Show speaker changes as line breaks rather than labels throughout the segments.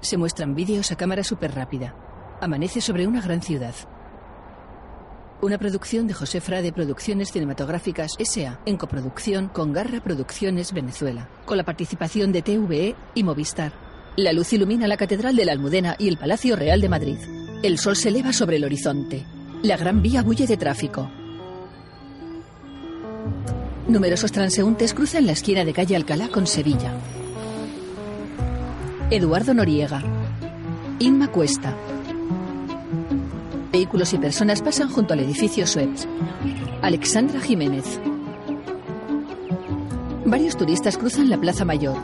Se muestran vídeos a cámara súper rápida. Amanece sobre una gran ciudad. Una producción de José Frade Producciones Cinematográficas S.A. en coproducción con Garra Producciones Venezuela, con la participación de TVE y Movistar. La luz ilumina la Catedral de la Almudena y el Palacio Real de Madrid. El sol se eleva sobre el horizonte. La Gran Vía bulle de tráfico. Numerosos transeúntes cruzan la esquina de calle Alcalá con Sevilla. Eduardo Noriega. Inma Cuesta. Vehículos y personas pasan junto al edificio Suez. Alexandra Jiménez. Varios turistas cruzan la Plaza Mayor.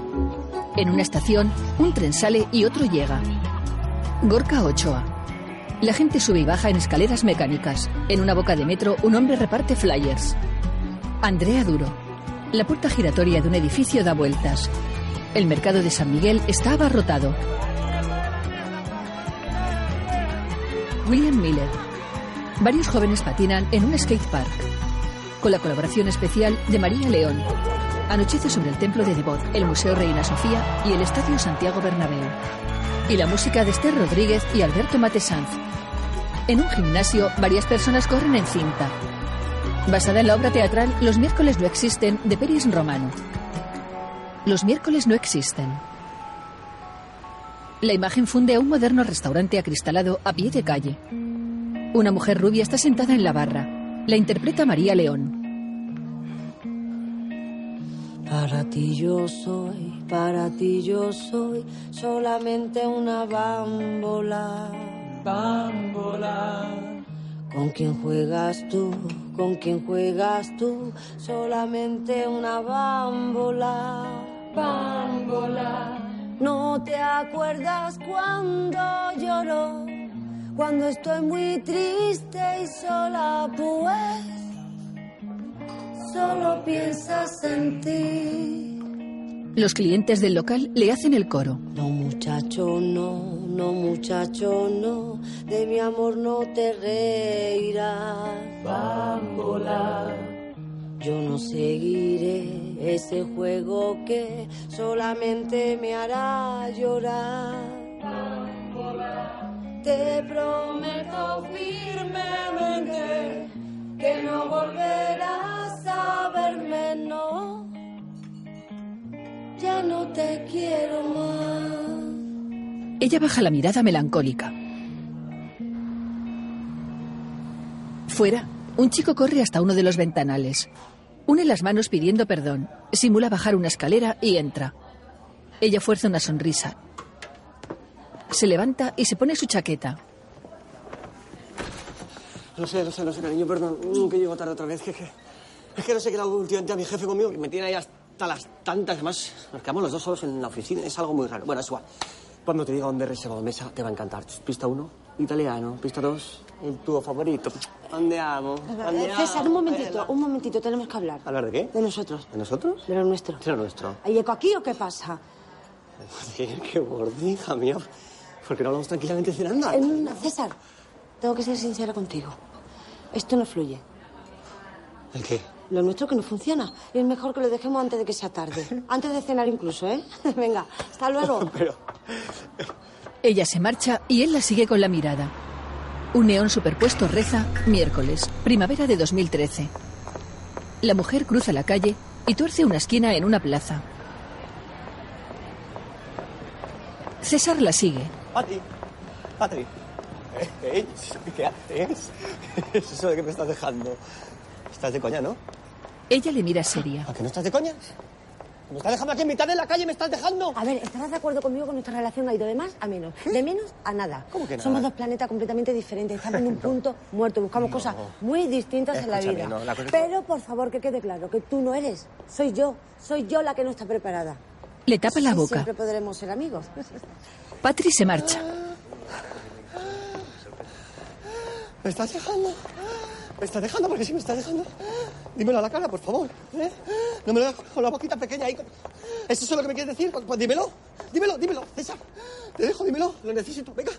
En una estación, un tren sale y otro llega. Gorka Ochoa. La gente sube y baja en escaleras mecánicas. En una boca de metro, un hombre reparte flyers. Andrea Duro. La puerta giratoria de un edificio da vueltas. El mercado de San Miguel está abarrotado. William Miller. Varios jóvenes patinan en un skate park. Con la colaboración especial de María León. Anochece sobre el templo de Devot, el Museo Reina Sofía y el Estadio Santiago Bernabéu. Y la música de Esther Rodríguez y Alberto Matesanz. En un gimnasio, varias personas corren en cinta. Basada en la obra teatral Los miércoles no existen de Peris Romano. Los miércoles no existen. La imagen funde a un moderno restaurante acristalado a pie de calle. Una mujer rubia está sentada en la barra. La interpreta María León.
Para ti yo soy, para ti yo soy, solamente una bámbola. Bámbola. ¿Con quién juegas tú? ¿Con quién juegas tú? Solamente una bámbola. Bámbola. No te acuerdas cuando lloro, cuando estoy muy triste y sola, pues solo piensas en ti.
Los clientes del local le hacen el coro.
No muchacho, no, no muchacho, no, de mi amor no te reirás. Bámbola. Yo no seguiré ese juego que solamente me hará llorar. Te prometo firmemente que no volverás a verme, no. Ya no te quiero más.
Ella baja la mirada melancólica. Fuera, un chico corre hasta uno de los ventanales. Une las manos pidiendo perdón, simula bajar una escalera y entra. Ella fuerza una sonrisa. Se levanta y se pone su chaqueta.
Lo sé, lo sé, lo sé, cariño, perdón. Mm, Que llego tarde otra vez. Que, que- es que no sé qué le hago últimamente a mi jefe conmigo, que me tiene ahí hasta las tantas. Además, nos quedamos los dos solos en la oficina. Es algo muy raro. Bueno, es igual. Cuando te diga dónde he reservado mesa, te va a encantar. Pista 1, italiano. Pista 2, el tubo favorito. ¿Dónde amo? ¿Dónde
Eh, César, un momentito, un momentito, tenemos que hablar.
¿Hablar de qué?
De nosotros.
¿De nosotros?
De lo nuestro.
De lo nuestro.
¿Hay eco aquí o qué pasa?
Joder, qué gordija mía. ¿Por qué no hablamos tranquilamente cenando?
Eh, no, César, tengo que ser sincera contigo. Esto no fluye.
¿El qué?
Lo nuestro que no funciona. Y es mejor que lo dejemos antes de que sea tarde. Antes de cenar incluso, ¿eh? Venga, hasta luego.
Pero...
Ella se marcha y él la sigue con la mirada. Un neón superpuesto reza miércoles, primavera de 2013. La mujer cruza la calle y tuerce una esquina en una plaza. César la sigue.
Patri, Patri. Eh, eh, ¿Qué haces? ¿Es eso de que me estás dejando? Estás de coña, ¿no?
Ella le mira seria.
¿A que no estás de coña? ¿Que ¿Me estás dejando aquí en mitad de la calle? ¿Me estás dejando?
A ver, ¿estarás de acuerdo conmigo que nuestra relación ha ido de más a menos? De menos a nada.
¿Cómo que nada?
Somos dos planetas completamente diferentes. Estamos en un punto muerto. Buscamos cosas muy distintas en la
Escúchame,
vida.
no, la cosa es-
Pero, por favor, que quede claro que tú no eres. Soy yo. Soy yo la que no está preparada.
Le tapa la
Sí,
boca.
Siempre podremos ser amigos. Ah,
Patri se marcha.
¿Me estás dejando? ¿Me estás dejando? Porque si me estás dejando, dímelo a la cara, por favor. ¿eh? No me lo dejes con la boquita pequeña ahí. con- ¿Es eso lo que me quieres decir? Pues, pues dímelo, dímelo, dímelo, César. Te dejo, dímelo, lo necesito. Venga,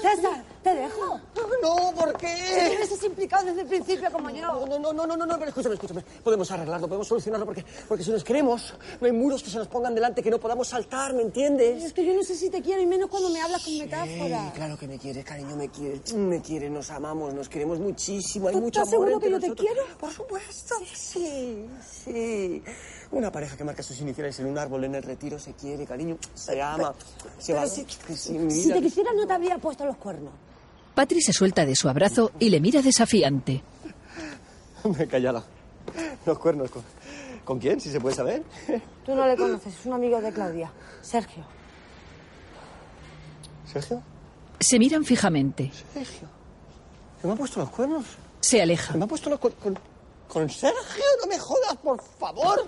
César, te dejo.
No, ¿por
Si
qué?
hubieses implicado desde el principio como
No,
yo.
no, no, no, no, no, no, pero escúchame, escúchame. Podemos arreglarlo, podemos solucionarlo, porque, porque si nos queremos, no hay muros que se nos pongan delante que no podamos saltar, ¿me entiendes?
Es que yo no sé si te quiero y menos cuando me hablas con
Ey,
metáforas.
claro que me quieres, cariño, me quieres, mm, me quieres, nos amamos, nos queremos muchísimo, hay
¿Tú
mucho
estás
amor
seguro que
entre
yo te
nosotros.
quiero?
Por supuesto, que sí, sí. Una pareja que marca sus iniciales en un árbol en el retiro se quiere, cariño, se ama, se
pero
va.
si-
que sí, mi
Si
vida.
te quisiera no te habría puesto los cuernos.
Patri se suelta de su abrazo y le mira desafiante.
Me callala. Los cuernos con... ¿Con quién? Si se puede saber.
Tú no le conoces, es un amigo de Claudia, Sergio.
Sergio.
Se miran fijamente.
Sergio. ¿Me ha puesto los cuernos?
Se aleja.
¿Me ha puesto los cuernos con, con Sergio? No me jodas, por favor.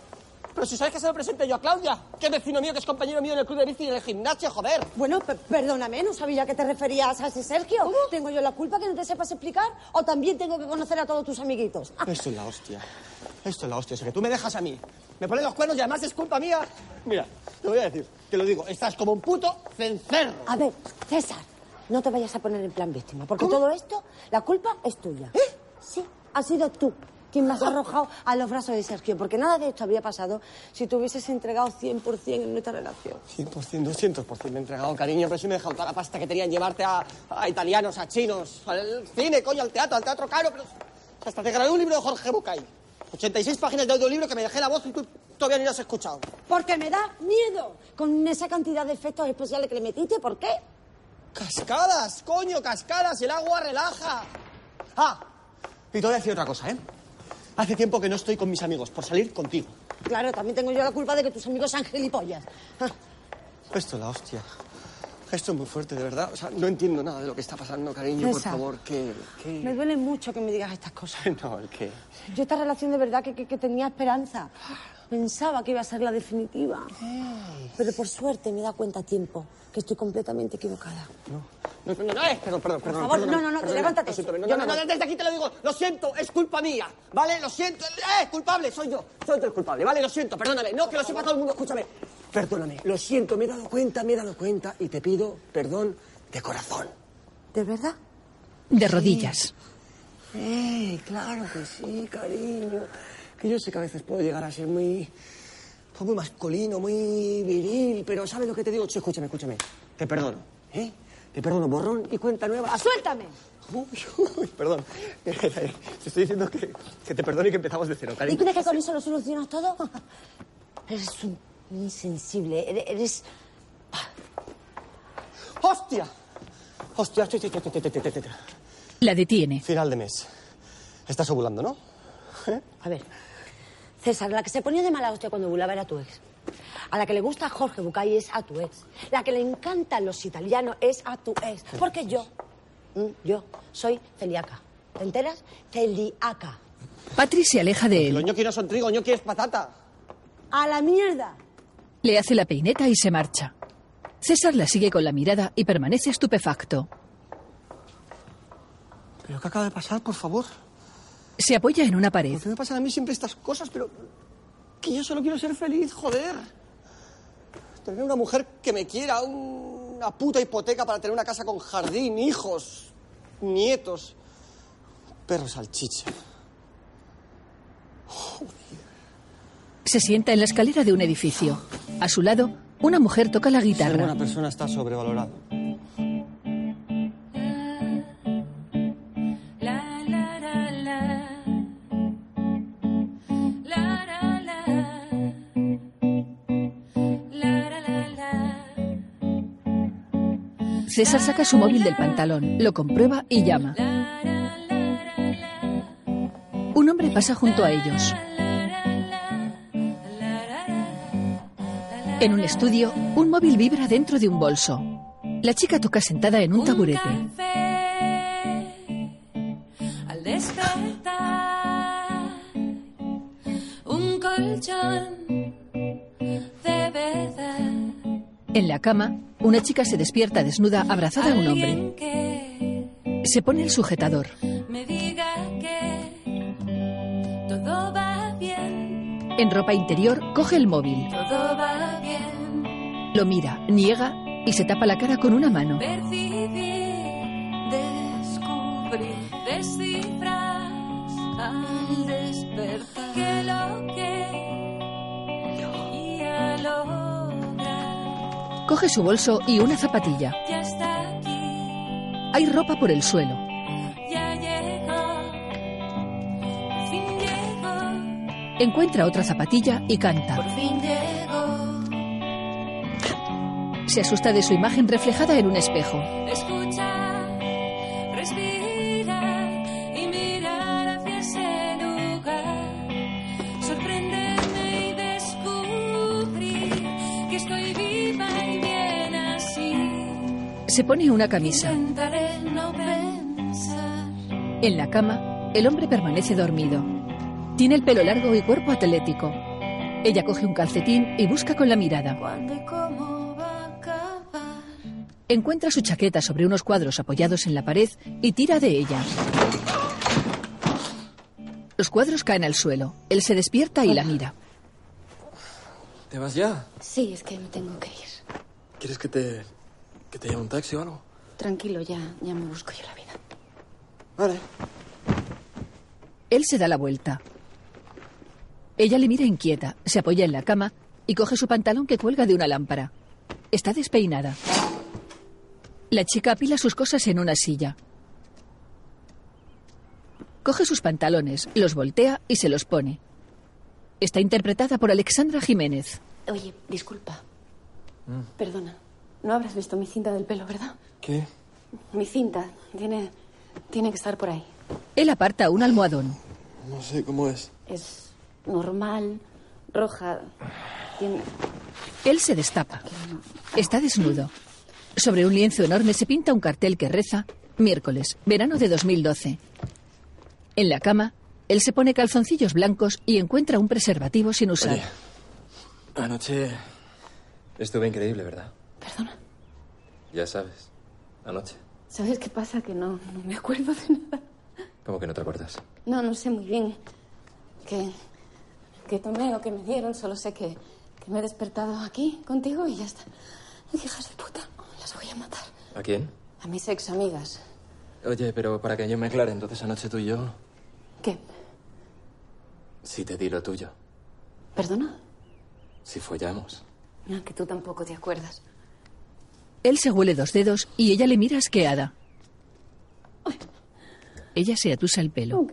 Pero si sabes que se lo presente yo a Claudia, que es vecino mío, que es compañero mío en el club de bici y en el gimnasio, joder.
Bueno, pe- perdóname, no sabía que te referías a ese Sergio. ¿Tengo yo la culpa que no te sepas explicar? ¿O también tengo que conocer a todos tus amiguitos? Ah.
Esto es la hostia. Esto es la hostia. O sea, que tú me dejas a mí. Me pones los cuernos y además es culpa mía. Mira, te voy a decir, te lo digo, estás como un puto cencerro.
A ver, César, no te vayas a poner en plan víctima, porque
¿Cómo?
todo esto, la culpa es tuya.
¿Eh? Ah.
Sí, has sido tú quien me has arrojado a los brazos de Sergio, porque nada de esto habría pasado si te hubieses entregado 100% en nuestra relación.
100%, 200% me he entregado, cariño, pero si me he dejado toda la pasta que tenían llevarte a, a italianos, a chinos, al cine, coño, al teatro, al teatro caro, pero hasta te grabé un libro de Jorge Bucay. 86 páginas de audiolibro que me dejé la voz y tú todavía ni lo has escuchado.
Porque me da miedo con esa cantidad de efectos especiales que le metiste, ¿por qué?
¡Cascadas, coño, cascadas! ¡El agua relaja! Ah, y te voy a decir otra cosa, ¿eh? Hace tiempo que no estoy con mis amigos, por salir contigo.
Claro, también tengo yo la culpa de que tus amigos sean gilipollas. Ah,
Esto es la hostia. Esto es muy fuerte, de verdad. O sea, no entiendo nada de lo que está pasando, cariño. Por
César.
favor, que...
Me duele mucho que me digas estas cosas.
No, el que...
Yo esta relación de verdad que, que- que tenía esperanza. Pensaba que iba a ser la definitiva. Pero por suerte me he dado cuenta a tiempo que estoy completamente equivocada.
No, no, no, no, eh, perdón, perdón, perdón.
favor,
perdón,
no, no, no,
perdón,
levántate.
lo siento, no,
Yo
no,
me
no,
voy.
no, desde aquí te lo digo, lo siento, es culpa mía, ¿vale? Lo siento, eh, culpable, soy yo, soy yo el culpable, ¿vale? Lo siento, perdóname, no, que lo sepa todo el mundo, escúchame. Perdóname, lo siento, me he dado cuenta, me he dado cuenta y te pido perdón de corazón.
¿De verdad?
De rodillas.
Eh, claro que sí, cariño. Que yo sé que a veces puedo llegar a ser muy. pues, muy masculino, muy viril, pero ¿sabes lo que te digo? Sí, escúchame, escúchame. Te perdono, ¿eh? Te perdono, borrón y cuenta nueva. Haz-
¡Suéltame!
Uy, uy, perdón. Te estoy diciendo que, que te perdone y que empezamos de cero,
¿Y
cariño.
crees que con eso lo solucionas todo? Eres un insensible, ere- eres...
Ah. ¡Hostia! ¡Hostia! hostia, hostia, hostia, hostia, hostia, hostia.
La detiene.
Final de mes. Estás ovulando, ¿no? ¿Eh?
A ver, César, la que se ponía de mala hostia cuando volaba era tu ex. A la que le gusta Jorge Bucay es a tu ex. La que le encantan los italianos es a tu ex. Porque yo, mm, yo soy celíaca. ¿Te enteras? Celíaca.
Patri se aleja de
Los
él.
ñoquis no son trigo, ñoqui es patata.
¡A la mierda!
Le hace la peineta y se marcha. César la sigue con la mirada y permanece estupefacto.
¿Pero qué acaba de pasar, por favor?
Se apoya en una pared.
¿Por qué me pasan a mí siempre estas cosas? Pero que yo solo quiero ser feliz, joder. Tener una mujer que me quiera, un- una puta hipoteca para tener una casa con jardín, hijos, nietos, perro salchicha.
Se sienta en la escalera de un edificio. A su lado, una mujer toca la
Ser
guitarra.
buena persona está sobrevalorado.
La la la la La la la La la la la
César saca su móvil del pantalón, lo comprueba y llama. Un hombre pasa junto a ellos. En un estudio, un móvil vibra dentro de un bolso. La chica toca sentada en un taburete.
café al despertar, un colchón de verdad.
En la cama, una chica se despierta desnuda abrazada a un hombre.
Alguien que
Se pone el sujetador.
me diga que todo va bien,
En ropa interior, coge el móvil,
todo va bien.
lo mira, niega y se tapa la cara con una mano.
Percibir Sufrí cifras al despertar que lo que quería lograr
Coge su bolso y una zapatilla.
ya está aquí,
Hay ropa por el suelo.
ya llegó, por fin llegó,
Encuentra otra zapatilla y canta.
por fin llegó.
Se asusta de su imagen reflejada en un espejo.
Escuchar, respirar y mirar hacia ese lugar. Sorprenderme y descubrir que estoy viva y bien así.
Se pone una camisa.
Intentaré no pensar.
En la cama, el hombre permanece dormido. Tiene el pelo largo y cuerpo atlético. Ella coge un calcetín y busca con la mirada.
¿Cuándo y cómo va a acabar?
Encuentra su chaqueta sobre unos cuadros apoyados en la pared y tira de ella. Los cuadros caen al suelo. Él se despierta y la mira.
¿Te vas ya?
Sí, es que me tengo que ir.
¿Quieres que te. que te lleve un taxi o algo?
Tranquilo, ya, ya me busco yo la vida.
Vale.
Él se da la vuelta. Ella le mira inquieta, se apoya en la cama y coge su pantalón que cuelga de una lámpara. Está despeinada. La chica apila sus cosas en una silla. Coge sus pantalones, los voltea y se los pone. Está interpretada por Alexandra Jiménez.
Oye, disculpa. Perdona. No habrás visto mi cinta del pelo, ¿verdad?
¿Qué?
Mi cinta tiene, tiene que estar por ahí.
Él aparta un almohadón.
No sé cómo es.
Es normal, roja. Tiene...
Él se destapa. Está desnudo. Sobre un lienzo enorme se pinta un cartel que reza Miércoles, verano de 2012. En la cama, él se pone calzoncillos blancos y encuentra un preservativo sin usar.
Oye. Anoche. Estuve increíble, ¿verdad?
Perdona.
Ya sabes. Anoche.
¿Sabes qué pasa? Que no, no me acuerdo de nada.
¿Cómo que no te acuerdas?
No, no sé muy bien qué, qué tomé o qué me dieron. Solo sé que, que me he despertado aquí contigo y ya está. Ay, Hijas de puta, las voy a matar.
¿A quién?
A mis ex amigas.
Oye, pero para que yo me aclare, entonces anoche tú y yo.
¿Qué?
Si te di lo tuyo.
¿Perdona?
Si follamos.
No, Ah, que tú tampoco te acuerdas.
Él se huele dos dedos y ella le mira asqueada. Ella se atusa el pelo.
Ok.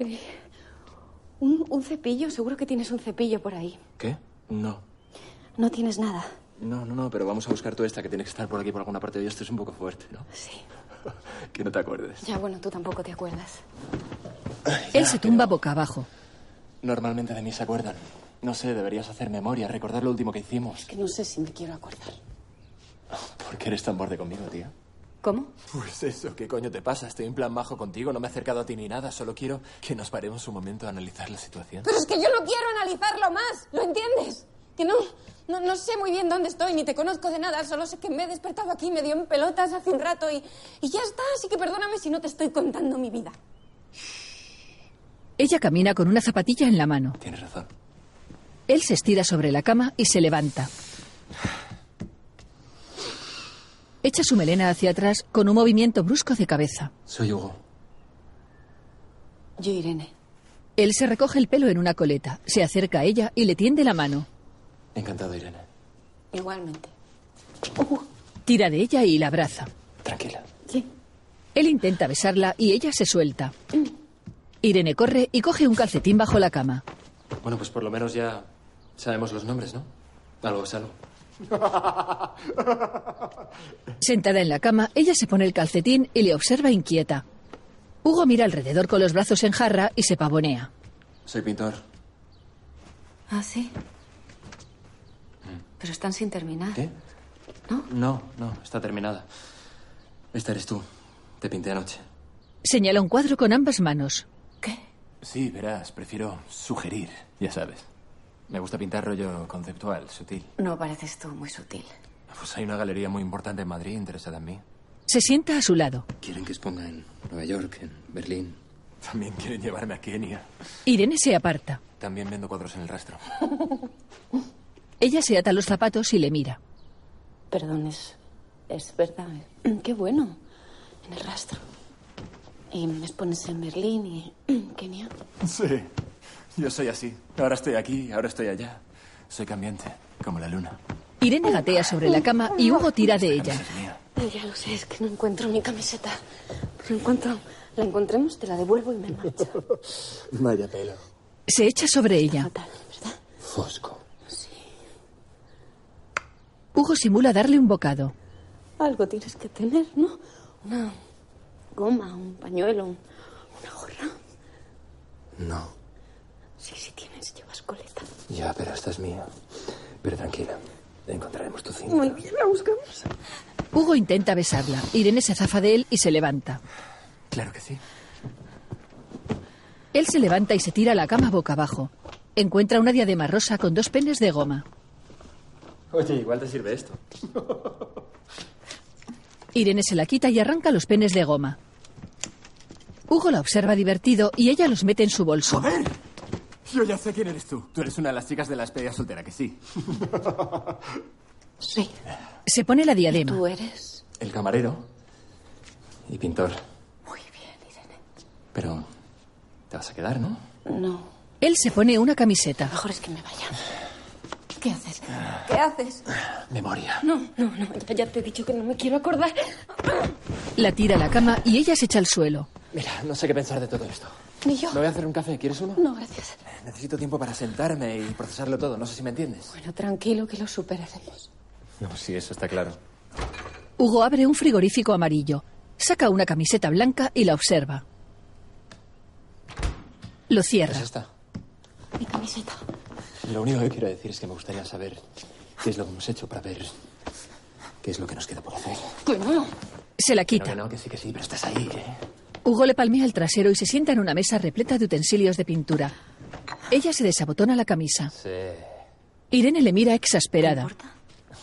Un, un cepillo, seguro que tienes un cepillo por ahí.
¿Qué? No.
No tienes nada.
No, no, no, pero vamos a buscar tú esta que tiene que estar por aquí por alguna parte. Yo esto es un poco fuerte, ¿no?
Sí.
Que no te acuerdes.
Ya, bueno, tú tampoco te acuerdas.
Él se tumba boca abajo.
Normalmente de mí se acuerdan. No sé, deberías hacer memoria, recordar lo último que hicimos.
Que no sé si me quiero acordar.
¿Por qué eres tan borde conmigo, tía?
¿Cómo?
Pues eso, ¿qué coño te pasa? Estoy en plan majo contigo, no me he acercado a ti ni nada, solo quiero que nos paremos un momento a analizar la situación.
Pero es que yo no quiero analizarlo más, ¿lo entiendes? Que no, no, no sé muy bien dónde estoy, ni te conozco de nada, solo sé que me he despertado aquí, me dio en pelotas hace un rato y, y ya está, así que perdóname si no te estoy contando mi vida.
Ella camina con una zapatilla en la mano.
Tienes razón.
Él se estira sobre la cama y se levanta. Echa su melena hacia atrás con un movimiento brusco de cabeza.
Soy Hugo.
Yo, Irene.
Él se recoge el pelo en una coleta, se acerca a ella y le tiende la mano.
Encantado, Irene.
Igualmente.
Tira de ella y la abraza.
Tranquila.
Sí. Mm.
Él intenta besarla y ella se suelta. Irene corre y coge un calcetín bajo la cama.
Bueno, pues por lo menos ya sabemos los nombres, ¿no? Algo es algo.
Sentada en la cama, ella se pone el calcetín y le observa inquieta. Hugo mira alrededor con los brazos en jarra y se pavonea.
Soy pintor.
¿Ah, sí? Pero están sin terminar.
¿Qué?
¿No?
No, no, está terminada. Esta eres tú. Te pinté anoche.
Señala un cuadro con ambas manos.
¿Qué?
Sí, verás, prefiero sugerir, ya sabes. Me gusta pintar rollo conceptual, sutil.
No pareces tú muy sutil.
Pues hay una galería muy importante en Madrid interesada en mí.
Se sienta a su lado.
Quieren que exponga en Nueva York, en Berlín. También quieren llevarme a Kenia.
Irene se aparta.
También vendo cuadros en el rastro.
Ella se ata los zapatos y le mira.
¿eh? Mm, Perdón, es, es verdad. Qué bueno. En el rastro. Y me expones en Berlín y Kenia.
Sí. Yo soy así. Ahora estoy aquí, ahora estoy allá. Soy cambiante, como la luna.
Irene gatea sobre la cama y Hugo tira de ella.
Es mía.
Ya lo sé, es que no encuentro mi camiseta. No encuentro. La encontremos, te la devuelvo y me marcho.
Vaya pelo.
Se echa sobre ella.
Fatal, ¿verdad?
Fosco.
Hugo simula darle un bocado.
Algo tienes que tener, ¿no? Una goma, un pañuelo, un- una gorra.
No.
Sí, sí tienes, llevas coleta.
Ya, pero esta es mía. Pero tranquila. Encontraremos tu cinta.
Muy bien, la buscamos.
Hugo intenta besarla. Irene se zafa de él y se levanta.
Claro que sí.
Él se levanta y se tira a la cama boca abajo. Encuentra una diadema rosa con dos penes de goma.
Oye, igual te sirve esto.
Irene se la quita y arranca los penes de goma. Hugo la observa divertido y ella los mete en su bolso.
Yo ya sé quién eres tú. Tú eres una de las chicas de la despedida soltera, que sí.
Sí,
Se pone la diadema.
tú eres.
El camarero y pintor.
Muy bien, Irene.
Pero te vas a quedar, ¿no?
No,
Él se pone una camiseta.
mejor es que me vaya. ¿Qué haces? ¿Qué haces?
Memoria.
No, no, no, ya, ya te he dicho que no me quiero acordar.
La tira a la cama y ella se echa al suelo.
Mira, no sé qué pensar de todo esto.
Ni yo.
Me voy a hacer un café. ¿Quieres uno? Eh,
No, gracias.
Necesito tiempo para sentarme y procesarlo todo. No sé si me entiendes.
Bueno, tranquilo que lo superaremos.
No, sí, eso está claro.
Hugo abre un frigorífico amarillo, saca una camiseta blanca y la observa. Lo
Es
cierra.
esta.
Mi camiseta.
Lo único que quiero decir es que me gustaría saber qué es lo que hemos hecho para ver qué es lo que nos queda por hacer.
Que no.
Se la
No, que
quita.
no, que sí, que sí, pero estás ahí, ¿eh?
Hugo le palmea el trasero y se sienta en una mesa repleta de utensilios de pintura. Ella se desabotona la camisa.
Sí.
Irene le mira exasperada.
importa?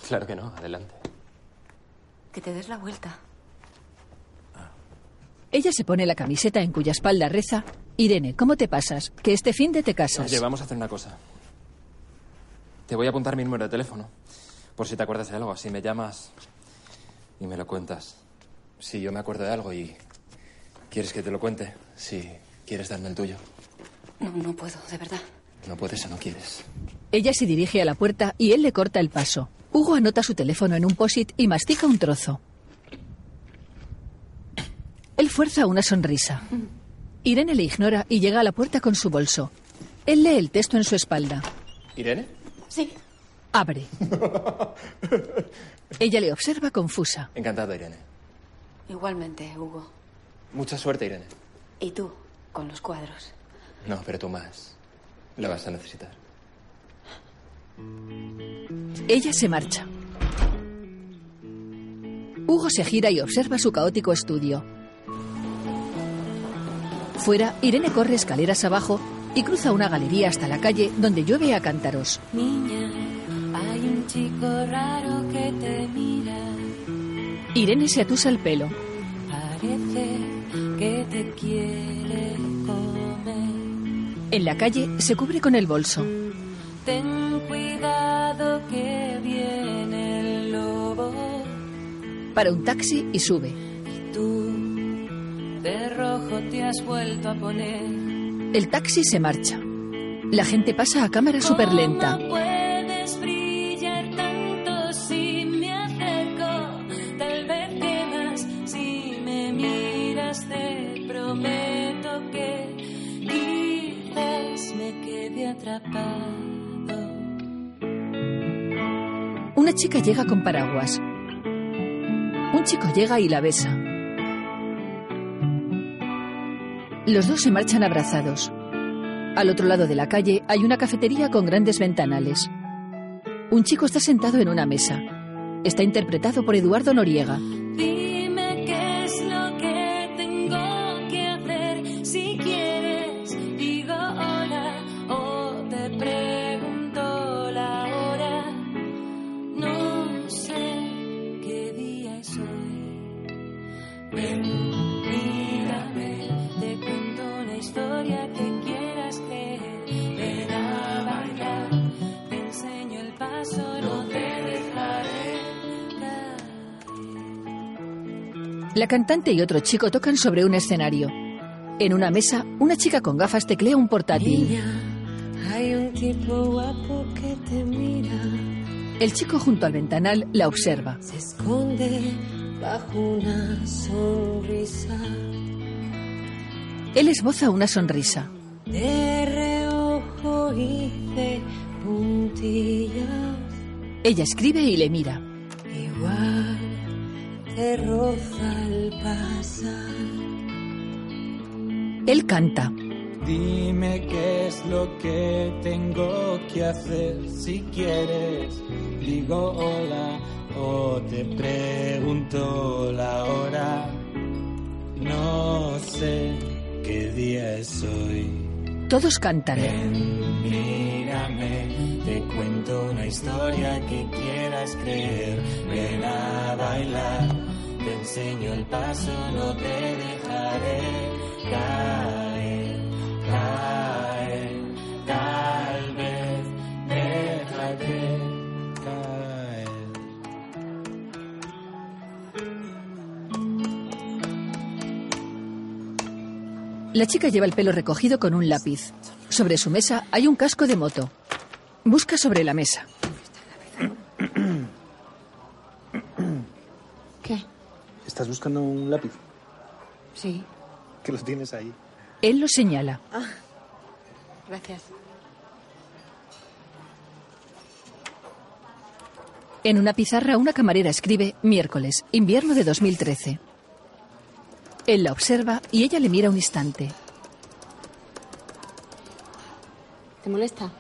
Claro que no, adelante.
Que te des la vuelta.
Ella se pone la camiseta en cuya espalda reza Irene, ¿cómo te pasas? Que este fin de te casas.
Oye, vamos a hacer una cosa. Te voy a apuntar mi número de teléfono. Por si te acuerdas de algo. Así me llamas y me lo cuentas. Si yo me acuerdo de algo y quieres que te lo cuente, si quieres darme el tuyo.
No, no puedo, de verdad.
No puedes o no quieres.
Ella se dirige a la puerta y él le corta el paso. Hugo anota su teléfono en un post-it y mastica un trozo. Él fuerza una sonrisa. Irene le ignora y llega a la puerta con su bolso. Él lee el texto en su espalda.
¿Irene?
Sí.
Abre. Ella le observa confusa.
Encantado, Irene.
Igualmente, Hugo.
Mucha suerte, Irene.
Y tú, con los cuadros.
No, pero tú más. La vas a necesitar.
Ella se marcha. Hugo se gira y observa su caótico estudio. Fuera, Irene corre escaleras abajo y cruza una galería hasta la calle donde llueve a cántaros.
Niña, hay un chico raro que te mira.
Irene se atusa el pelo.
Parece que te quiere comer.
En la calle se cubre con el bolso.
Ten cuidado que viene el lobo.
Para un taxi y sube.
Tú de rojo te has vuelto a poner.
El taxi se marcha. La gente pasa a cámara superlenta.
¿Cómo puedes brillar tanto si me acerco? Tal vez quedas si me miras. Te prometo que quizás me quede atrapado.
Una chica llega con paraguas. Un chico llega y la besa. Los dos se marchan abrazados. Al otro lado de la calle hay una cafetería con grandes ventanales. Un chico está sentado en una mesa. Está interpretado por Eduardo Noriega.
Dime qué es lo que tengo que hacer. Si quieres, digo hola o te pregunto la hora. No sé qué día es hoy. Ven, mírame, te cuento una historia que quieras creer. Ven a bailar, te enseño el paso, no te dejaré caer.
La cantante y otro chico tocan sobre un escenario. En una mesa, una chica con gafas teclea un portátil.
Hay un tipo guapo que te mira,
El chico junto al ventanal la observa.
se esconde bajo una sonrisa.
Él esboza una sonrisa.
De reojo hice puntillas,
Ella escribe y le mira.
igual te roza al pasar.
Él canta.
Dime qué es lo que tengo que hacer si quieres. Digo hola o te pregunto la hora. No sé qué día es hoy.
Todos cantan.
Ven, mírame, te cuento una historia que quieras creer. Ven a bailar, te enseño el paso, no te dejaré caer, caer, tal vez déjate caer.
La chica lleva el pelo recogido con un lápiz. Sobre su mesa hay un casco de moto. Busca sobre la mesa.
¿Qué?
¿Estás buscando un lápiz?
Sí, Ah,
Que lo tienes ahí.
Él lo señala.
gracias.
En una pizarra una camarera escribe miércoles, invierno de 2013. Él la observa y ella le mira un instante.
¿Te molesta?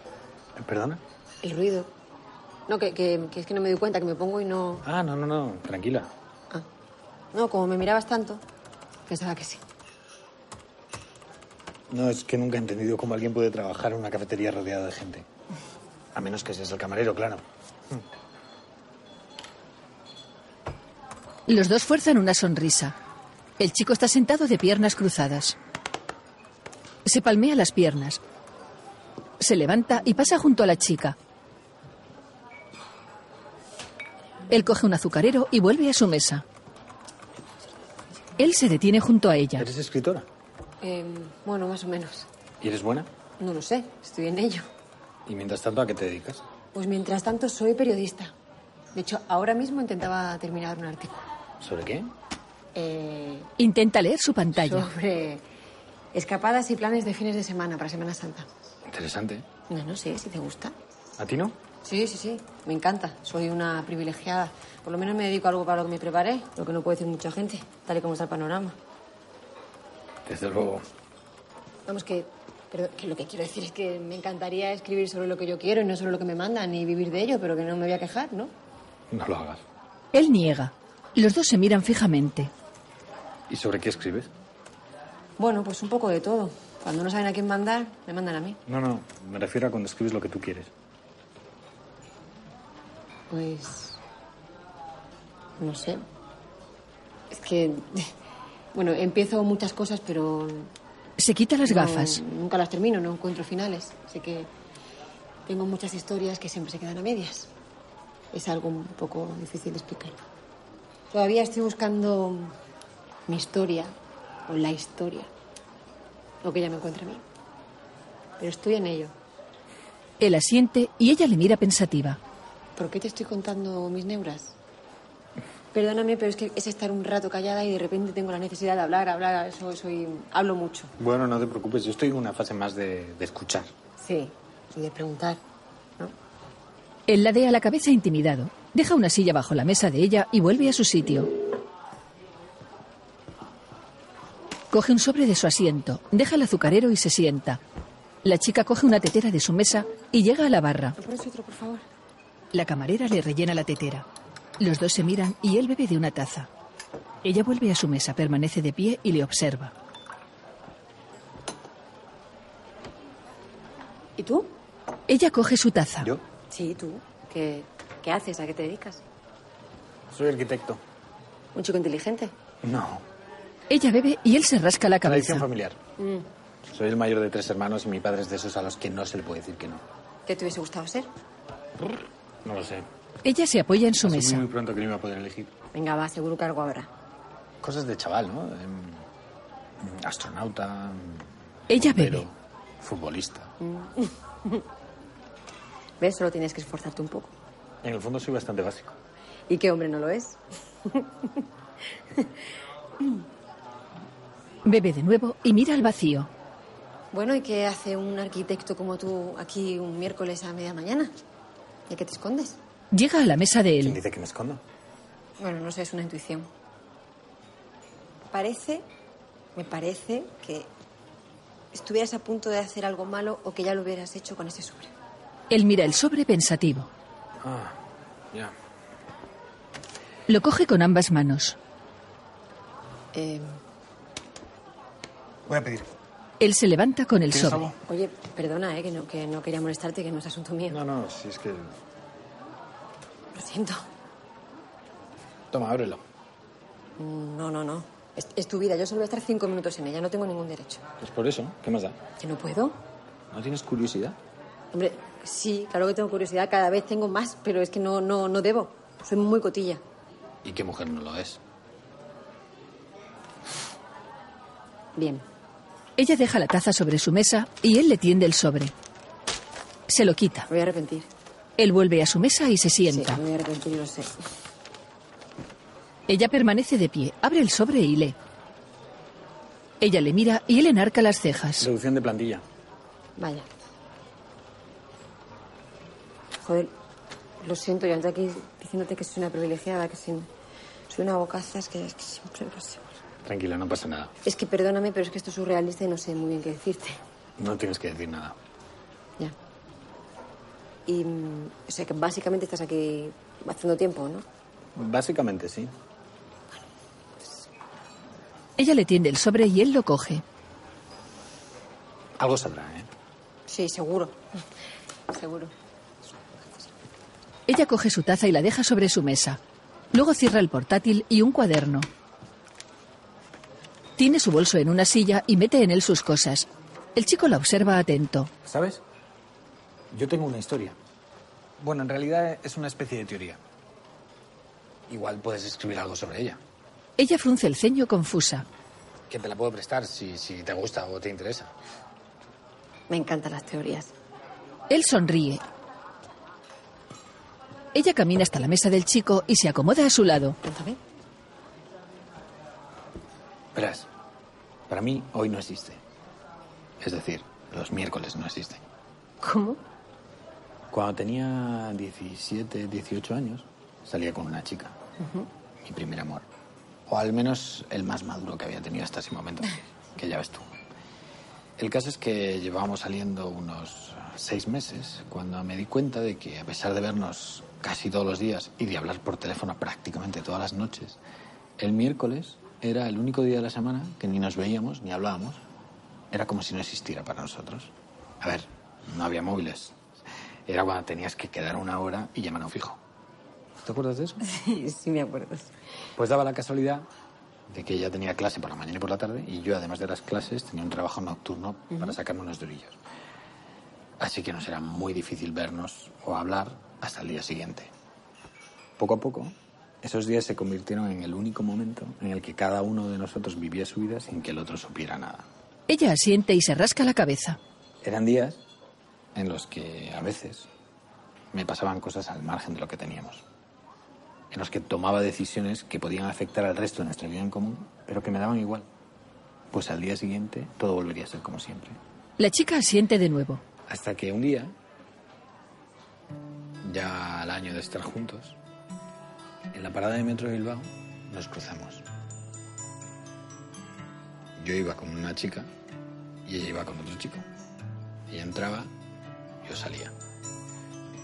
¿Perdona?
El ruido. No, que, que- que es que no me doy cuenta, que me pongo y no...
Ah, no, no, no, tranquila.
Ah. No, como me mirabas tanto, pensaba que sí.
No, es que nunca he entendido cómo alguien puede trabajar en una cafetería rodeada de gente. A menos que seas el camarero, claro.
Los dos fuerzan una sonrisa. El chico está sentado de piernas cruzadas. Se palmea las piernas. Se levanta y pasa junto a la chica. Él coge un azucarero y vuelve a su mesa. Él se detiene junto a ella.
¿Eres escritora?
Eh, bueno, más o menos.
¿Y eres buena?
No lo sé, estoy en ello.
¿Y mientras tanto a qué te dedicas?
Pues mientras tanto soy periodista. De hecho, ahora mismo intentaba terminar un artículo.
¿Sobre qué?
Eh,
Intenta leer su pantalla.
sobre escapadas y planes de fines de semana para Semana Santa.
Interesante.
No, no sé, si te gusta.
¿A ti no?
Sí, sí, sí, me encanta. Soy una privilegiada. Por lo menos me dedico a algo para lo que me preparé, lo que no puede decir mucha gente, tal y como está el panorama.
Desde luego.
Vamos que, pero que lo que quiero decir es que me encantaría escribir sobre lo que yo quiero y no sobre lo que me mandan y vivir de ello, pero que no me voy a quejar, ¿no?
No lo hagas.
Él niega. Los dos se miran fijamente.
¿Y sobre qué escribes?
Bueno, pues un poco de todo. Cuando no saben a quién mandar, me mandan a mí.
No, no, me refiero a cuando escribes lo que tú quieres.
Pues. No sé. Es que. Bueno, empiezo muchas cosas, pero.
Se quita las
no-
gafas.
nunca las termino, no encuentro finales. Así que. Tengo muchas historias que siempre se quedan a medias. Es algo un poco difícil de explicar. Todavía estoy buscando mi historia, o la historia, o que ya me encuentre a mí. Pero estoy en ello.
Él asiente y ella le mira pensativa.
¿Por qué te estoy contando mis neuras? Perdóname, pero es que es estar un rato callada y de repente tengo la necesidad de hablar, hablar, eso, soy, hablo mucho.
Bueno, no te preocupes, yo estoy en una fase más de, de escuchar.
Sí, y de preguntar, ¿no?
Él ladea la cabeza intimidado. Deja una silla bajo la mesa de ella y vuelve a su sitio. Coge un sobre de su asiento, deja el azucarero y se sienta. La chica coge una tetera de su mesa y llega a la barra.
¿Me pones otro, por favor?
La camarera le rellena la tetera. Los dos se miran y él bebe de una taza. Ella vuelve a su mesa, permanece de pie y le observa.
¿Y tú?
Ella coge su taza.
¿Yo?
Sí, tú. ¿Qué, ¿Qué haces? ¿A qué te dedicas?
Soy arquitecto.
¿Un chico inteligente?
No,
Ella bebe y él se rasca la
tradición
cabeza.
familiar.
Mm,
Soy el mayor de tres hermanos y mi padre es de esos a los que no se le puede decir que no.
¿Qué te hubiese gustado ser?
No lo sé.
Ella se apoya en su
Asumí
mesa.
muy pronto que no iba a poder elegir.
Venga, va, seguro que algo habrá.
Cosas de chaval, ¿no? Em, astronauta,
Ella
pero
bebe.
futbolista.
¿Ves? Solo tienes que esforzarte un poco.
En el fondo soy bastante básico.
¿Y qué hombre no lo es?
Bebe de nuevo y mira al vacío.
Bueno, ¿y qué hace un arquitecto como tú aquí un miércoles a media mañana? ¿Y qué te escondes?
Llega a la mesa de
¿Quién
él.
dice que me escondo?
Bueno, no sé, es una intuición. Parece, me parece que estuvieras a punto de hacer algo malo o que ya lo hubieras hecho con ese sobre.
Él mira el sobre pensativo.
Ah, ya.
Lo coge con ambas manos.
Eh,
Voy a pedir.
Él se levanta con el
¿Tienes
sobre.
algo?
oye, perdona, eh, que, no, que no quería molestarte, que no es asunto mío.
No, no, si es que...
Lo siento.
Toma, ábrelo.
Mm, No, no, no. Es, es tu vida, yo solo voy a estar cinco minutos en ella, no tengo ningún derecho.
Es por eso, ¿qué más da?
¿Que no puedo?
¿No tienes curiosidad?
Hombre, sí, claro que tengo curiosidad, cada vez tengo más, pero es que no, no, no debo. Soy muy cotilla.
¿Y qué mujer no lo es?
Bien.
Ella deja la taza sobre su mesa y él le tiende el sobre. Se lo quita.
Me voy a arrepentir.
Él vuelve a su mesa y se
Sí,
sienta.
me voy a arrepentir, lo sé.
Ella permanece de pie, abre el sobre y lee. Ella le mira y él enarca las cejas.
Reducción de plantilla.
Vaya. Joder, lo siento, yo ando aquí diciéndote que soy una privilegiada, que soy, soy una bocaza, es que, es que siempre lo sé.
Tranquila, no pasa nada.
Es que perdóname, pero es que esto es surrealista y no sé muy bien qué decirte.
No tienes que decir nada.
Ya. Y, mm, o sea, que básicamente estás aquí haciendo tiempo, ¿no?
Básicamente, sí.
Ella le tiende el sobre y él lo coge.
Algo sabrá, ¿eh?
Sí, seguro. Seguro.
Ella coge su taza y la deja sobre su mesa. Luego cierra el portátil y un cuaderno. Tiene su bolso en una silla y mete en él sus cosas. El chico la observa atento.
¿Sabes? Yo tengo una historia. Bueno, en realidad es una especie de teoría. Igual puedes escribir algo sobre ella.
Ella frunce el ceño confusa.
Que te la puedo prestar si, si te gusta o te interesa.
Me encantan las teorías.
Él sonríe. Ella camina hasta la mesa del chico y se acomoda a su lado.
Cuéntame.
Verás, para mí hoy no existe. Es decir, los miércoles no existen.
¿Cómo?
Cuando tenía 17, 18 años, salía con una chica. Mi primer amor. O al menos el más maduro que había tenido hasta ese momento, que ya ves tú. El caso es que llevábamos saliendo unos seis meses cuando me di cuenta de que, a pesar de vernos casi todos los días y de hablar por teléfono prácticamente todas las noches, el miércoles era el único día de la semana que ni nos veíamos ni hablábamos. Era como si no existiera para nosotros. A ver, no había móviles. Era cuando tenías que quedar una hora y llamar a un fijo. ¿Te acuerdas de eso?
Sí, sí me acuerdo.
Pues daba la casualidad de que ella tenía clase por la mañana y por la tarde y yo, además de las clases, tenía un trabajo nocturno para sacarme unos durillos. Así que nos era muy difícil vernos o hablar hasta el día siguiente. Poco a poco, esos días se convirtieron en el único momento en el que cada uno de nosotros vivía su vida sin que el otro supiera nada.
Ella asiente y se rasca la cabeza.
Eran días en los que a veces me pasaban cosas al margen de lo que teníamos. En los que tomaba decisiones que podían afectar al resto de nuestra vida en común, pero que me daban igual. Pues al día siguiente todo volvería a ser como siempre.
La chica asiente de nuevo.
Hasta que un día, ya al año de estar juntos, en la parada de metro de Bilbao nos cruzamos. Yo iba con una chica y ella iba con otro chico. Ella entraba, yo salía.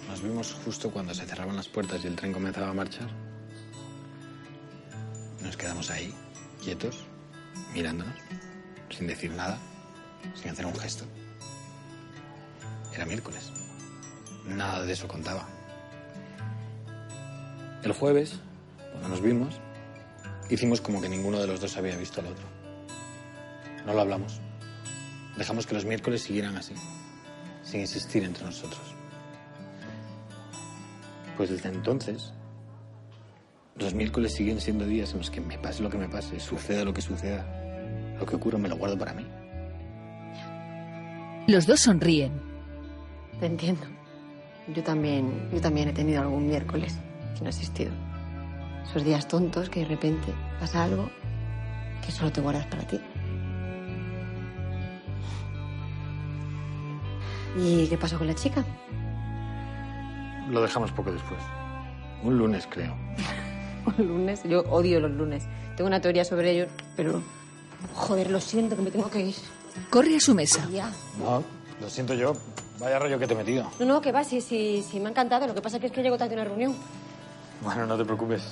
Nos vimos justo cuando se cerraban las puertas y el tren comenzaba a marchar. Nos quedamos ahí, quietos, mirándonos, sin decir nada, sin hacer un gesto. Era miércoles. Nada de eso contaba. El jueves, cuando nos vimos, hicimos como que ninguno de los dos había visto al otro. No lo hablamos. Dejamos que los miércoles siguieran así, sin insistir entre nosotros. Pues desde entonces, los miércoles siguen siendo días en los que me pase lo que me pase, suceda lo que suceda, Lo que ocurre me lo guardo para mí.
Los dos sonríen.
Te entiendo. Yo también, yo también he tenido algún miércoles que no he existido. Esos días tontos que de repente pasa algo que solo te guardas para ti. ¿Y qué pasó con la chica?
Lo dejamos poco después. Un lunes, creo.
Un lunes. Yo odio los lunes. Tengo una teoría sobre ellos, pero. Joder, lo siento que me tengo que ir.
Corre a su mesa.
Ya.
No, lo siento yo. Vaya rollo que te he metido.
No, no, que va, sí, sí, sí, me ha encantado. Lo que pasa que es que llego tarde a una reunión.
Bueno, no te preocupes.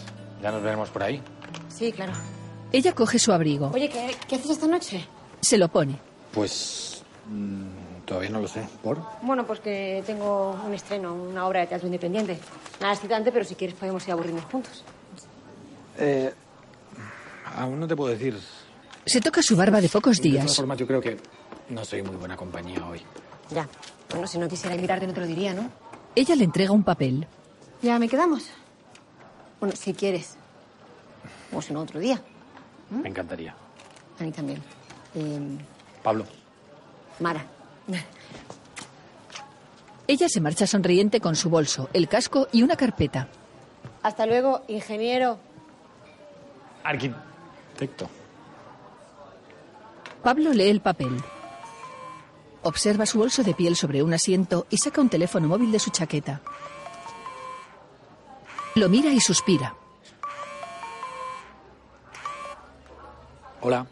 Ya nos veremos por ahí.
Sí, claro.
Ella coge su abrigo.
Oye, ¿qué, qué haces esta noche?
Se lo pone.
Pues. mm, todavía no lo sé. ¿Por?
Bueno, pues que tengo un estreno, una obra de teatro independiente. Nada excitante, pero si quieres podemos ir aburriendo juntos.
Eh, aún no te puedo decir.
Se toca su barba de pocos
De todas
días.
formas, yo creo que no soy muy buena compañía hoy.
Ya. Bueno, si no quisiera invitarte no te lo diría, ¿no?
Ella le entrega un papel.
¿Ya me quedamos? Bueno, si quieres. O si no, otro día.
Me encantaría.
A mí también. Eh,
Pablo.
Mara.
Ella se marcha sonriente con su bolso, el casco y una carpeta.
Hasta luego, ingeniero.
Arquitecto.
Pablo lee el papel. Observa su bolso de piel sobre un asiento y saca un teléfono móvil de su chaqueta. Lo mira y suspira.
Hola.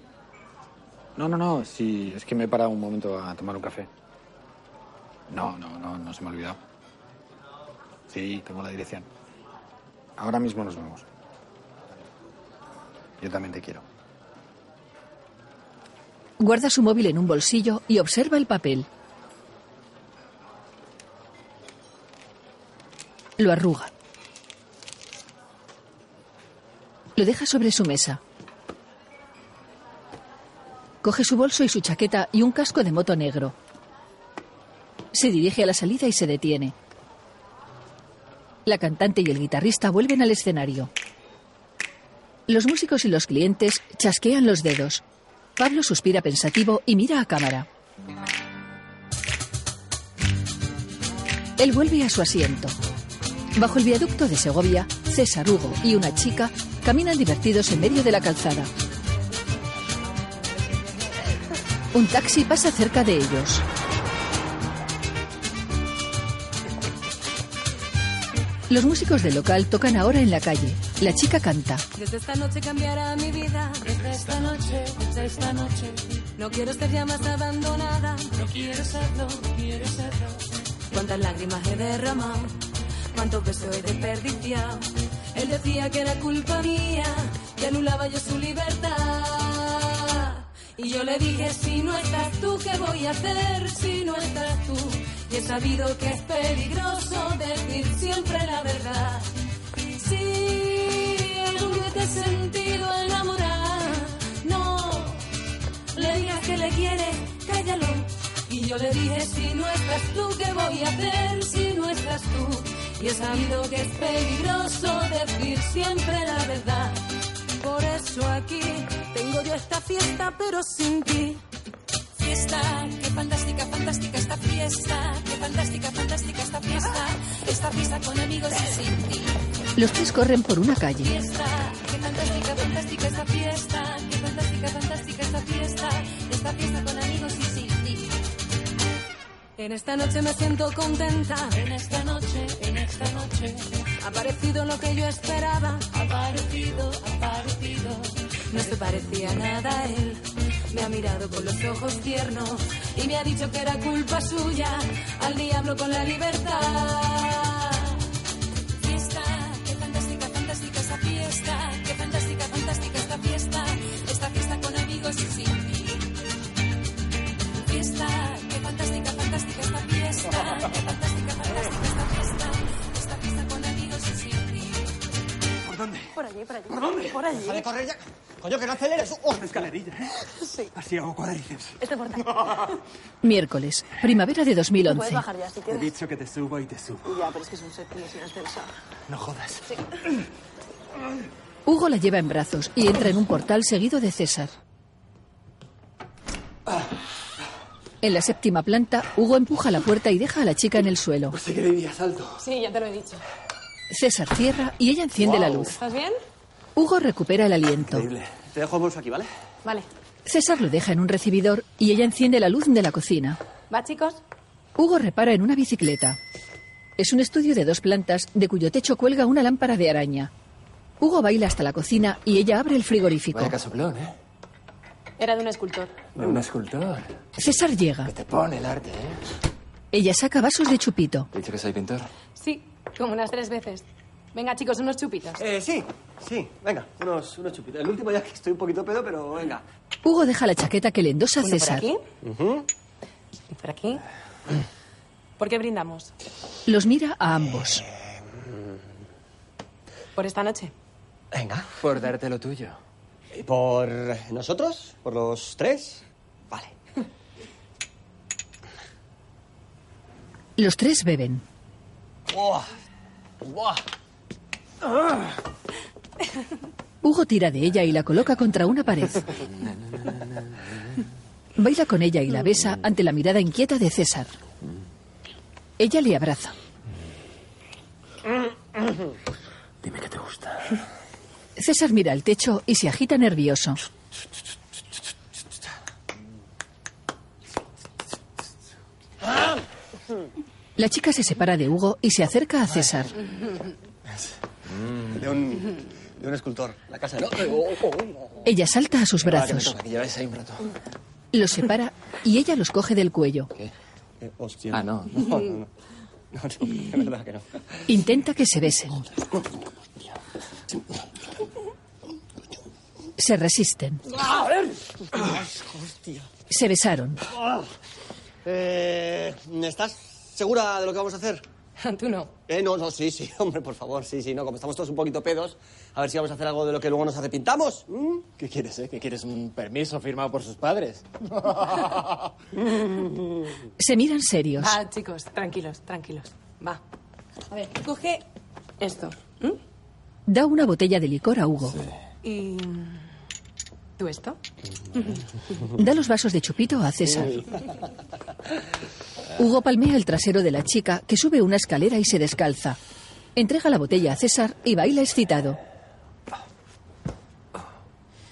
No, no, no. Sí, es que me he parado un momento a tomar un café. No, no, no, no se me ha olvidado. Sí, tengo la dirección. Ahora mismo nos vemos. Yo también te quiero.
Guarda su móvil en un bolsillo y observa el papel. Lo arruga. Lo deja sobre su mesa. Coge su bolso y su chaqueta y un casco de moto negro. Se dirige a la salida y se detiene. La cantante y el guitarrista vuelven al escenario. Los músicos y los clientes chasquean los dedos. Pablo suspira pensativo y mira a cámara. Él vuelve a su asiento. Bajo el viaducto de Segovia, César Hugo y una chica caminan divertidos en medio de la calzada. Un taxi pasa cerca de ellos. Los músicos del local tocan ahora en la calle. La chica canta.
Desde esta noche cambiará mi vida. Desde esta noche, desde esta noche. No quiero estar ya más abandonada. No quiero serlo, quiero serlo. Cuántas lágrimas he derramado. Cuántos besos he desperdiciado. Él decía que era culpa mía. Que anulaba yo su libertad. Y yo le dije, si no estás tú, ¿qué voy a hacer si no estás tú? Y he sabido que es peligroso decir siempre la verdad. Si algún día te he sentido enamorar, no le digas que le quieres, cállalo. Y yo le dije, si no estás tú, ¿qué voy a hacer si no estás tú? Y he sabido que es peligroso decir siempre la verdad. Por eso aquí tengo yo esta fiesta, pero sin ti. Fiesta, qué fantástica, fantástica esta fiesta. Qué fantástica, fantástica esta fiesta. Esta fiesta con amigos y sin ti.
Los tres corren por una calle.
Fiesta, qué fantástica, fantástica esta fiesta. Qué fantástica, fantástica esta fiesta. Esta fiesta con amigos y sin ti. En esta noche me siento contenta. En esta noche, en esta noche. Ha parecido lo que yo esperaba. Ha parecido, ha parecido. No se parecía nada a él. Me ha mirado con los ojos tiernos y me ha dicho que era culpa suya. Al diablo con la libertad. Fiesta, qué fantástica, fantástica esta fiesta. Qué fantástica, fantástica esta fiesta. Esta fiesta con amigos y sin ti. Fiesta, qué fantástica, fantástica esta fiesta. Qué fantástica, fantástica esta fiesta. Esta fiesta con amigos y sin ti.
¿Por dónde?
Por allí, por allí.
¿Por dónde?
Por allí.
Deja de correr ya. Coño, que no aceleres. ¡Oh! Una escalerilla, ¿eh? Sí. Así hago cuadrices.
Este portal.
Miércoles, primavera de
Puedes
2011.
bajar ya si
Te he
quieres.
dicho que te subo y te subo.
Ya, pero es que es un set que es ascensor.
No jodas.
Hugo la lleva en brazos y entra en un portal seguido de César. En la séptima planta, Hugo empuja la puerta y deja a la chica en el suelo.
Pues
Sé que dirías alto.
Sí, ya te lo he dicho.
César cierra y ella enciende la luz.
¿Estás bien?
Hugo recupera el aliento.
Increíble. Te dejo el bolso aquí, ¿vale?
Vale.
César lo deja en un recibidor y ella enciende la luz de la cocina.
¿Va, chicos?
Hugo repara en una bicicleta. Es un estudio de dos plantas de cuyo techo cuelga una lámpara de araña. Hugo baila hasta la cocina y ella abre el frigorífico.
Vaya casoplón, ¿eh?
Era de un escultor.
De un escultor.
César llega.
Te pone el arte, ¿eh?
Ella saca vasos de chupito.
Te he dicho que soy pintor.
Sí, como unas tres veces. Venga, chicos, unos chupitos.
Eh, sí, sí. Venga, unos, unos chupitos. El último ya que estoy un poquito pedo, pero venga.
Hugo deja la chaqueta que le endosa
Uno por
César.
aquí. Y por aquí. ¿Por qué brindamos?
Los mira a ambos.
Por esta noche.
Venga.
Por darte lo tuyo.
¿Y por nosotros? ¿Por los tres? Vale.
Los tres beben.
Buah. Buah.
Ah.
Hugo tira de ella y la coloca contra una pared. Baila con ella y la besa ante la mirada inquieta de César. Ella le abraza.
Dime que te gusta.
César mira al techo y se agita nervioso. La chica se separa de Hugo y se acerca a César.
De un, de un escultor. La casa, ¿no?
Ella salta a sus
Ah, que me
brazos,
toca, que lleváis ahí un rato.
los separa y ella los coge del cuello.
Eh, hostia.
Ah, no.
No, no, no. No, no, de verdad que no.
Intenta que se besen. Se resisten. Se besaron.
Ah. Eh, ¿Estás segura de lo que vamos a hacer?
Tú no.
Eh, no, no, sí, sí, hombre, por favor, sí, sí, no, como estamos todos un poquito pedos, a ver si vamos a hacer algo de lo que luego nos hace pintamos. ¿Mm? ¿m?
¿Qué quieres, eh? ¿Qué quieres? ¿Un permiso firmado por sus padres?
Se miran serios.
Va, Ah, chicos, tranquilos, tranquilos. Va. A ver, tú coge esto. ¿m?
Da una botella de licor a Hugo.
Y. ¿Tú esto?
Da los vasos de chupito a César. Hugo palmea el trasero de la chica, que sube una escalera y se descalza. Entrega la botella a César y baila excitado.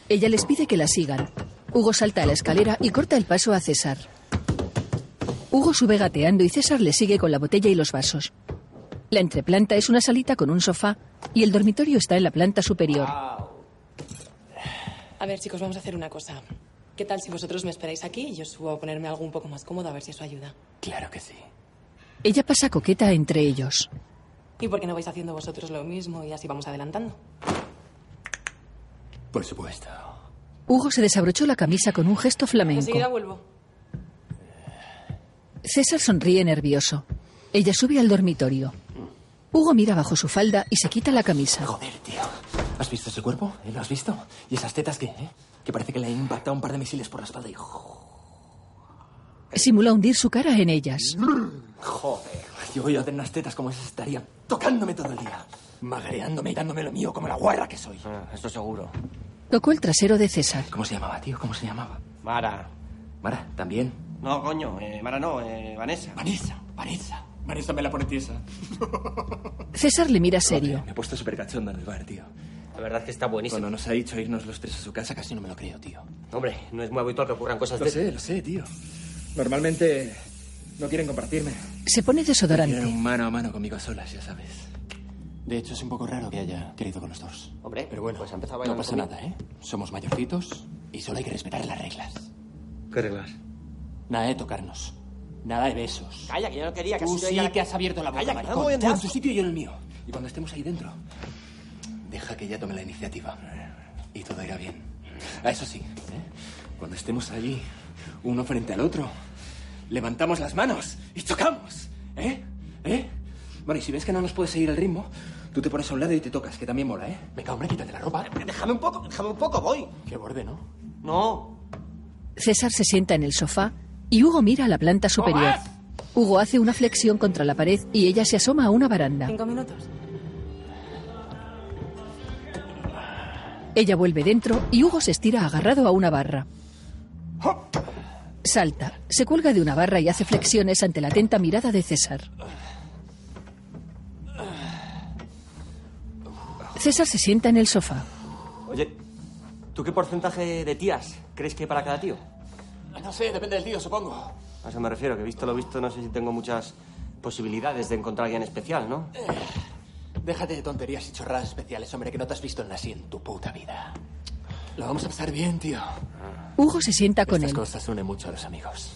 Ella les pide que la sigan. Hugo salta a la escalera y corta el paso a César. Hugo sube gateando y César le sigue con la botella y los vasos. La entreplanta es una salita con un sofá y el dormitorio está en la planta superior.
A ver, chicos, vamos a hacer una cosa. ¿Qué tal si vosotros me esperáis aquí y yo subo a ponerme algo un poco más cómodo a ver si eso ayuda?
Claro que sí.
Ella pasa coqueta entre ellos.
¿Y por qué no vais haciendo vosotros lo mismo y así vamos adelantando?
Por supuesto.
Hugo se desabrochó la camisa con un gesto flamenco.
Enseguida vuelvo.
César sonríe nervioso. Ella sube al dormitorio. Hugo mira bajo su falda y se quita la camisa.
Joder, tío. ¿Has visto ese cuerpo? ¿Eh? ¿Lo has visto? ¿Y esas tetas qué? eh? Que parece que le han impactado un par de misiles por la espalda y...
Simula hundir su cara en ellas.
Joder, yo voy a tener unas tetas como esas estaría tocándome todo el día. Magareándome y dándome lo mío como la guarra que soy.
Esto Ah, seguro.
Tocó el trasero de César.
¿Cómo se llamaba, tío? ¿Cómo se llamaba?
Mara.
Mara, también.
No, coño, eh, Mara no, eh, Vanessa.
Vanessa, Vanessa. Vanessa me la pone tiesa.
César le mira serio.
Me he puesto súper cachondo en el bar, tío.
La verdad es que está buenísimo.
Cuando nos ha dicho irnos los tres a su casa casi no me lo creo, tío.
Hombre, no es muy habitual que ocurran cosas
Lo sé, lo sé, tío. Normalmente no quieren compartirme.
Se pone desodorante.
Quieren mano a mano conmigo a solas, ya sabes. De hecho, es un poco raro que haya querido con los dos.
Hombre,
Pero bueno,
pues ha empezado
no
bailando
pasa
conmigo.
nada, ¿eh? Somos mayorcitos y solo hay que respetar las reglas.
¿Qué reglas?
Nada de tocarnos. Nada de besos.
Calla, que yo no quería que
Tú
así yo
sí
ya la-
que has abierto la boca,
Calla, que
maricón.
no me voy a
Tú en
enterar.
tu sitio y yo en el mío. Y cuando estemos ahí dentro, deja que ella tome la iniciativa. Y todo irá bien. Ah, Eso sí, ¿eh? cuando estemos allí, uno frente al otro, levantamos las manos y chocamos. ¿Eh? ¿Eh? Bueno, y si ves que no nos puedes seguir el ritmo, tú te pones a un lado y te tocas, que también mola, ¿eh? Venga, hombre, quítate la ropa.
Déjame un poco, déjame un poco, voy.
Qué borde, ¿no?
No.
César se sienta en el sofá y Hugo mira a la planta superior. Hugo hace una flexión contra la pared y ella se asoma a una baranda.
¿Cinco minutos?
Ella vuelve dentro y Hugo se estira agarrado a una barra. Salta, se cuelga de una barra y hace flexiones ante la atenta mirada de César. César se sienta en el sofá.
Oye, ¿tú qué porcentaje de tías crees que hay para cada tío?
No sé, depende del tío, supongo.
A eso me refiero, que visto lo visto no sé si tengo muchas posibilidades de encontrar a alguien especial, ¿no?
Déjate de tonterías y chorradas especiales, hombre, que no te has visto en así en tu puta vida. Lo vamos a pasar bien, tío.
Hugo se sienta con
Estas
él.
cosas unen mucho a los amigos.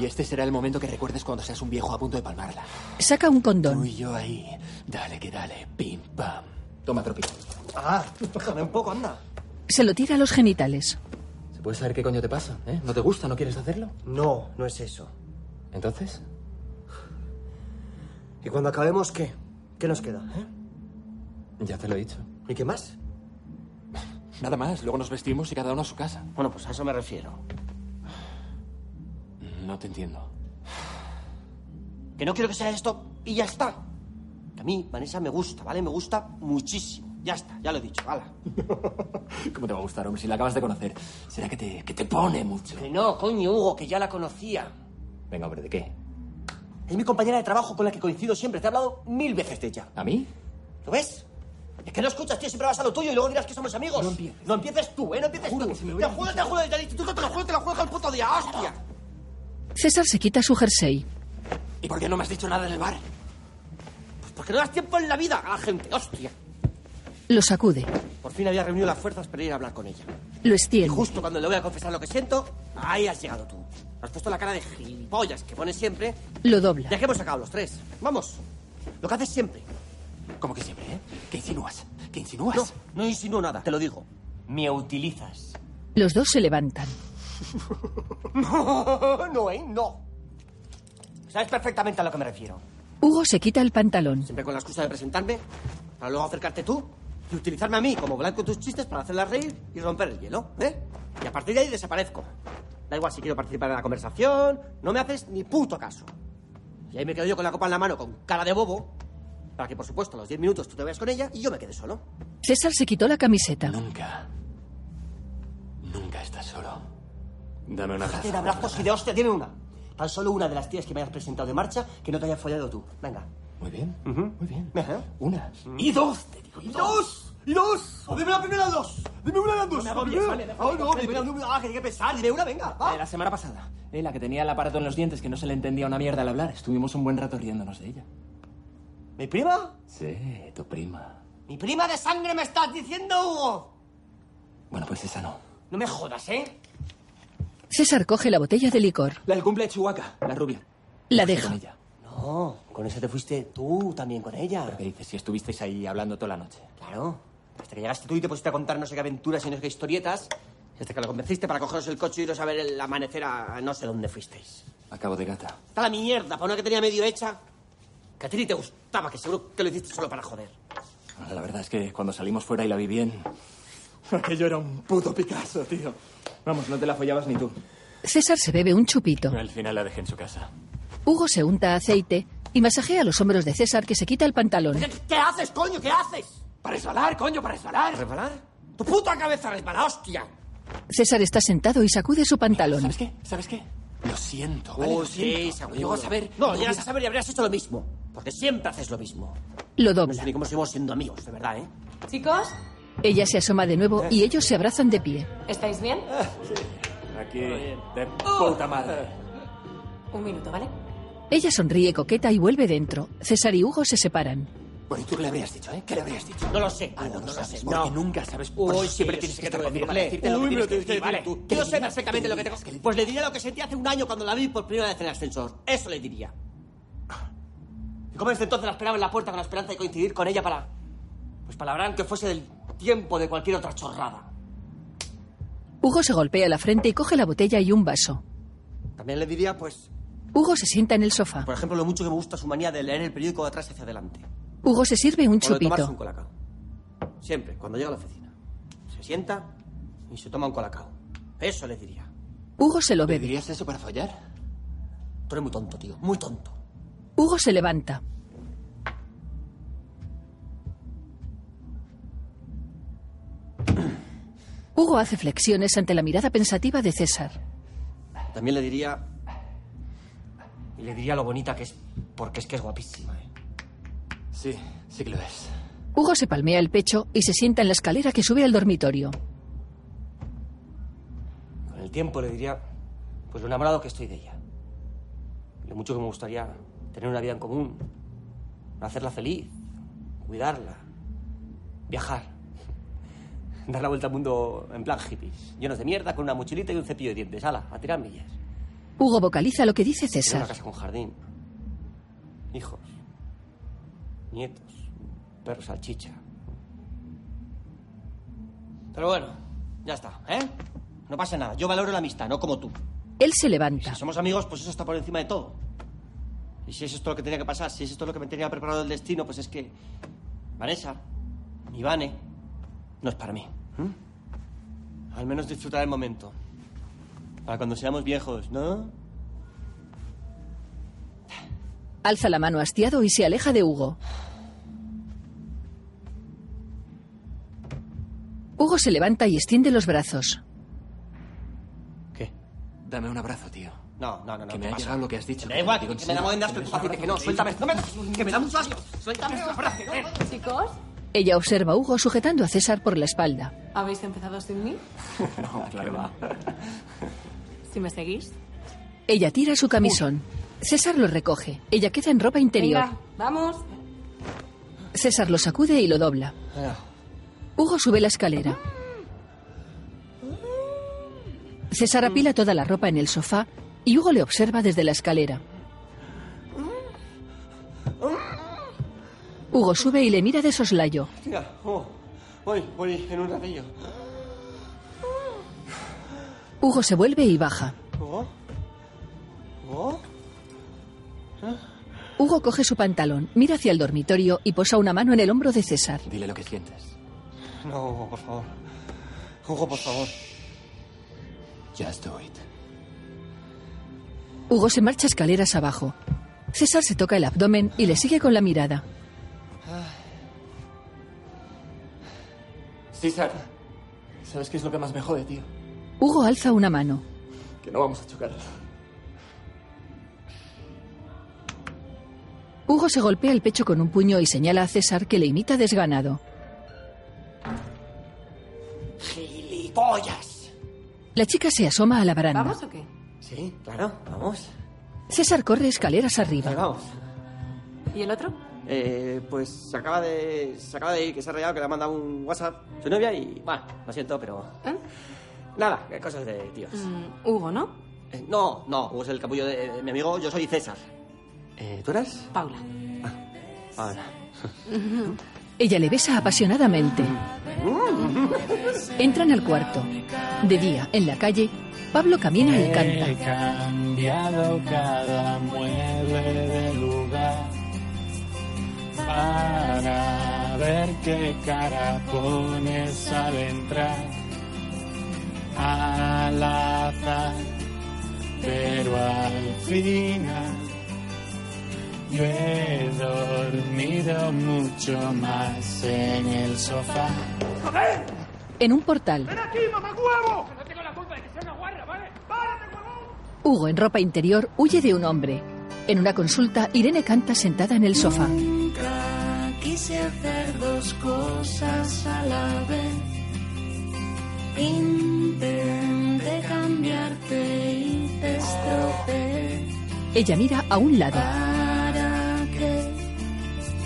Y este será el momento que recuerdes cuando seas un viejo a punto de palmarla.
Saca un condón.
Tú y yo ahí. Dale que dale. Pim, pam. Toma, tropi.
Ah, déjame un poco, anda.
Se lo tira a los genitales.
¿Se puede saber qué coño te pasa? ¿Eh? ¿No te gusta? ¿No quieres hacerlo?
No, no es eso.
¿Entonces?
¿Y cuando acabemos qué? ¿Qué nos queda? eh?
Ya te lo he dicho.
¿Y qué más?
Nada más, luego nos vestimos y cada uno a su casa.
Bueno, pues a eso me refiero.
No te entiendo.
Que no quiero que sea esto y ya está. Que a mí, Vanessa, me gusta, ¿vale? Me gusta muchísimo. Ya está, ya lo he dicho, hala.
¿Cómo te va a gustar, hombre? Si la acabas de conocer. ¿Será que te, que te pone mucho?
Que no, coño, Hugo, que ya la conocía.
Venga, hombre, ¿de qué?
Es mi compañera de trabajo con la que coincido siempre. Te he hablado mil veces de ella.
¿A mí?
¿Lo ves? Es que no escuchas, tío. Siempre vas a lo tuyo y luego dirás que somos amigos. No empieces. No empieces tú, ¿eh? No empieces tú. te juro, te juro, desde el instituto te lo juro, te lo juro todo el puto día. ¡Hostia!
César se quita su jersey.
¿Y por qué no me has dicho nada en el bar?
Pues porque no das tiempo en la vida a la gente. ¡Hostia!
Lo sacude.
Por fin había reunido las fuerzas para ir a hablar con ella.
Lo extiende.
Justo cuando le voy a confesar lo que siento, ahí has llegado tú. Has puesto la cara de gilipollas que pones siempre.
Lo dobla.
Ya que hemos sacado los tres. Vamos. Lo que haces siempre.
¿Cómo que siempre, eh? ¿Qué insinúas? ¿Qué insinúas?
No, no insinúo nada, te lo digo. Me utilizas.
Los dos se levantan.
No, no, ¿eh? No. Sabes perfectamente a lo que me refiero.
Hugo se quita el pantalón.
Siempre con la excusa de presentarme, para luego acercarte tú y utilizarme a mí como blanco tus chistes para hacerla reír y romper el hielo, ¿eh? Y a partir de ahí desaparezco. Da igual si quiero participar en la conversación, no me haces ni puto caso. Y ahí me quedo yo con la copa en la mano, con cara de bobo, para que, por supuesto, a los 10 minutos tú te vayas con ella y yo me quede solo.
César se quitó la camiseta.
Nunca. Nunca estás solo. Dame un
Déjate de
abrazo.
abrazos y de hostia, tiene una. Tan solo una de las tías que me hayas presentado de marcha que no te haya follado tú. Venga. ¿eh?
Muy bien. Muy bien.
Ajá.
Una.
Y dos, te digo. Y dos. Y dos. O dime la primera dos. Dime una de las dos.
No me agobies, vale, deja
Ah,
de
no,
coger,
dime una, ah, que hay que pensar. Dime una, venga. va.
La semana pasada, eh, la que tenía el aparato en los dientes que no se le entendía una mierda al hablar. Estuvimos un buen rato riéndonos de ella.
¿Mi prima?
Sí, tu prima.
Mi prima de sangre me estás diciendo, Hugo.
Bueno, pues esa no.
No me jodas, ¿eh?
César coge la botella de licor.
La del cumple de Chihuahua, la rubia.
La deja.
No, con esa te fuiste tú también con ella.
¿Qué dices? Si estuvisteis ahí hablando toda la noche.
Claro. Hasta que llegaste tú y te pusiste a contar no sé qué aventuras y no sé qué historietas. y Hasta que lo convenciste para cogeros el coche y iros a ver el amanecer a a no sé dónde fuisteis.
Acabo de gata.
Está la mierda, para una que tenía medio hecha. Que a ti ni te gustaba, que seguro que lo hiciste solo para joder.
Bueno, La verdad es que cuando salimos fuera y la vi bien. Aquello era un puto Picasso, tío. Vamos, no te la follabas ni tú.
César se bebe un chupito.
Al final la dejé en su casa.
Hugo se unta aceite y masajea los hombros de César que se quita el pantalón.
¿Qué haces, coño? ¿Qué haces?
¡Para resbalar, coño, para resbalar!
¿Resbalar? ¡Tu puta cabeza resbala, hostia!
César está sentado y sacude su pantalón.
¿Sabes qué? ¿Sabes qué? Lo siento, ¿vale?
Oh,
Lo
sí,
siento.
seguro.
Llego a saber.
No,
lo
llegas
hubiera-
a saber y habrías hecho lo mismo. Porque siempre haces lo mismo.
Lo
No sé
dobla.
ni cómo seguimos siendo amigos, de verdad, ¿eh?
Chicos,
Ella se asoma de nuevo y ellos se abrazan de pie.
¿estáis bien?
Aquí, de
Oh.
puta madre.
Un minuto, ¿vale?
Ella sonríe coqueta y vuelve dentro. César y Hugo se separan.
Bueno, ¿y tú qué le habrías dicho, eh? ¿Qué le habrías dicho?
No lo sé.
Ah, no,
Hugo,
lo
lo
sabes,
sé.
porque
No.
nunca sabes. Por eso
Uy,
siempre
sí,
tienes
sí,
que
te
estar
lo
conmigo
diré.
para decirte lo
Uy,
que
me lo
tienes que
tienes que
decir, ¿vale?
decir tú.
¿Qué
Yo
le
sé
dirías?
perfectamente
¿Qué
lo
le
que tengo
dirías? ¿Qué le
Pues le diría lo que sentí hace un año cuando la vi por primera vez en el ascensor. Eso le diría. Y como desde entonces la esperaba en la puerta con la esperanza de coincidir con ella para... Pues palabrar aunque fuese del tiempo de cualquier otra chorrada.
Hugo se golpea la frente y coge la botella y un vaso.
También le diría, pues,
Hugo se sienta en el sofá.
por ejemplo, lo mucho que me gusta su manía de leer el periódico de atrás hacia adelante.
Hugo se sirve un
O de tomarse un
chupito.
colacao. Siempre, cuando llega a la oficina. Se sienta y se toma un colacao. Eso le diría.
Hugo se lo
¿Le
bebe.
dirías eso para follar?
Tú eres muy tonto, tío. Muy tonto.
Hugo se levanta. Hugo hace flexiones ante la mirada pensativa de César.
También le diría. Y le diría lo bonita que es, porque es que es guapísima, ¿eh?
Sí, sí que lo es.
Hugo se palmea el pecho y se sienta en la escalera que sube al dormitorio.
Con el tiempo le diría, pues lo enamorado que estoy de ella. Lo mucho que me gustaría tener una vida en común, hacerla feliz, cuidarla, viajar, dar la vuelta al mundo en plan hippies, llenos de mierda, con una mochilita y un cepillo de dientes. Ala, a tirar millas.
Hugo vocaliza lo que dice
Tener Una
César.
casa con jardín, hijos, nietos, perro salchicha. Pero bueno, ya está, ¿eh? No pasa nada. Yo valoro la amistad, no como tú.
Él se levanta.
Si somos amigos, pues eso está por encima de todo. Y si es esto lo que tenía que pasar, si es esto lo que me tenía preparado el destino, pues es que Vanessa, mi Vane, no es para mí. ¿Mm? Al menos disfrutar el momento. Para cuando seamos viejos, ¿no?
Alza la mano hastiado y se aleja de Hugo. Hugo se levanta y extiende los brazos.
Dame un abrazo, tío.
No, no, no.
Que
¿qué
me ha
pasa?
llegado lo que has dicho.
Da
que
igual,
te
que
digo en
me
serio,
enamoré de unas
que me es
fácil,
una
que no,
broma,
suéltame, no me- que me da mucho asco. Suéltame esta frase.
Chicos,
Ella observa a Hugo sujetando a César por la espalda.
¿habéis empezado sin mí?
No, claro que no.
Si me seguís.
Ella tira su camisón. César lo recoge. Ella queda en ropa interior.
Venga, vamos.
César lo sacude y lo dobla. Hugo sube la escalera. César apila toda la ropa en el sofá y Hugo le observa desde la escalera.
¡Oh!
Hugo sube y le mira de soslayo.
Tía, oh, voy, voy en un ratillo.
Hugo se vuelve y baja.
¿Oh? ¿Oh?
Hugo coge su pantalón, mira hacia el dormitorio y posa una mano en el hombro de César.
Dile lo que sientes.
No, Hugo, por favor. Hugo, por favor.
Just do it.
Hugo se marcha escaleras abajo. César se toca el abdomen y le sigue con la mirada.
Ah. César, ¿sabes qué es lo que más me jode, tío?
Hugo alza una mano.
Que no vamos a chocar.
Hugo se golpea el pecho con un puño y señala a César que le imita desganado.
¡Gilipollas!
La chica se asoma a la baranda.
o qué?
Sí, claro, vamos.
César corre escaleras arriba.
Vamos.
¿Y el otro?
Eh, pues se acaba de. Se acaba de ir, que se ha rayado, que le ha mandado un WhatsApp su novia y. Bueno, lo siento, pero.
¿Eh?
Nada, que cosas de
Mm.
tíos.
Mm,
Hugo, ¿no?
Eh, no, no, Hugo es el capullo de, de mi amigo, yo soy César. Eh, ¿Tú Ah, eres?
Paula.
Ahora.
Ella le besa apasionadamente. Entran al cuarto. De día, en la calle, Pablo camina y
He
canta.
cambiado cada mueble de lugar para ver qué cara pones al entrar al azar, pero al final yo he dormido mucho más en el sofá.
En un portal,
aquí, mamacuevo! Que no tengo la culpa de que sea una guarra, ¿vale? ¡Párate, huevón!
Hugo, en ropa interior, huye de un hombre. En una consulta, Irene canta sentada en el sofá.
Nunca quise hacer dos cosas a la vez.
Intenté cambiarte y te estropeé.
Ella mira a un lado.
¿Para qué?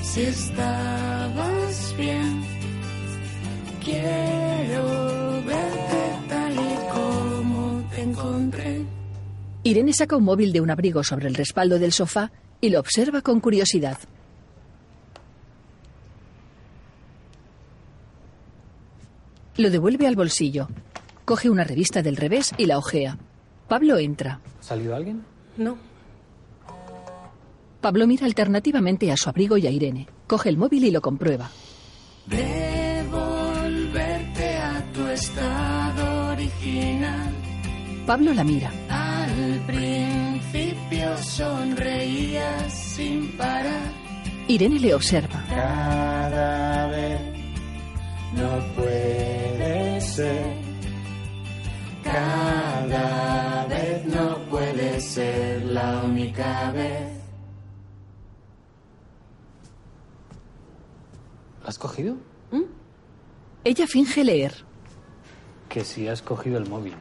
Si estabas bien, quiero verte tal y como te encontré.
Irene saca un móvil de un abrigo sobre el respaldo del sofá y lo observa con curiosidad. Lo devuelve al bolsillo. Coge una revista del revés y la ojea. Pablo entra.
¿Ha salido alguien?
No.
Pablo mira alternativamente a su abrigo y a Irene. Coge el móvil y lo comprueba.
Devolverte a tu estado original.
Pablo la mira.
Al principio sonreías sin parar.
Irene le observa.
Cada vez no puede ser. Cada vez no
ser la única vez.
¿Lo has cogido?
Ella finge leer.
Que sí has cogido el móvil.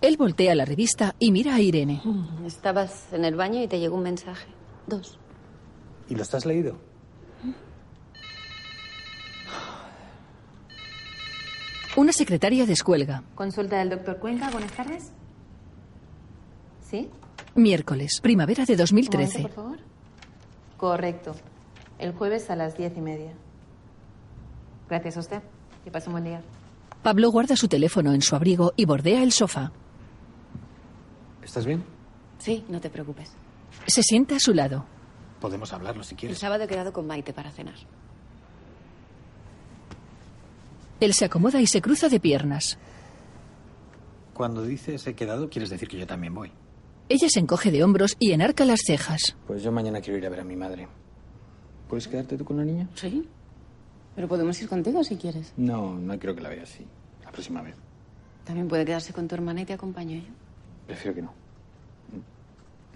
Él voltea la revista y mira a Irene.
Estabas en el baño y te llegó un mensaje. Dos.
¿Y los has leído?
Una secretaria descuelga.
Consulta del doctor Cuenca, buenas tardes. ¿Sí?
Miércoles, primavera de
Un momento,
2013.
por favor. Correcto. El jueves a las diez y media. Gracias a usted. Que pase un buen día.
Pablo guarda su teléfono en su abrigo y bordea el sofá.
¿Estás bien?
Sí, no te preocupes.
Se sienta a su lado.
Podemos hablarlo si
El
quieres.
sábado he quedado con Maite para cenar.
Él se acomoda y se cruza de piernas.
Cuando dices he quedado, quieres decir que yo también voy.
Ella se encoge de hombros y enarca las cejas.
Pues yo mañana quiero ir a ver a mi madre. ¿Puedes quedarte tú con la niña?
Sí. Pero podemos ir contigo si quieres.
No, no quiero que la veas así. La próxima vez.
También puede quedarse con tu hermana y te acompaño ¿eh? yo.
Prefiero que no.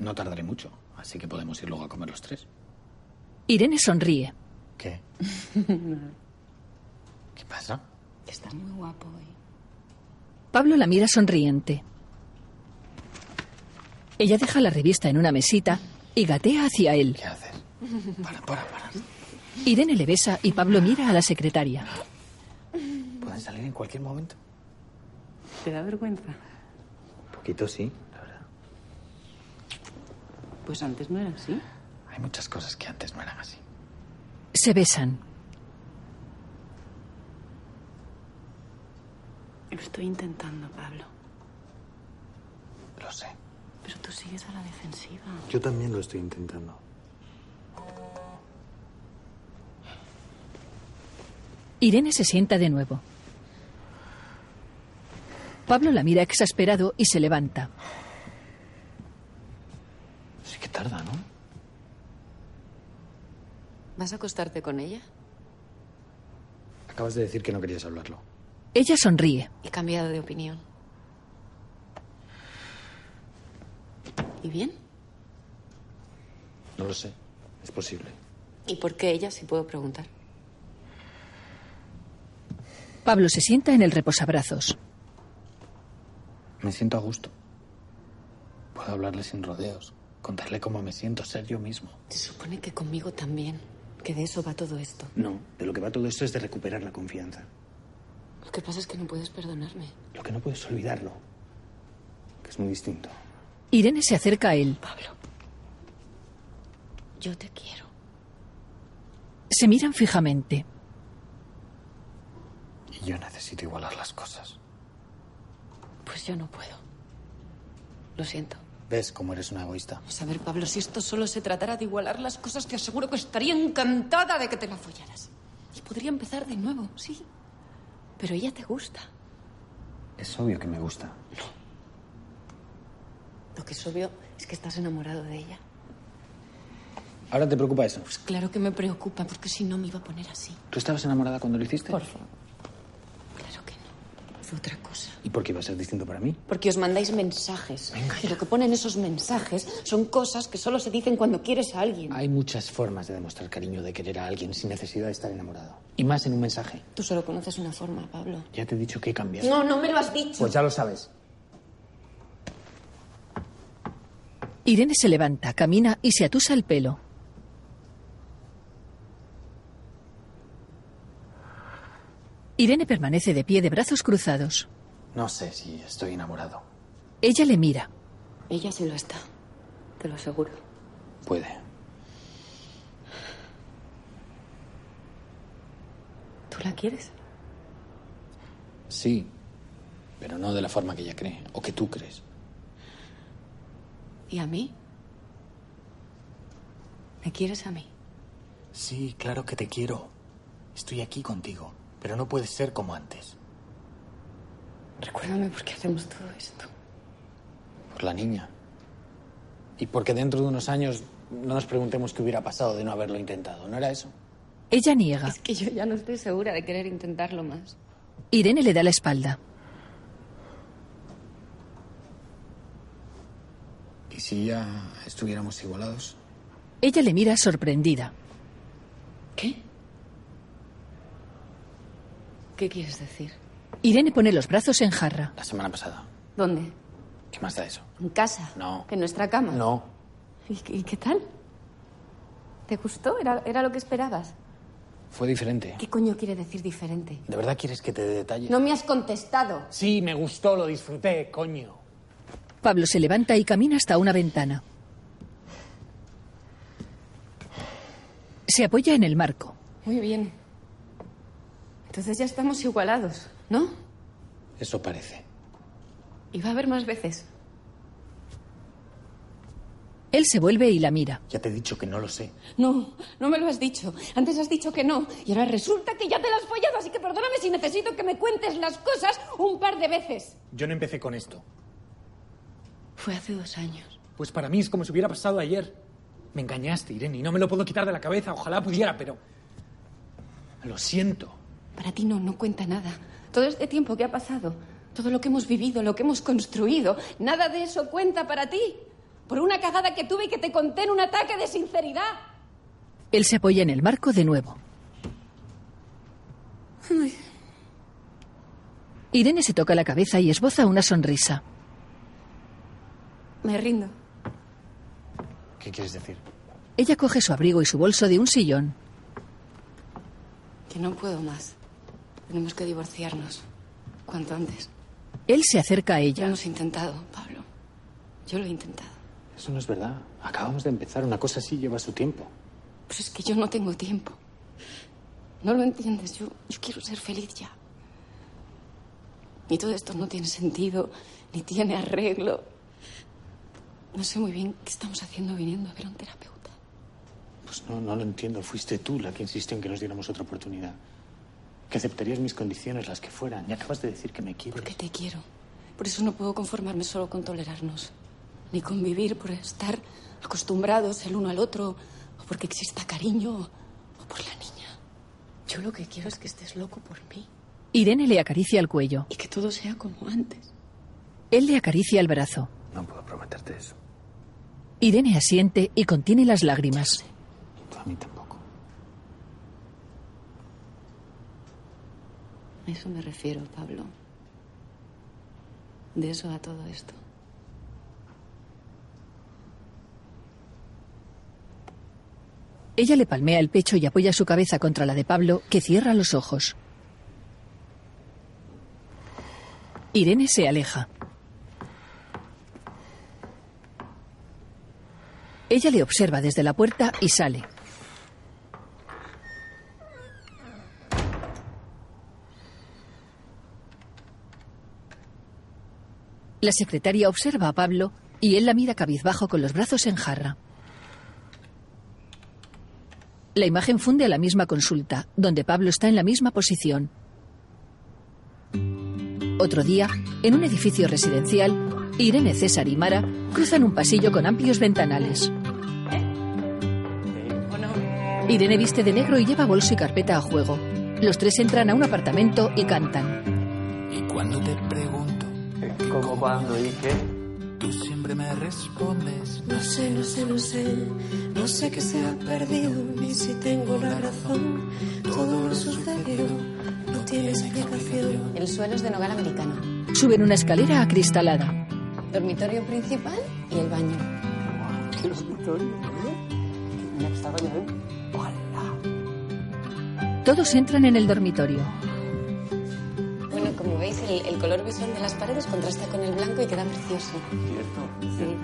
Mm. No tardaré mucho, así que podemos ir luego a comer los tres.
Irene sonríe.
¿Qué? ¿Qué pasa?
Estás muy guapo hoy.
Pablo la mira sonriente. Ella deja la revista en una mesita y gatea hacia él. ¿Qué
haces?
Para, para, para. Irene le besa y Pablo mira a la secretaria.
Pueden salir en cualquier momento.
¿Te da vergüenza?
Un poquito sí.
Pues antes no era así.
Hay muchas cosas que antes no eran así.
Se besan.
Lo estoy intentando, Pablo.
Lo sé.
Pero tú sigues a la defensiva.
Yo también lo estoy intentando.
Irene se sienta de nuevo. Pablo la mira exasperado y se levanta.
Sí que tarda, ¿no?
¿Vas a acostarte con ella?
Acabas de decir que no querías hablarlo.
Ella sonríe.
He cambiado de opinión. ¿Y bien?
No lo sé. Es posible.
¿Y por qué ella, si puedo preguntar?
Pablo se sienta en el reposabrazos.
Me siento a gusto. Puedo hablarle sin rodeos, contarle cómo me siento, ser yo mismo.
Se supone que conmigo también, que de eso va todo esto.
No, de lo que va todo esto es de recuperar la confianza.
Lo que pasa es que no puedes perdonarme.
Lo que no puedes olvidarlo, que es muy distinto.
Irene se acerca a él.
Yo te quiero.
Se miran fijamente.
Y yo necesito igualar las cosas.
Pues yo no puedo. Lo siento.
¿Ves cómo eres una egoísta?
Vamos a ver, Pablo, si esto solo se tratara de igualar las cosas, te aseguro que estaría encantada de que te la follaras. Y podría empezar de nuevo, sí.
Pero ella te gusta.
Es obvio que me gusta.
Lo que es obvio es que estás enamorado de ella.
¿Ahora te preocupa eso?
Claro que me preocupa, porque si no me iba a poner así.
¿Tú estabas enamorada cuando lo hiciste? Por favor.
Fue otra cosa.
¿Y por qué iba a ser distinto para mí?
Porque os mandáis mensajes. Y lo que ponen esos mensajes son cosas que solo se dicen cuando quieres a alguien.
Hay muchas formas de demostrar cariño, de querer a alguien sin necesidad de estar enamorado. Y más en un mensaje.
Tú solo conoces una forma, Pablo.
Ya te he dicho que he cambiado.
No, no me lo has dicho.
Pues ya lo sabes.
Irene se levanta, camina y se atusa el pelo. Irene permanece de pie de brazos cruzados.
No sé si estoy enamorado.
Ella le mira.
Ella sí lo está. Te lo aseguro.
Puede.
¿Tú la quieres?
Sí. Pero no de la forma que ella cree. O que tú crees.
¿Y a mí? ¿Me quieres a mí?
Sí, claro que te quiero. Estoy aquí contigo, pero no puedes ser como antes.
Recuérdame por qué hacemos todo esto.
Por la niña. Y porque dentro de unos años no nos preguntemos qué hubiera pasado de no haberlo intentado. ¿No era eso?
Ella niega.
Que yo ya no estoy segura de querer intentarlo más.
Irene le da la espalda.
¿Y si ya estuviéramos igualados?
Ella le mira sorprendida.
¿Qué quieres decir?
Irene pone los brazos en jarra.
La semana pasada.
¿Dónde?
¿Qué más da eso?
¿En casa?
No.
¿En nuestra cama?
No.
¿Y, qué- y qué tal? ¿Te gustó? ¿Era, ¿Era lo que esperabas?
Fue diferente.
¿Qué coño quiere decir diferente?
¿De verdad quieres que te dé detalles?
No me has contestado.
Sí, me gustó, lo disfruté, coño.
Pablo se levanta y camina hasta una ventana. Se apoya en el marco.
Muy bien. Entonces ya estamos igualados, ¿no?
Eso parece.
Y va a haber más veces.
Él se vuelve y la mira.
Ya te he dicho que no lo sé.
No, no me lo has dicho. Antes has dicho que no. Y ahora resulta que ya te lo has follado, así que perdóname si necesito que me cuentes las cosas un par de veces.
Yo no empecé con esto.
Fue hace dos años.
Pues para mí es como si hubiera pasado ayer. Me engañaste, Irene, y no me lo puedo quitar de la cabeza. Ojalá pudiera, pero. Lo siento.
Para ti no, no cuenta nada. Todo este tiempo que ha pasado, todo lo que hemos vivido, lo que hemos construido, nada de eso cuenta para ti. Por una cagada que tuve y que te conté en un ataque de sinceridad.
Él se apoya en el marco de nuevo. Irene se toca la cabeza y esboza una sonrisa.
Me rindo.
¿Qué quieres decir?
Ella coge su abrigo y su bolso de un sillón.
Que no puedo más. Tenemos que divorciarnos. Cuanto antes.
Él se acerca a
Ya
ella.
lo hemos intentado, Pablo. Yo lo he intentado.
Eso no es verdad. Acabamos de empezar. Una cosa así lleva su tiempo.
Pero es que yo no tengo tiempo. No lo entiendes. Yo, yo quiero ser feliz ya. Y todo esto no tiene sentido, ni tiene arreglo. No sé muy bien qué estamos haciendo viniendo a ver a un terapeuta.
Pues no, no lo entiendo. Fuiste tú la que insistió en que nos diéramos otra oportunidad. Que aceptarías mis condiciones, las que fueran. Ya acabas de decir que me quieres.
Que te quiero. Por eso no puedo conformarme solo con tolerarnos. Ni convivir por estar acostumbrados el uno al otro. O porque exista cariño. O por la niña. Yo lo que quiero es que estés loco por mí.
Irene le acaricia el cuello.
Que todo sea como antes.
Él le acaricia el brazo.
No puedo prometerte eso.
Irene asiente y contiene las lágrimas.
A mí tampoco.
A eso me refiero, Pablo. De eso a todo esto.
Ella le palmea el pecho y apoya su cabeza contra la de Pablo, que cierra los ojos. Irene se aleja. Ella le observa desde la puerta y sale. La secretaria observa a Pablo y él la mira cabizbajo con los brazos en jarra. La imagen funde a la misma consulta, donde Pablo está en la misma posición. Otro día, en un edificio residencial, Irene, César y Mara cruzan un pasillo con amplios ventanales. Irene viste de negro y lleva bolso y carpeta a juego. Los tres entran a un apartamento y cantan.
Y cuando te pregunto cómo, cuándo y qué, tú siempre me respondes.
No sé, no sé, no sé, no sé qué se ha perdido, ni si tengo la razón. Todo lo sucedido no tiene explicación.
El suelo es de nogal americano.
Suben una escalera acristalada.
Dormitorio principal y el baño.
¿Qué dormitorio? Mira que está el baño, ¿eh?
Todos entran en el dormitorio.
Bueno, como veis, el, el color visual de las paredes contrasta con el blanco y queda precioso. Cierto. Sí.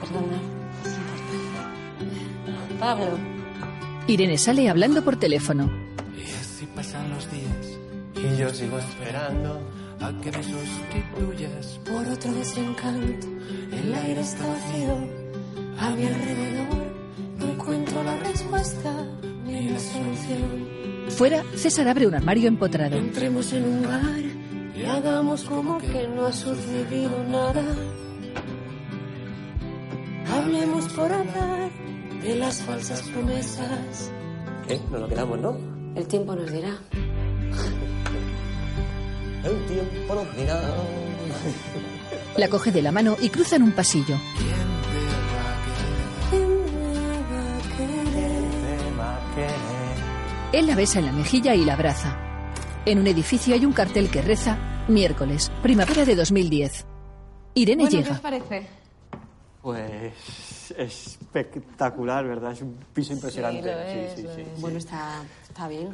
Perdona, es importante. Pablo.
Irene sale hablando por teléfono.
Y así pasan los días. Y yo sigo esperando a que me sustituyas.
Por otro desencanto, el aire está vacío, a mi alrededor no encuentro la respuesta ni la solución.
Fuera, César abre un armario empotrado.
Entremos en un bar y hagamos como que no ha sucedido nada. Hablemos por hablar de las falsas promesas.
¿Qué? Nos lo quedamos, ¿no?
El tiempo nos dirá.
El tiempo nos dirá.
La coge de la mano y cruzan un pasillo.
Te
querer.
Él la besa en la mejilla y la abraza. En un edificio hay un cartel que reza miércoles, primavera de 2010. Irene
Bueno, ¿qué
llega.
os parece?
Pues espectacular, ¿verdad? Es un piso impresionante.
Sí, lo es,
sí,
lo
sí,
es.
sí.
Bueno,
está,
Está bien.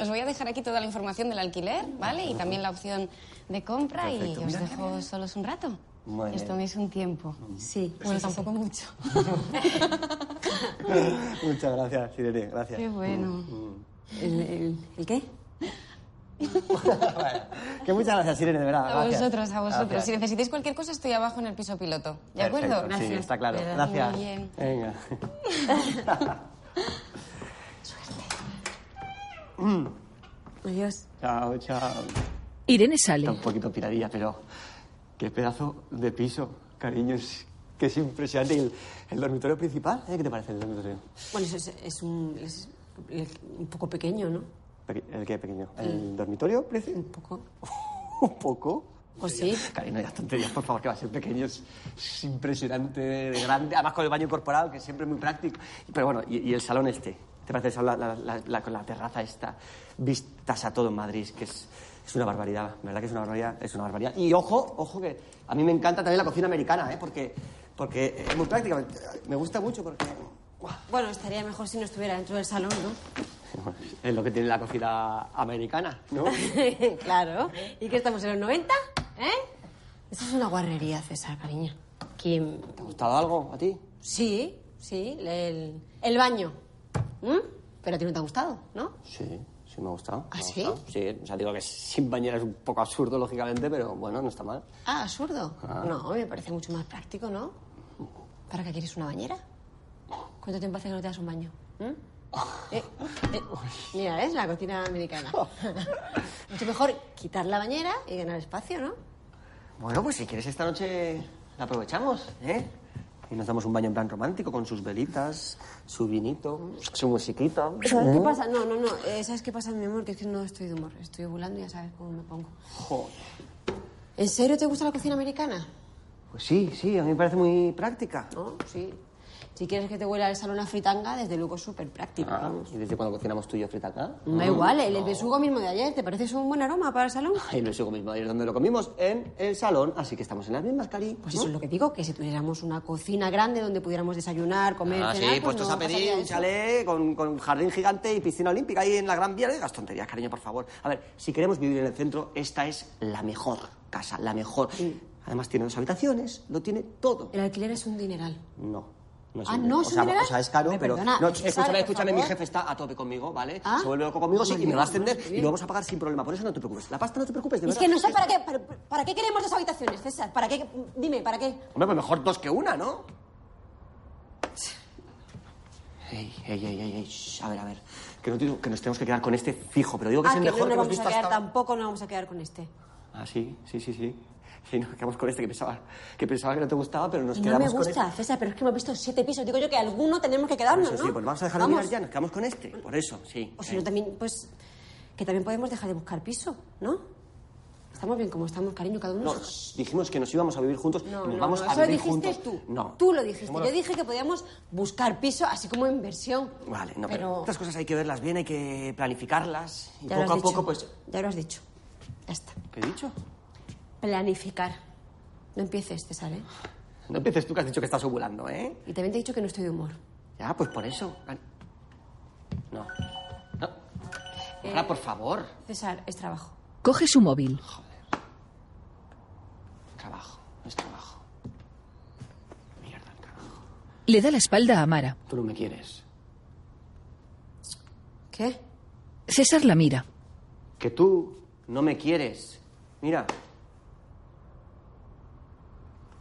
Os voy a dejar aquí toda la información del alquiler, ¿vale? Y también la opción de compra
Perfecto.
y os
Mira.
dejo solos un rato.
Muy
Os
bien. Mm.
toméis un tiempo. Sí. Bueno, tampoco mucho.
Muchas gracias, Irene, gracias.
Qué bueno.
Mm, ¿El, qué? que muchas gracias, Irene, de verdad.
A
Ah, gracias.
vosotros, a vosotros.
Gracias.
Si necesitáis cualquier cosa, estoy abajo en el piso piloto. ¿De
Perfecto,
acuerdo?
Sí, está claro. Gracias.
Muy bien.
Venga.
Adiós.
Chao, chao.
Irene sale.
Está un poquito piradilla, pero qué pedazo de piso, cariños. Que es impresionante. ¿Y el, el dormitorio principal? ¿eh? ¿Qué te parece el dormitorio?
Bueno, es, es- es un, es un poco pequeño, ¿no?
Peque- ¿El qué pequeño? ¿El dormitorio? Un
poco.
¿Un poco?
Pues sí.
Cariño, ya tonterías, por favor, que va a ser pequeño. Es, es impresionante, de grande. Además, con el baño incorporado, que siempre es muy práctico. Pero bueno, y, y el salón este. ¿Te parece el salón la- la- la- la- con la terraza esta? Vistas a todo en Madrid, que es, es una barbaridad. La verdad que es una barbaridad. Es una barbaridad. Y ojo, ojo, que a mí me encanta también la cocina americana, ¿eh? Porque, porque es muy práctica. Me gusta mucho porque
Bueno, estaría mejor si no estuviera dentro del salón, ¿no?
es lo que tiene la cocina americana, ¿no?
claro. ¿Y qué estamos en los 90? ¿Eh? Eso es una guarrería, César, cariño. ¿Quién?
¿Te ha gustado algo a ti?
Sí, sí, el, el baño. ¿Mm? Pero a ti no te ha gustado, ¿no?
Sí, sí me ha gustado.
¿Ah,
me ha
sí?
gustado. Sí, o sea, digo que sin bañera es un poco absurdo, lógicamente, pero bueno, no está mal.
Ah, absurdo.
Ah.
No, me parece mucho más práctico, ¿no? ¿Para qué quieres una bañera? ¿Cuánto tiempo hace que no te das un baño? ¿Mm? Eh, eh, mira, es la cocina americana. mucho mejor quitar la bañera y ganar espacio, ¿no?
Bueno, pues si quieres esta noche la aprovechamos, ¿eh? Y nos damos un baño en plan romántico con sus velitas, su vinito, su musiquita.
¿Sabes qué pasa? No, no, no. Eh, ¿Sabes qué pasa, mi amor? Que es que no estoy de humor. Estoy ovulando y ya sabes cómo me pongo.
Joder.
¿En serio te gusta la cocina americana?
Pues sí, sí, a mí me parece muy práctica.
No, sí. Si quieres que te huela el salón a fritanga, desde luego es súper práctico.
Ah, ¿Y desde cuando cocinamos tú y yo frita acá?
Me Da igual, el, el besugo mismo de ayer. ¿Te parece un buen aroma para el salón?
Y lo sigo mismo ayer donde lo comimos, en el salón, así que estamos en las mismas, Cari.
Pues eso es lo que digo, que si tuviéramos una cocina grande donde pudiéramos desayunar, comer,
Ah, sí,
cenar, pues
puestos
no
a pedir
pasaría
un
eso.
chalet con, con jardín gigante y piscina olímpica ahí en la Gran Vía. No digas tonterías, cariño, por favor. A ver, si queremos vivir en el centro, esta es la mejor casa, la mejor. Además tiene dos habitaciones, lo tiene todo.
El alquiler es un dineral.
No. No es
Ah,
un-
¿no
o
es un
sea,
dineral?
o sea, es caro,
Me
pero...
perdona,
no,
me sale,
escúchame,
por
escúchame, mi
favor.
jefe está a tope conmigo, ¿vale?
Ah.
Se vuelve loco conmigo, sí,
Muy
y me va a
bien,
ascender
muy
y
bien.
lo vamos a pagar sin problema. Por eso no te preocupes. La pasta no te preocupes, de
Es
verdad.
que no sé para qué, para, para qué queremos dos habitaciones, César. ¿Para qué? Dime, ¿para qué?
Hombre, pues mejor dos que una, ¿no? Ey, ey, ey, ey, ey, shh, a ver, a ver. Que, no digo que nos tenemos que quedar con este fijo, pero digo que
Ah,
es el
que
mejor que
no nos
hemos
vamos a
visto
quedar,
hasta ahora.
tampoco nos vamos a quedar con este.
Ah, sí, sí, sí, sí. Sí, nos quedamos con este que pensaba que, pensaba que no te gustaba, pero nos
Y no
quedamos
me
con este.
gusta, César, pero es que hemos visto siete pisos. Digo yo que alguno tenemos que quedarnos,
Por eso,
¿no?
Sí, pues vamos a dejar de mirar ya, nos quedamos con este. Por eso, sí.
O si no, también, pues, que también podemos dejar de buscar piso, ¿no? Estamos bien como estamos, cariño, cada uno.
No, shh, dijimos que nos íbamos a vivir juntos,
No,
nos
no,
vamos
no,
a
eso lo
vivir
dijiste
juntos.
tú.
No.
Tú lo dijiste.
Bueno.
Yo dije que podíamos buscar piso así como inversión.
Vale, no, pero,
Pero-
estas cosas hay que verlas bien, hay que planificarlas. Y
Ya lo
poco a
has
poco,
dicho.
pues.
Ya lo has dicho. Ya está.
¿Qué he dicho?
Planificar. No empieces, César, ¿eh?
No empieces tú que has dicho que estás ovulando, ¿eh?
Y también te he dicho que no estoy de humor.
Ya, pues por eso. No. No. Ahora, por favor.
César, es trabajo.
Coge su móvil.
Trabajo, es trabajo.
Le da la espalda a Mara.
Tú no me quieres.
¿Qué?
César la mira.
Que tú no me quieres. Mira,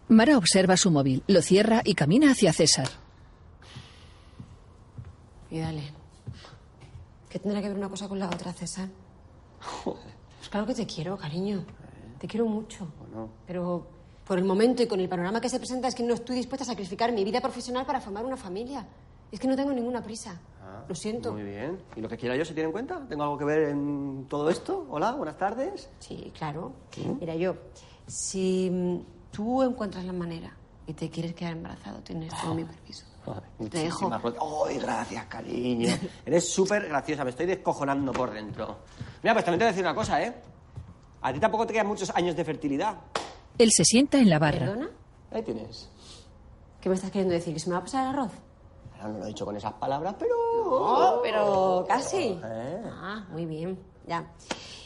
Mara observa su móvil, lo cierra y camina hacia César.
Y dale. ¿Qué tendrá que ver una cosa con la otra, César? Pues claro que te quiero, cariño. Te quiero mucho. Pero por el momento y con el panorama que se presenta es que no estoy dispuesta a sacrificar mi vida profesional para formar una familia. Es que no tengo ninguna prisa. Lo siento.
Ah, Muy bien. ¿Y lo que quiera yo se tiene en cuenta? ¿Tengo algo que ver en todo esto? Hola, buenas tardes.
Sí, claro. Mira, yo, si mm, tú encuentras la manera
y te quieres quedar embarazado, tienes todo mi permiso.
Muchísimas
dejo.
gracias. ¡Ay, gracias, cariño! Eres súper graciosa, me estoy descojonando por dentro. Mira, pues también te voy a decir una cosa, ¿eh? A ti tampoco te quedan muchos años de fertilidad.
Él se sienta en la barra.
¿Perdona?
Ahí tienes.
¿Qué me estás queriendo decir? ¿Que se me va a pasar el arroz?
Ahora no lo he dicho con esas palabras, pero...
No, pero casi.
¿Eh?
Ah, muy bien, ya.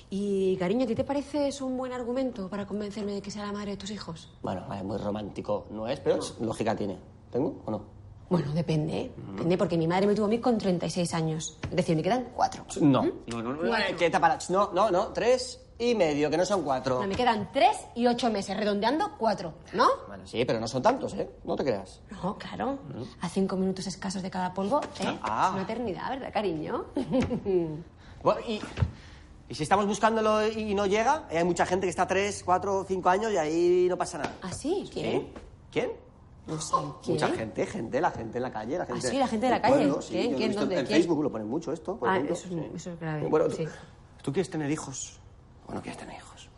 Y, cariño, ¿a ti te parece eso un buen argumento para convencerme de que sea la madre de tus hijos?
Bueno, vale, muy romántico no es, pero es- lógica tiene. ¿Tengo o no?
Bueno, depende, ¿eh?
Mm.
Depende, porque mi madre me tuvo a mí con 36 años. Es decir, me quedan cuatro.
No. No, no, no. eh, quieta, para. No, no, no. Tres y medio, que no son cuatro.
No, me quedan tres y ocho meses, redondeando cuatro, ¿no?
Bueno, sí, pero no son tantos, ¿eh? No te creas.
No, claro. A cinco minutos escasos de cada polvo, ¿eh?
Mm. Ah.
Es una eternidad, ¿verdad, cariño?
Bueno, y, y si estamos buscándolo y no llega, eh, hay mucha gente que está tres, cuatro, cinco años y ahí no pasa nada.
¿Ah, sí?
¿Quién? ¿Quién?
No sé, ¿quién? Ah,
Mucha gente, gente, la gente en la calle, la gente.
sí, la gente de la
del
calle.
pueblo, sí, yo lo he
¿Quién? ¿Quién?
visto
¿Dónde?
En
¿Quién?
Facebook lo ponen mucho esto, por
Ah,
ejemplo.
eso, es- eso es grave.
Bueno, tú,
sí.
¿tú quieres tener hijos o no quieres tener hijos?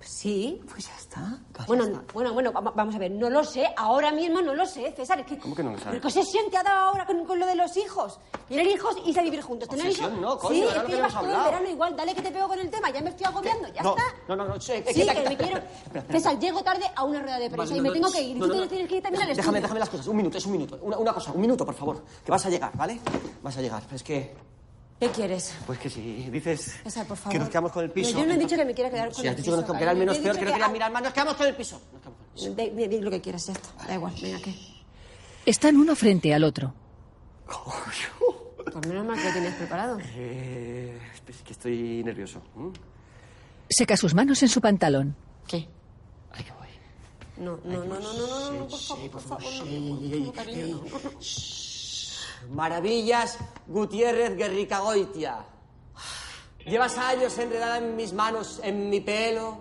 Sí.
Pues ya está.
Bueno, no, bueno, bueno, va- vamos a ver, no lo sé, ahora mismo no lo sé, César, es que...
¿Cómo que no lo sabes?
¿Pero qué obsesión te ha dado ahora con, con lo de los hijos? Tener hijos y salir vivir juntos. Tener
Obsesión
hijos...
no, coño,
sí,
era
es
lo
que
que habíamos
llevas todo el
hablado.
verano igual, dale que te pego con el tema, ya me estoy agobiando, ya
no,
está.
no, no, no, che,
Sí, que me quiero... César, llego tarde a una rueda de prensa
Vale,
y
no,
me
no,
tengo que ir.
no,
Tú
no,
tienes-
no.
tienes que ir también al
Déjame,
estudio.
déjame las cosas. Un minuto, es un minuto. Una, una cosa, un minuto, por favor. Que vas a llegar, ¿vale? Vas a llegar. Es que,
¿Qué quieres?
pues que si dices
César, por favor.
que nos quedamos con el piso.
No, yo no he dicho que me quiera quedar con
Sí,
el
has
piso.
dicho que nos quedamos- que era el
cariño.
menos
Yo he
peor, que
dicho
no querías mirar más. Nos quedamos con el piso.
De- de- di lo que quieras, ya está. Da igual, venga, ¿qué?
Están uno frente al otro.
Por Pues menos mal que lo tienes preparado.
Eh, es que estoy nervioso. ¿Mm? ¿m?
Seca sus manos en su pantalón.
¿Qué? No, no, no, no, no, no, no, no, por favor, por favor, no, no, no, cariño.
Maravillas Gutiérrez Guerrica Goitia. Llevas años enredada en mis manos, en mi pelo.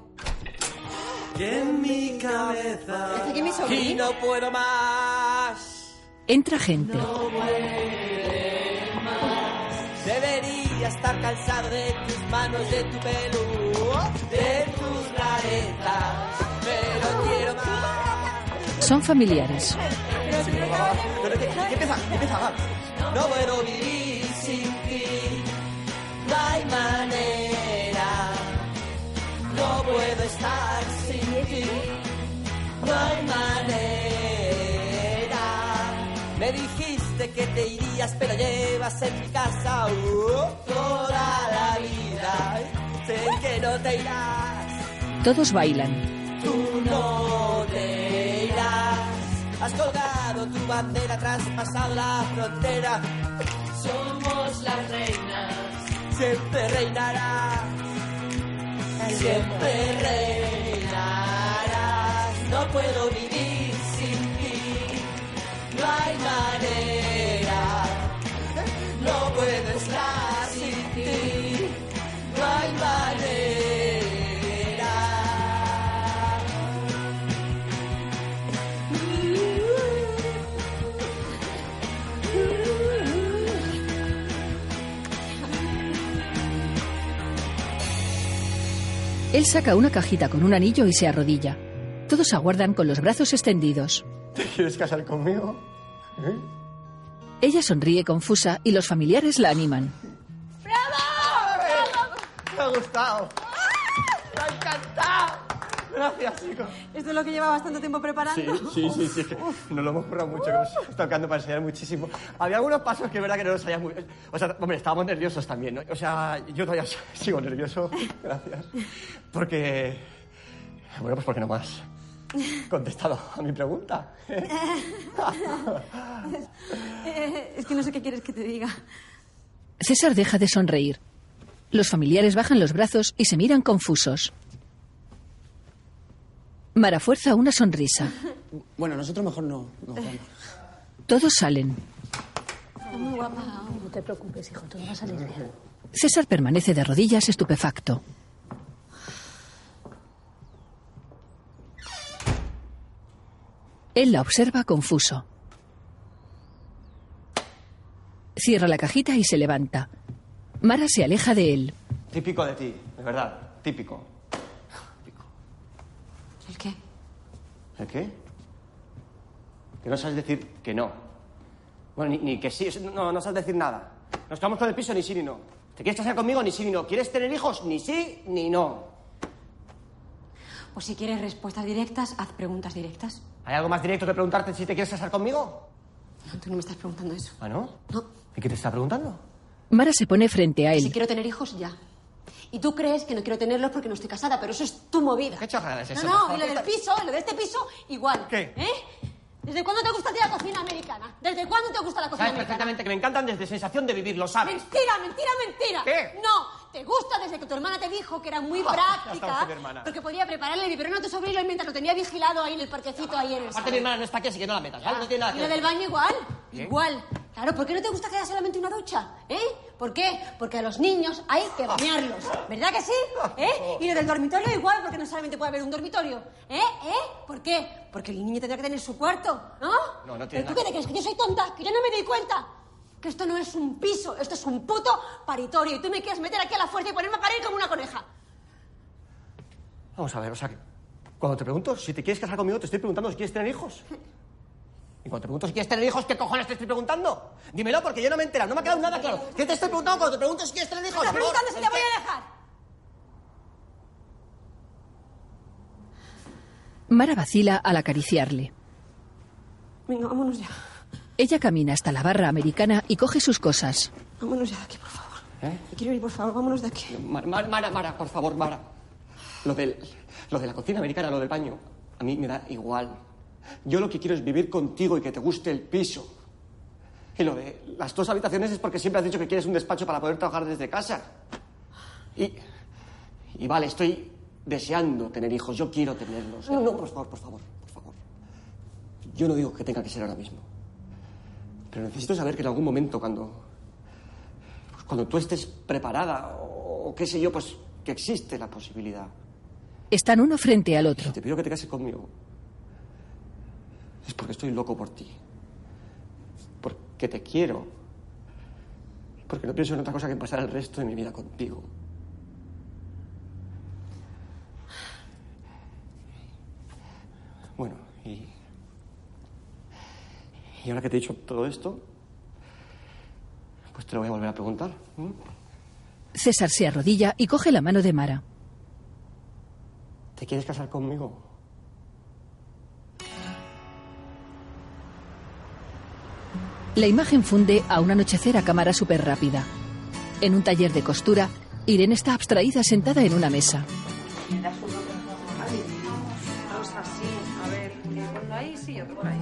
Y en mi cabeza.
¿Está aquí mi sobrino?
Y no puedo más.
Entra gente.
Debería estar cansado de tus manos, de tu pelo, de tus rarezas. Pero quiero más.
Son familiares.
Pero, ¿qué, qué empieza? ¿Qué empieza? Va. No puedo vivir sin ti. No hay manera. No puedo estar sin ti. No hay manera. Me dijiste que te irías, pero llevas en mi casa uh, toda la vida. Sé que no te irás,
Todos bailan.
tú no te irás. Has colgado tu bandera, traspasado la frontera. Somos las reinas, siempre reinarás. Siempre reinarás. No puedo vivir sin ti. No hay manera. No puedo estar sin ti. No hay manera.
Él saca una cajita con un anillo y se arrodilla. Todos aguardan con los brazos extendidos.
¿Te quieres casar conmigo? ¿Eh?
Ella sonríe confusa y los familiares la animan.
Me ha gustado. Me ha encantado. ¡Ah! Gracias, chicos.
Esto es lo que lleva bastante tiempo preparando.
Sí, sí, sí. Nos lo hemos currado mucho, nos está tocando para enseñar muchísimo. Había algunos pasos que es verdad que no los sabías muy bien. O sea, hombre, estábamos nerviosos también, ¿no? O sea, yo todavía sigo nervioso, gracias. Porque. Bueno, pues porque no me has contestado a mi pregunta.
Eh, es que no sé qué quieres que te diga.
César deja de sonreír. Los familiares bajan los brazos y se miran confusos. Mara fuerza una sonrisa.
Bueno, nosotros mejor no. no vamos.
Todos salen.
Está muy guapa. No te preocupes, hijo, todo va a salir bien.
César permanece de rodillas estupefacto. Él la observa confuso. Cierra la cajita y se levanta. Mara se aleja de él.
Típico de ti, de verdad. Típico.
¿El qué?
¿El qué? que no sabes decir que no. Bueno, ni, ni que sí, es- no, no sabes decir nada. Nos quedamos con el piso ni sí ni no. ¿Te quieres casar conmigo? Ni sí ni no. ¿Quieres tener hijos? Ni sí ni no.
O si quieres respuestas directas, haz preguntas directas.
¿Hay algo más directo que preguntarte si te quieres casar conmigo?
No, tú no me estás preguntando eso.
¿Ah, no? No. ¿Y qué te está preguntando?
Mara se pone frente a
Si
él.
quiero tener hijos, ya. Y tú crees que no quiero tenerlos porque no estoy casada, pero eso es tu movida. ¿Qué
chorrada es eso,
No,
por
no, y lo del piso, y lo de este piso, igual. ¿Qué? ¿Eh? ¿Desde cuándo te gusta a ti la cocina americana? ¿Desde cuándo te gusta la cocina
Sabes
americana?
perfectamente que me encantan desde sensación de vivir, lo sabes.
Mentira, mentira, mentira.
¿Qué?
No, te gusta desde que tu hermana te dijo que era muy
Ya estamos
práctica.
con mi hermana.
Porque podía prepararle el biberón a tu sobrino mientras lo tenía vigilado ahí en el parquecito, ahí en el
Aparte,
salón.
mi hermana no está aquí, así que no la metas, ¿vale? No tiene nada
Ah, Y
que
lo
ver. ¿Eh?
del baño igual,
¿Qué?
igual. Claro, ¿por qué no te gusta que haya solamente una ducha? ¿Eh? ¿Por qué? Porque a los niños hay que bañarlos. ¿Verdad que sí? ¿Eh? Y lo del dormitorio igual, porque no solamente puede haber un dormitorio. ¿Eh? ¿Eh? ¿Por qué? Porque el niño tendrá que tener su cuarto, ¿no?
No, no tiene
¿Pero tú
nada
qué
que
te crees? ¿Que yo soy tonta? ¿Que yo no me doy cuenta? Que esto no es un piso, esto es un puto paritorio. Y tú me quieres meter aquí a la fuerza y ponerme a parir como una coneja.
Vamos a ver, o sea, que cuando te pregunto si te quieres casar conmigo, te estoy preguntando si quieres tener hijos. Y cuando te pregunto si quieres tener hijos, ¿qué cojones te estoy preguntando? Dímelo porque yo no me he enterado, no me ha quedado nada claro. ¿Qué te estoy preguntando cuando te pregunto si quieres tener hijos?
Estás
Por favor,
preguntando si
¿el
te voy
qué?
a dejar.
Mara vacila al acariciarle.
Venga, vámonos ya.
Ella camina hasta la barra americana y coge sus cosas.
Vámonos ya de aquí, por favor.
¿Eh?
Me quiero ir, por favor, vámonos de aquí.
Mara, Mara, Mara, Mara, por favor, Mara. Lo, del, lo de la cocina americana, lo del baño, a mí me da igual. Yo lo que quiero es vivir contigo y que te guste el piso. Y lo de las dos habitaciones es porque siempre has dicho que quieres un despacho para poder trabajar desde casa. Y, y vale, estoy deseando tener hijos, yo quiero tenerlos. No, no, por favor, por favor, por favor. Yo no digo que tenga que ser ahora mismo. Pero necesito saber que en algún momento, cuando cuando tú estés preparada o, o qué sé yo, pues que existe la posibilidad.
Están uno frente al otro.
Te pido que te cases conmigo. Es porque estoy loco por ti. Porque te quiero. Porque no pienso en otra cosa que en pasar el resto de mi vida contigo. Bueno, y. Y ahora que te he dicho todo esto, pues te lo voy a volver a preguntar. ¿m?
César se arrodilla y coge la mano de Mara.
¿Te quieres casar conmigo?
La imagen funde a un anochecer a cámara súper rápida. En un taller de costura, Irene está abstraída sentada en una mesa.
Dos así, a ver, uno ahí sí y otro por ahí.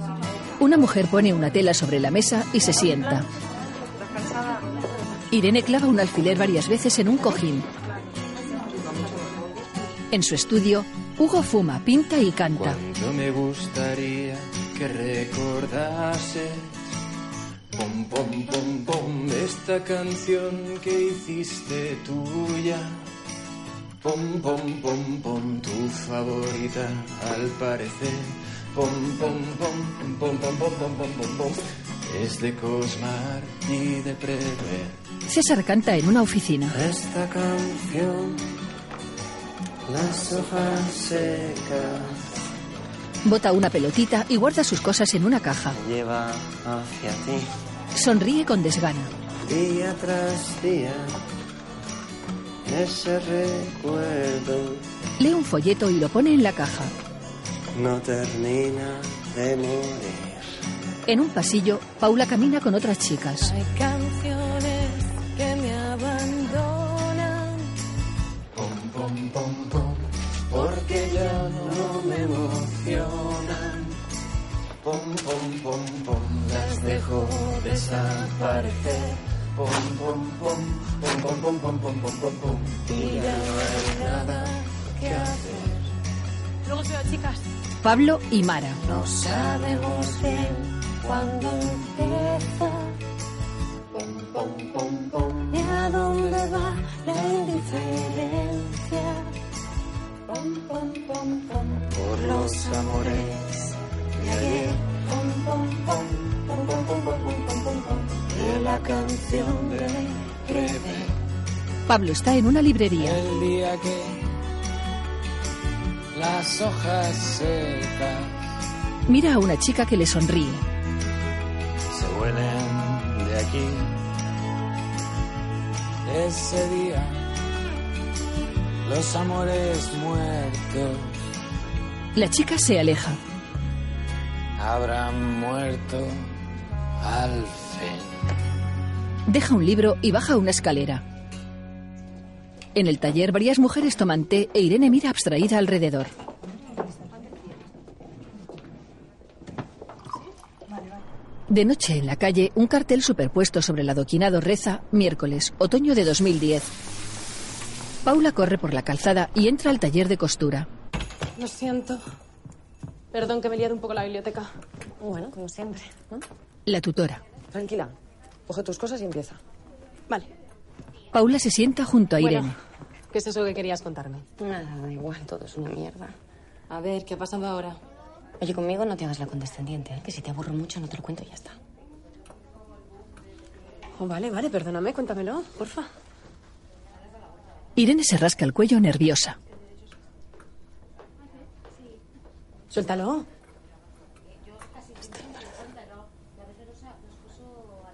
Una mujer pone una tela sobre la mesa y se sienta. Irene clava un alfiler varias veces en un cojín. En su estudio, Hugo fuma, pinta y canta.
Yo me gustaría que recordases pom pom pom pom esta canción que hiciste tuya. Pom pom pom pom tu favorita al parecer. Pom pom pom pom pom pom pom pom pom pom es de Cosmar y de Prever.
César canta en una oficina.
Esta canción las hojas secas
Bota una pelotita y guarda sus cosas en una caja.
lleva hacia ti
Sonríe con desgana.
día tras día ese recuerdo
Lee un folleto y lo pone en la caja.
no termina de morir
En un pasillo, Paula camina con otras chicas.
Canciones que me abandonan.
pom pom pom pom porque ya no me emocionan pom pom pom pom las dejo desaparecer pom pom pom pom pom pom pom pom pom pom pom y ya no hay nada que hacer
Luego os veo, chicas.
Pablo y Mara.
No sabemos bien cuándo empieza. Ni a dónde va la indiferencia. Pom, pom, pom, pom.
por los amores de ayer.
Pom, pom, pom. Pom, pom, pom, pom, pom, pom, pom, pom.
de la canción de breve
Pablo está en una librería.
el día que las hojas secas
Mira a una chica que le sonríe.
se huelen de aquí. Ese día, los amores muertos
La chica se aleja.
habrán muerto al fin.
Deja un libro y baja una escalera. En el taller, varias mujeres toman té e Irene mira abstraída alrededor. De noche en la calle, un cartel superpuesto sobre el adoquinado reza: miércoles, otoño de 2010. Paula corre por la calzada y entra al taller de costura.
Lo siento. Perdón que me he liado un poco la biblioteca.
Bueno, como siempre. ¿no?
La tutora.
Tranquila. Coge tus cosas y empieza.
Paula se sienta junto a
Bueno.
Irene.
¿Qué es eso que querías contarme?
Nada, da igual, todo es una mierda.
A ver, ¿qué ha pasado ahora?
Oye, conmigo no te hagas la condescendiente, ¿eh? que si te aburro mucho no te lo cuento y ya está.
Oh, vale, vale, perdóname, cuéntamelo, porfa.
Irene se rasca el cuello nerviosa.
Suéltalo.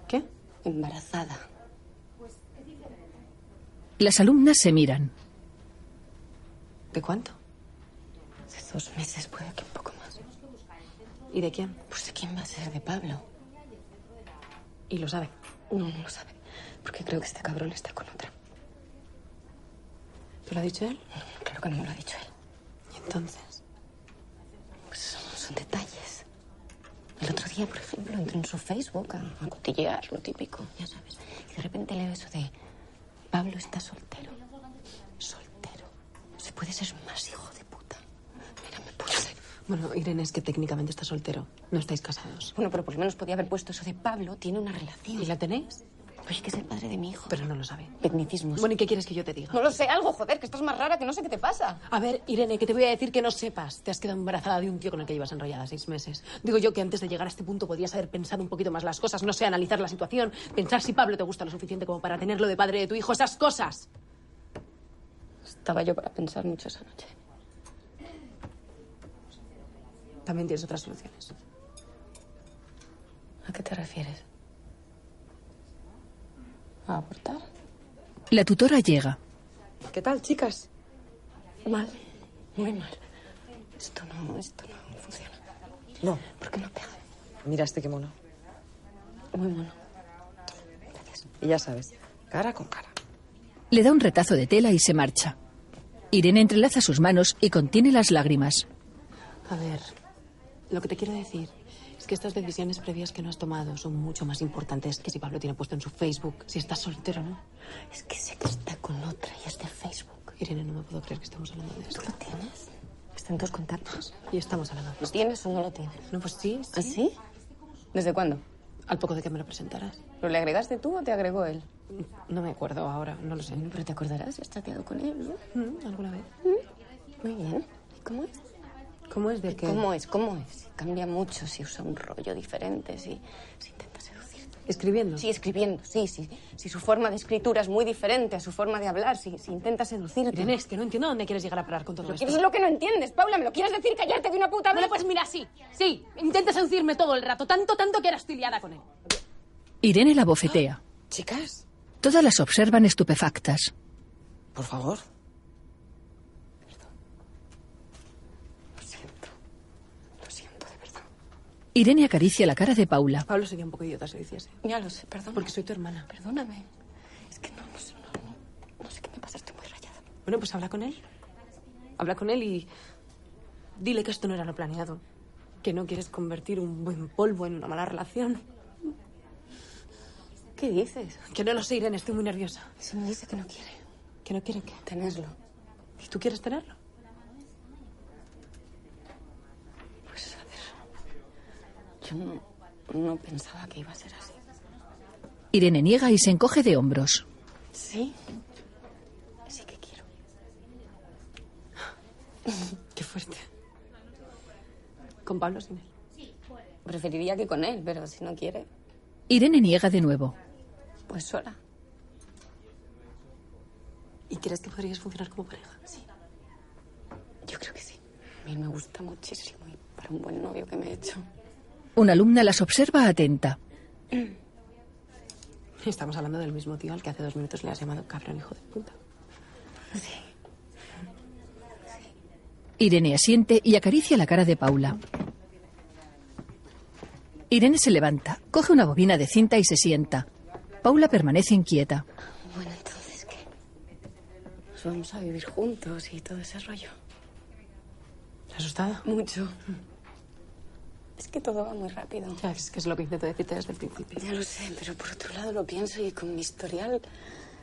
¿Qué? Embarazada.
Las alumnas se miran.
¿De cuánto? Hace dos meses, puede que un poco más. ¿Y de quién? Pues de quién va a ser, de Pablo. ¿Y lo sabe? No, no lo sabe. Porque creo que este cabrón está con otra. ¿Te lo ha dicho él? No, claro que no me lo ha dicho él. ¿Y entonces? Pues son, son detalles. El otro día, por ejemplo, entré en su Facebook a, a cotillear, lo típico, ya sabes. Y de repente leo eso de Pablo está soltero. Soltero. Se puede ser más hijo de
Bueno, Irene, es que técnicamente está soltero. No estáis casados.
Bueno, pero por lo menos podía haber puesto eso de Pablo tiene una relación. ¿Y la tenéis? Oye, que es el padre de mi hijo. Pero no lo sabe. Tecnicismos.
Bueno, ¿y qué quieres que yo te diga?
No lo sé, algo, joder, que estás más rara, que no sé qué te pasa.
A ver, Irene, que te voy a decir que no sepas. Te has quedado embarazada de un tío con el que llevas enrollada seis meses. Digo yo que antes de llegar a este punto podías haber pensado un poquito más las cosas, no sé, analizar la situación, pensar si Pablo te gusta lo suficiente como para tenerlo de padre de tu hijo, esas cosas.
Estaba yo para pensar mucho esa noche.
También tienes otras soluciones.
¿A qué te refieres? ¿A abortar?
La tutora llega.
¿Qué tal, chicas? Mal, muy mal. Esto no, esto no funciona.
No.
¿Por qué no pega?
Mira este qué mono.
Muy mono.
Y ya sabes, cara con cara.
Le da un retazo de tela y se marcha. Irene entrelaza sus manos y contiene las lágrimas.
A ver, lo que te quiero decir es que estas decisiones previas que no has tomado son mucho más importantes que si Pablo tiene puesto en su Facebook, si está soltero o no. Es que sé que está con otra y es de Facebook. Irene, no me puedo creer que estamos hablando de esto. ¿Tú lo tienes?
Está en tus contactos.
Y estamos hablando de
¿Lo tienes o no lo tienes?
No, pues sí.
¿Ah, sí? ¿Desde cuándo?
Al poco de que me lo presentaras.
¿Pero le agregaste tú o te agregó él?
No me acuerdo ahora, no lo sé.
Pero te acordarás, has chateado con él,
¿no? Mm, ¿Alguna vez?
Muy bien. ¿Y cómo es?
¿Cómo es de
¿Y
qué?
¿Cómo es? ¿Cómo es? Si Cambia mucho si usa un rollo diferente, si, si intenta seducirte.
¿Escribiendo?
Sí, escribiendo, sí, sí. Si su forma de escritura es muy diferente a su forma de hablar, si, si intenta seducirte.
Irene, es que no entiendo dónde quieres llegar a parar con todo
Lo
esto.
que es lo que no entiendes, Paula, me lo quieres decir callarte de una puta vez.
Bueno, pues mira, sí, sí. Intenta seducirme todo el rato, tanto, tanto que ahora estoy liada con él.
Irene la bofetea.
Chicas,
Todas las observan estupefactas.
por favor.
Irene acaricia la cara de Paula.
Pablo sería un poco idiota si lo hiciese.
Ya lo sé, perdón.
Porque soy tu hermana.
Perdóname.
Bueno, pues habla con él. Habla con él y dile que esto no era lo planeado. Que no quieres convertir un buen polvo en una mala relación.
¿Qué dices?
Que no lo sé, Irene, estoy muy nerviosa.
Eso me dice que no quiere.
¿Que no quiere qué?
Tenerlo.
¿Y tú quieres tenerlo?
Pues a ver. Yo no, no pensaba que iba a ser así.
Irene niega y se encoge de hombros.
Sí. Sí que quiero.
Qué fuerte. ¿Con Pablo o sin él?
Preferiría que con él, pero si no quiere,
Irene niega de nuevo.
pues sola.
¿Y crees que podrías funcionar como pareja?
Sí. Yo creo que sí. A mí me gusta muchísimo y para por un buen novio que me he hecho.
Una alumna las observa atenta.
Estamos hablando del mismo tío al que hace dos minutos le has llamado cabrón hijo de puta.
Irene asiente y acaricia la cara de Paula. Irene se levanta, coge una bobina de cinta y se sienta. Paula permanece inquieta.
Bueno, entonces, ¿qué? Nos vamos a vivir juntos y todo ese rollo.
¿Estás asustada?
Mucho. Es que todo va muy rápido.
Ya, es que es lo que intento decirte desde el principio.
Ya lo sé, pero por otro lado lo pienso y con mi historial,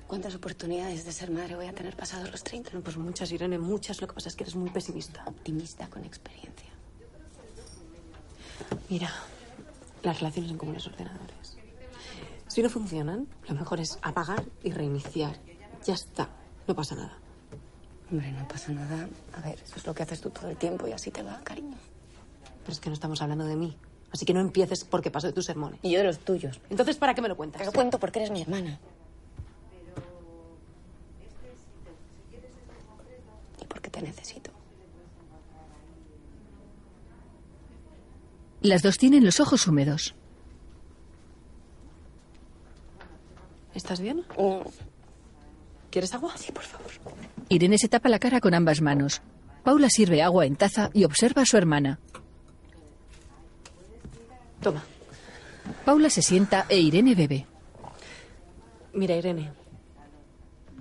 ¿cuántas oportunidades de ser madre voy a tener pasados los 30?
No, pues muchas, Irene, muchas. Lo que pasa es que eres muy pesimista. Optimista con experiencia. Mira, las relaciones son como los ordenadores. Si no funcionan, lo mejor es apagar y reiniciar. Ya está, no pasa nada.
Hombre, no pasa nada. A ver, eso es lo que haces tú todo el tiempo y así te va, cariño.
Pero es que no estamos hablando de mí. Así que no empieces porque paso de tus sermones.
Y yo de los tuyos.
Entonces, ¿para qué me lo cuentas?
Te lo cuento porque eres mi hermana. Y porque te necesito.
Las dos tienen los ojos húmedos.
¿Estás bien?
Oh.
¿Quieres agua? Sí, por favor.
Irene se tapa la cara con ambas manos. Paula sirve agua en taza y observa a su hermana.
Toma.
Paula se sienta e Irene bebe.
Mira, Irene,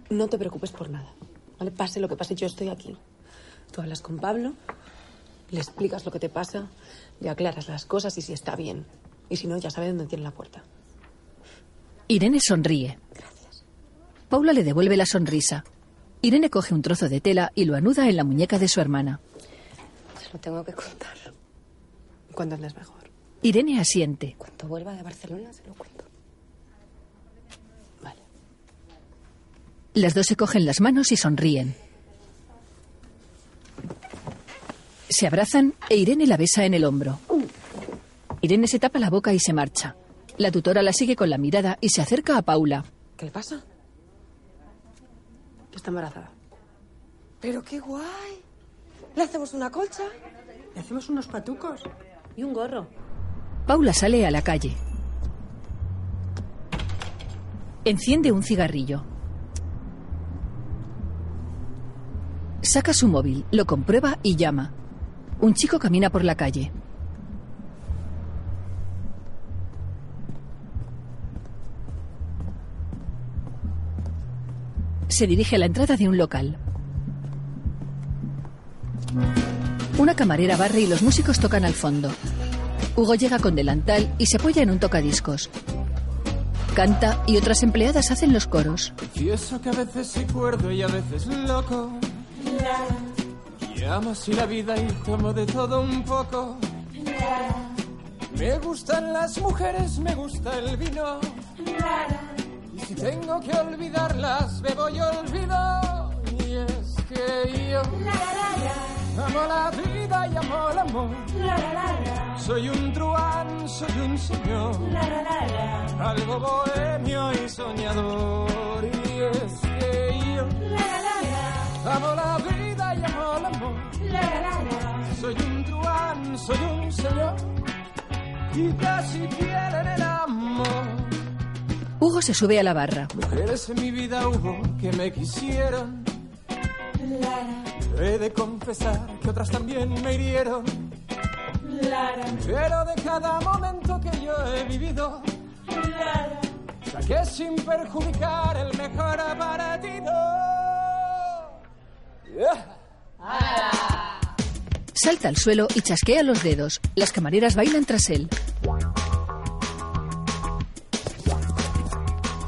no te preocupes por nada. ¿vale? Pase lo que pase, yo estoy aquí. Tú hablas con Pablo, le explicas lo que te pasa, le aclaras las cosas y si está bien. Y si no, ya sabe dónde tiene la puerta.
Irene sonríe. Paula le devuelve la sonrisa. Irene coge un trozo de tela y lo anuda en la muñeca de su hermana.
Se lo tengo que contar.
Cuando andes mejor.
Irene asiente.
Cuando vuelva de Barcelona se lo cuento.
Las dos se cogen las manos y sonríen. Se abrazan e Irene la besa en el hombro. Irene se tapa la boca y se marcha. La tutora la sigue con la mirada y se acerca a Paula.
¿Qué le pasa? Está embarazada.
Pero qué guay. Le hacemos una colcha, le hacemos unos patucos y un gorro.
Paula sale a la calle. Enciende un cigarrillo. Saca su móvil, lo comprueba y llama. Un chico camina por la calle. Se dirige a la entrada de un local. Una camarera barre y los músicos tocan al fondo. Hugo llega con delantal y se apoya en un tocadiscos. Canta y otras empleadas hacen los coros.
Confieso que a veces soy cuerdo y a veces loco. Y amo así la vida y tomo de todo un poco. Me gustan las mujeres, me gusta el vino. Y si tengo que olvidarlas, bebo y olvido. Y es que yo amo la vida y amo el amor. Soy un truán, soy un señor. Algo bohemio y soñador. Y es que yo amo la vida y amo el amor. Soy un truán, soy un señor. Y casi fiel en el amor.
Hugo se sube a la barra.
Mujeres en mi vida hubo que me quisieron. He de confesar que otras también me hirieron. Pero de cada momento que yo he vivido, saqué sin perjudicar el mejor aparatido.
Salta al suelo y chasquea los dedos. Las camareras bailan tras él.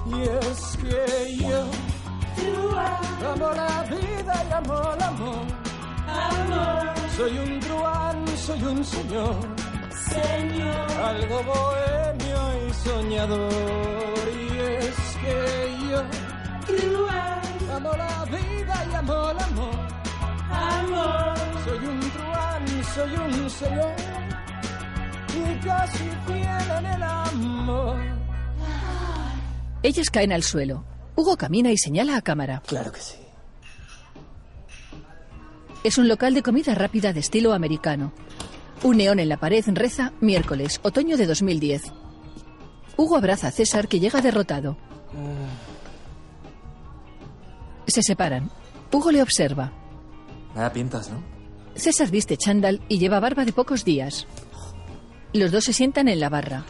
Y es que yo amo la vida y amo el amor. Soy un truán, soy un señor. Algo bohemio y soñador. Y es que yo amo la vida y amo el amor. Soy un truán, soy un señor. Y casi fiel en el amor.
Ellas caen al suelo. Hugo camina y señala a cámara.
Claro que sí.
Es un local de comida rápida de estilo americano. Un neón en la pared reza miércoles, otoño de 2010. Hugo abraza a César que llega derrotado.
Mm.
Se separan. Hugo le observa.
Nada pintas, ¿no?
César viste chándal y lleva barba de pocos días. Los dos se sientan en la barra.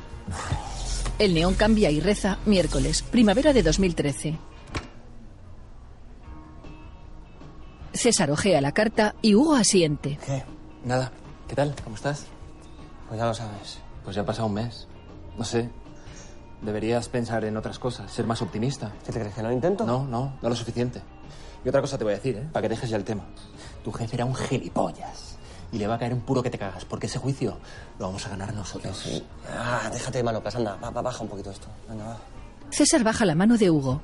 El neón cambia y reza miércoles, primavera de 2013. César ojea la carta y Hugo asiente.
Nada. ¿Qué tal? ¿Cómo estás? Pues ya lo sabes. Pues ya ha pasado un mes. No sé. Deberías pensar en otras cosas, ser más optimista. ¿Qué te crees que no lo intento? No, no, no lo suficiente. Y otra cosa te voy a decir, ¿eh? Para que dejes ya el tema. Tu jefe era un gilipollas. Y le va a caer un puro que te cagas, porque ese juicio lo vamos a ganar nosotros.
Ah, déjate de malocas, anda, va, va, baja un poquito esto. Anda, va.
César baja la mano de Hugo.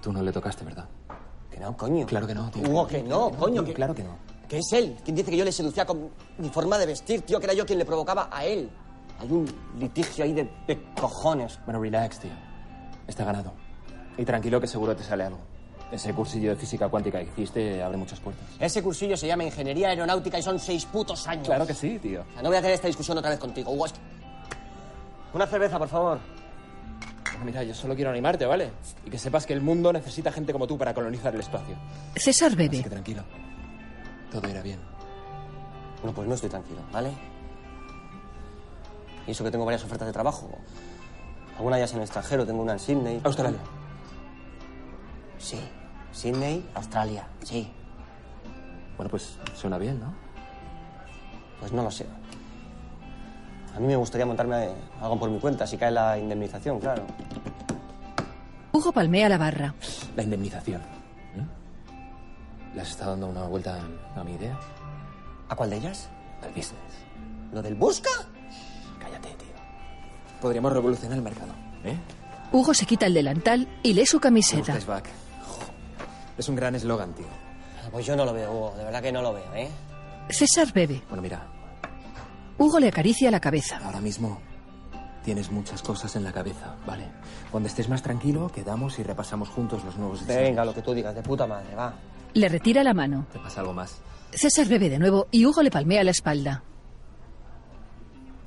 Tú no le tocaste, ¿verdad?
Que no, coño.
Claro que no, tío.
Hugo, que no, coño. Que,
Claro que no.
que es él quien dice que yo le seducía con mi forma de vestir, tío, que era yo quien le provocaba a él. Hay un litigio ahí de, de cojones.
Bueno, relax, tío. Está ganado. Y tranquilo que seguro te sale algo. Ese cursillo de física cuántica que hiciste abre muchas puertas.
Ese cursillo se llama Ingeniería Aeronáutica y son seis putos años.
Claro que sí, tío.
O sea, No voy a tener esta discusión otra vez contigo, Hugo. es que- Una cerveza, por favor.
Mira, yo solo quiero animarte, ¿vale? Y que sepas que el mundo necesita gente como tú para colonizar el espacio.
César bebe.
Tranquilo. Todo irá bien.
Bueno, pues no estoy tranquilo, ¿vale? Y eso que tengo varias ofertas de trabajo. Alguna ya es en el extranjero, tengo una en Sydney. Australia. Sí, Sydney, Australia, sí.
Bueno, pues suena bien, ¿no?
Pues no lo sé. A mí me gustaría montarme eh, algo por mi cuenta, si cae la indemnización, claro.
Hugo palmea la barra.
La indemnización. ¿Mm? ¿Le has estado dando una vuelta a mi idea?
¿A cuál de ellas?
Al business.
¿Lo del busca?
Podríamos revolucionar el mercado. ¿Eh?
Hugo se quita el delantal y lee su camiseta.
Buscáis back. Jo, Es un gran eslogan, tío.
Pues yo no lo veo, Hugo, de verdad que no lo veo, ¿eh?
pues
César bebe.
Bueno, mira,
Hugo le acaricia la cabeza.
ahora mismo tienes muchas cosas en la cabeza, ¿vale? Cuando estés más tranquilo, quedamos y repasamos juntos los nuevos diseños.
Venga, lo que tú digas, de puta madre, va.
Le retira la mano.
Te pasa algo más.
César bebe de nuevo y Hugo le palmea la espalda.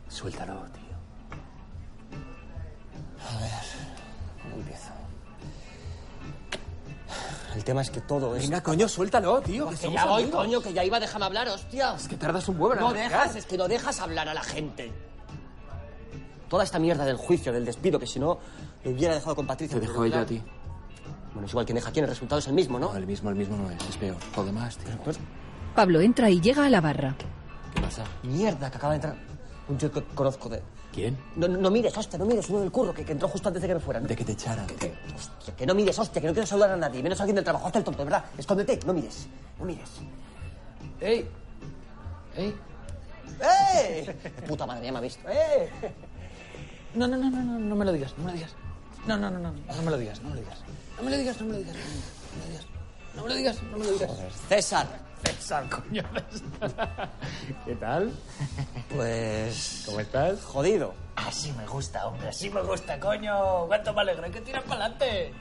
Suéltalo, tío.
A ver, ¿cómo empiezo? El tema es que todo es...
Venga, coño, suéltalo, tío.
Que ya voy, coño, que ya iba, déjame hablar, hostia. Es
que tardas un huevo en
No
arrancar.
dejas, es que no dejas hablar a la gente. Toda esta mierda del juicio, del despido, que si no lo hubiera dejado con Patricia.
Te
pero
dejo ella a
claro,
ti.
Bueno, es igual quien deja a quién, el resultado es el mismo, ¿no?
el mismo, el mismo no es, es peor. Todo más, tío.
Pablo entra y llega a la barra.
¿Qué pasa? Mierda, que acaba de entrar un tío que conozco de...
¿Quién?
No, no, no mires, hostia, no mires, uno del curro, que, que entró justo antes de que me fueran.
De que te echaran, tío.
Hostia, que no mires, hostia, que no quiero saludar a nadie, menos a alguien del trabajo. Hazte el tonto, de verdad. Escóndete, no mires, no mires.
¡Ey!
¡Ey!
¡Ey!
¡Eh! Puta madre, ya me ha visto. ¡eh! ¡Ey!
No, no, no, no, no, no me lo digas, no me lo digas. No, no, no, no, no me lo digas, no me lo digas. No me lo digas, no me lo digas. No me lo digas, no me lo digas.
César.
César, coño.
¿Qué tal? Pues... ¿Cómo estás? Jodido. Así me gusta, hombre, así me gusta, coño. ¿Cuánto me alegro? que tiras para adelante.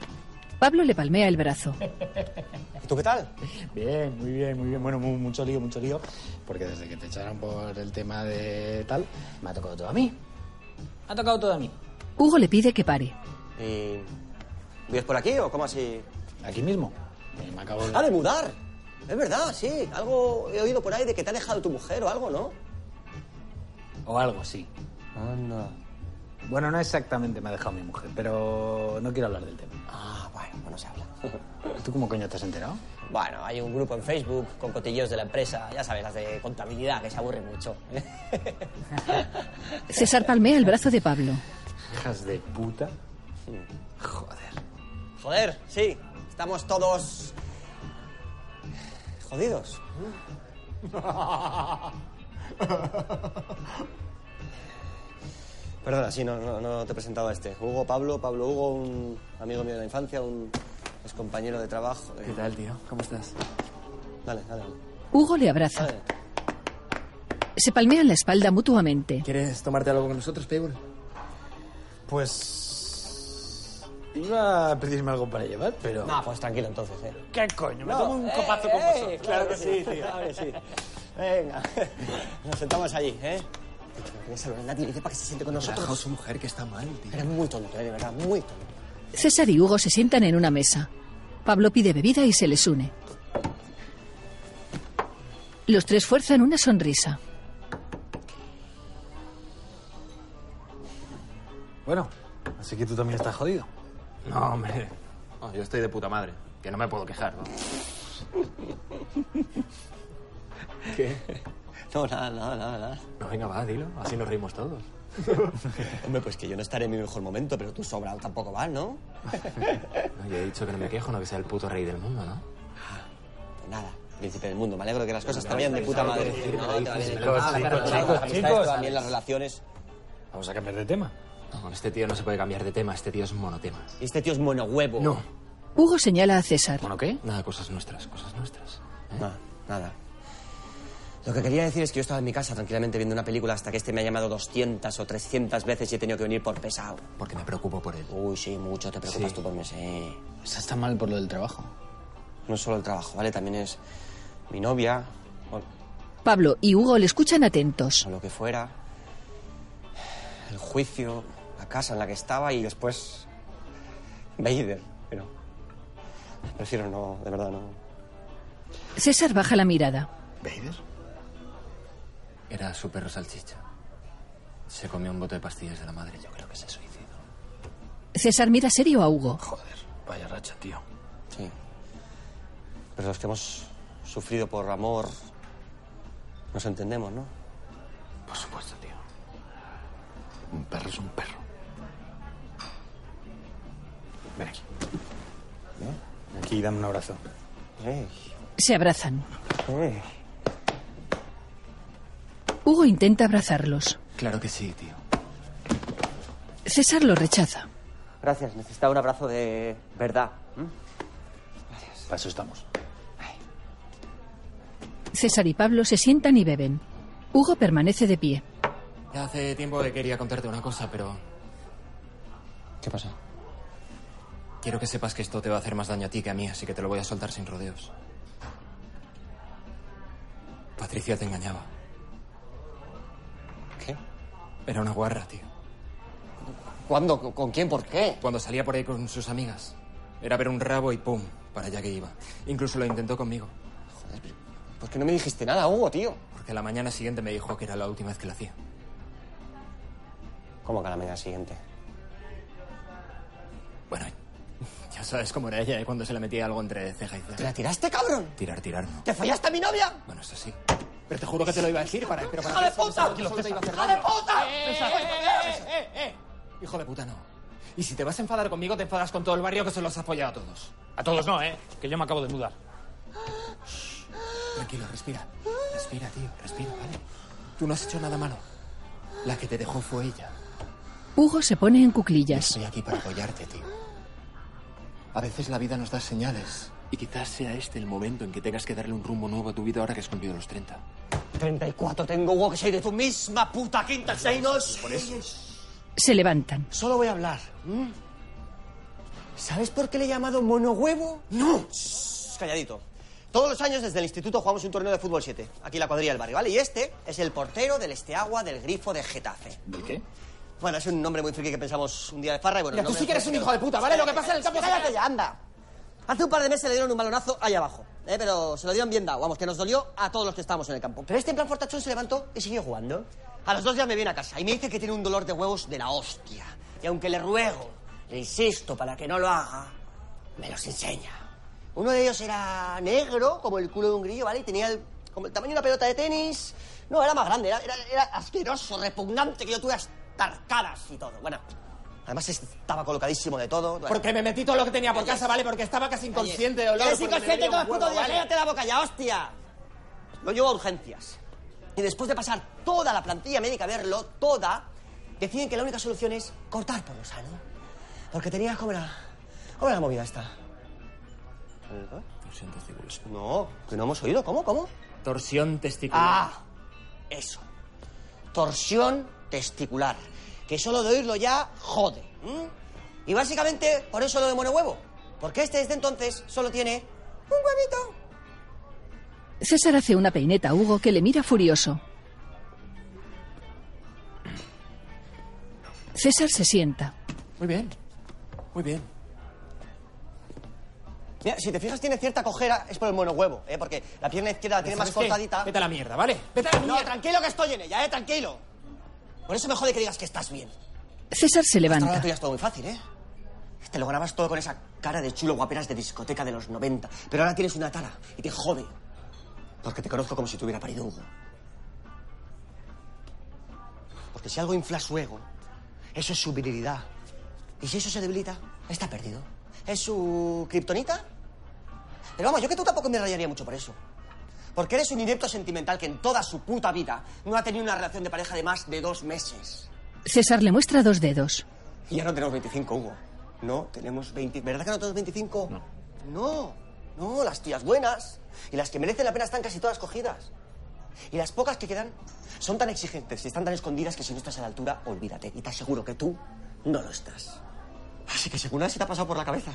Pablo le palmea el brazo.
¿Y tú qué tal?
Bien, muy bien, muy bien. Bueno, mu- mucho lío, mucho lío. Porque desde que te echaron por el tema de tal, me ha tocado todo a mí.
Ha tocado todo a mí.
Hugo le pide que pare.
¿Y vives por aquí o cómo así?
Aquí mismo. Me acabo de...
Ah, de mudar. Es verdad, sí. Algo he oído por ahí de que te ha dejado tu mujer o algo, ¿no?
O algo, sí.
Anda.
Bueno, no exactamente me ha dejado mi mujer, pero no quiero hablar del tema.
Ah, bueno,
pues
bueno, se habla.
¿Tú cómo coño te has enterado?
Bueno, hay un grupo en Facebook con cotilleos de la empresa, ya sabes, las de contabilidad, que se aburre mucho.
César palmea el brazo de Pablo.
Hijas de puta. Joder.
Joder, sí, estamos todos jodidos. Perdona, sí, no, no, no te he presentado a este. Hugo Pablo, Pablo Hugo, un amigo mío de la infancia, un compañero de trabajo.
¿Qué tal, tío? ¿Cómo estás?
Dale, dale.
Hugo le abraza. Se palmean la espalda mutuamente.
¿Quieres tomarte algo con nosotros, Payball?
Pues...
iba a pedirme algo para llevar, pero...
Ah, pues tranquilo entonces, ¿eh?
¿Qué coño? Me
No,
tomo un
eh,
copazo
eh,
con vosotros.
Claro que sí, tío, claro que sí. Venga, nos sentamos allí, ¿eh? Piensa, Lorena, tío, dice para que se siente con nosotros.
Relajado
su mujer, que está mal, tío. Eres muy tonto, ¿eh? De verdad, muy tonto.
César y Hugo se sientan en una mesa. Pablo pide bebida y se les une. Los tres fuerzan una sonrisa.
Bueno, así que tú también estás jodido.
No, hombre. No, yo estoy de puta madre. Que no me puedo quejar. ¿no?
¿Qué? No, nada, nada, nada, nada. No, venga, va, dilo. Así nos reímos todos. Hombre, pues que yo no estaré en mi mejor momento, pero tú sobrado tampoco vas, ¿no?
No, Yo he dicho que no me quejo, no que sea el puto rey del mundo, ¿no?
Pues nada, príncipe del mundo. Me alegro de que las cosas te vayan de puta madre. No, Ah, te va bien el
Chicos,
trabajo,
chicos,
las amistades,
chicos,
te van bien
chicos.
las relaciones.
Vamos a cambiar de tema. No, con este tío no se puede cambiar de tema. Este tío es monotema.
Este tío es monohuevo.
No.
Hugo señala a César.
¿Mono qué? Nada, cosas nuestras, cosas nuestras. ¿eh?
Nada, nada. Lo que quería decir es que yo estaba en mi casa tranquilamente viendo una película hasta que este me ha llamado 200 o 300 veces y he tenido que venir por pesado.
Porque me preocupo por él.
Uy, sí, mucho te preocupas
Sí.
tú por mí, sí.
Eso está mal por lo del trabajo.
No es solo el trabajo, ¿vale? También es mi novia o
Pablo y Hugo le escuchan atentos.
lo que fuera. El juicio, la casa en la que estaba y después Vader. Pero prefiero no, de verdad no.
César baja la mirada.
¿Vader? Era su perro salchicha. Se comió un bote de pastillas de la madre. Yo creo que se suicidó.
César mira serio a Hugo.
Vaya racha, tío.
Sí. Pero los que hemos sufrido por amor nos entendemos, ¿no?
Por supuesto, tío. Un perro es un perro. Ven aquí. Aquí, dame un abrazo.
Se abrazan. Hugo intenta abrazarlos.
Claro que sí, tío.
César lo rechaza.
Gracias, necesitaba un abrazo de verdad.
Para eso estamos.
César y Pablo se sientan y beben. Hugo permanece de pie.
Ya hace tiempo que quería contarte una cosa, pero
¿Qué pasa?
quiero que sepas que esto te va a hacer más daño a ti que a mí, así que te lo voy a soltar sin rodeos. Patricia te engañaba.
¿Qué?
Era una guarra, tío.
¿Cuándo? ¿Con quién? ¿Por qué?
Cuando salía por ahí con sus amigas. Era ver un rabo y pum, para allá que iba. Incluso lo intentó conmigo.
¿Por qué no me dijiste nada, Hugo, tío?
Porque a la mañana siguiente me dijo que era la última vez que lo hacía.
¿Cómo que a la mañana siguiente?
Bueno, ya sabes cómo era ella, ¿eh? Cuando se le metía algo entre ceja y ceja.
¿Te la tiraste, cabrón?
Tirar, tirar, no.
¿Te follaste a mi novia?
Bueno, eso sí.
Pero te juro que te lo iba a decir para... Pero para
¡Hija de puta! ¡Hija de puta!
Eh,
Hijo de puta, no. Y si te vas a enfadar conmigo, te enfadas con todo el barrio que se los ha apoyado a todos. A todos no, ¿eh? Que yo me acabo de mudar.
Tranquilo, respira. Respira, tío, respira, ¿vale? Tú no has hecho nada malo. La que te dejó fue ella.
Hugo se pone en cuclillas.
Estoy aquí para apoyarte, tío. A veces la vida nos da señales. Y quizás sea este el momento en que tengas que darle un rumbo nuevo a tu vida ahora que has cumplido los 30.
34 tengo, Hugo, que soy de tu misma puta quinta, Seinos.
Se levantan.
Solo voy a hablar. ¿m? ¿Sabes por qué le he llamado mono huevo? ¡No! Calladito. Todos los años desde el instituto jugamos un torneo de fútbol 7. Aquí en la cuadrilla del barrio, ¿vale? Y este es el portero del Esteagua del grifo de Getafe.
¿Del qué?
Bueno, es un nombre muy friki que pensamos un día de farra y bueno...
Mira,
el
tú
nombre
sí que
del
eres un
portero-
hijo de puta, ¿vale? Lo que pasa en el campo se
Cállate
queda-
ya, anda. Hace un par de meses le dieron un balonazo ahí abajo, ¿eh? pero se lo dieron bien dado. Vamos, que nos dolió a todos los que estábamos en el campo. Pero este en plan fortachón se levantó y siguió jugando. A los dos días me viene a casa y me dice que tiene un dolor de huevos de la hostia. Y aunque le ruego, le insisto para que no lo haga, me los enseña. Uno de ellos era negro, como el culo de un grillo, ¿vale? Y tenía el- como el tamaño de una pelota de tenis. No, era más grande, era, era- era asqueroso, repugnante, que yo tuve hasta caras y todo. Bueno, además estaba colocadísimo de todo. Bueno.
Porque me metí todo lo que tenía por casa, ¿vale? Porque estaba casi inconsciente.
Oye,
olor,
eres
porque me
inconsciente
bebía
todo
un
el puto
huevo,
día,
¿vale?
cállate la boca ya, hostia. Lo llevo a urgencias. Y después de pasar toda la plantilla médica a verlo, toda, deciden que la única solución es cortar por lo sano. Porque tenía como la... ¿Cómo era la movida esta?
Torsión testicular.
No, que no hemos oído. ¿Cómo? ¿Cómo?
Torsión testicular.
Ah, eso. Torsión testicular. Que solo de oírlo ya jode. ¿m? Y básicamente por eso lo de mono huevo. Porque este desde entonces solo tiene un huevito.
César hace una peineta a Hugo que le mira furioso. César se sienta.
Muy bien. Muy bien.
Mira, si te fijas, tiene cierta cojera, es por el mono huevo, ¿eh? Porque la pierna izquierda la tiene más
¿Sabes qué?
cortadita.
Vete a la mierda, ¿vale? Vete a la
No,
mierda.
tranquilo que estoy en ella, ¿eh? Tranquilo. Por eso me jode que digas que estás bien.
César
Hasta
se
ahora
levanta.
tú ya es todo muy fácil, ¿eh? Te lo grabas todo con esa cara de chulo guaperas de discoteca de los 90. Pero ahora tienes una tara y te jode. Porque te conozco como si te hubiera parido Hugo. Porque si algo infla su ego, eso es su virilidad. Y si eso se debilita, está perdido. ¿Es su kriptonita? Pero vamos, yo que tú tampoco me rayaría mucho por eso. Porque eres un inepto sentimental que en toda su puta vida no ha tenido una relación de pareja de más de dos meses.
César le muestra dos dedos.
Y ya no tenemos 25, Hugo. No, tenemos 20. ¿Verdad que no tenemos 25? No. No, no, las tías buenas y las que merecen la pena están casi todas cogidas. Y las pocas que quedan son tan exigentes y están tan escondidas que si no estás a la altura, olvídate. Y te aseguro que tú no lo estás. Así que según se te ha pasado por la cabeza,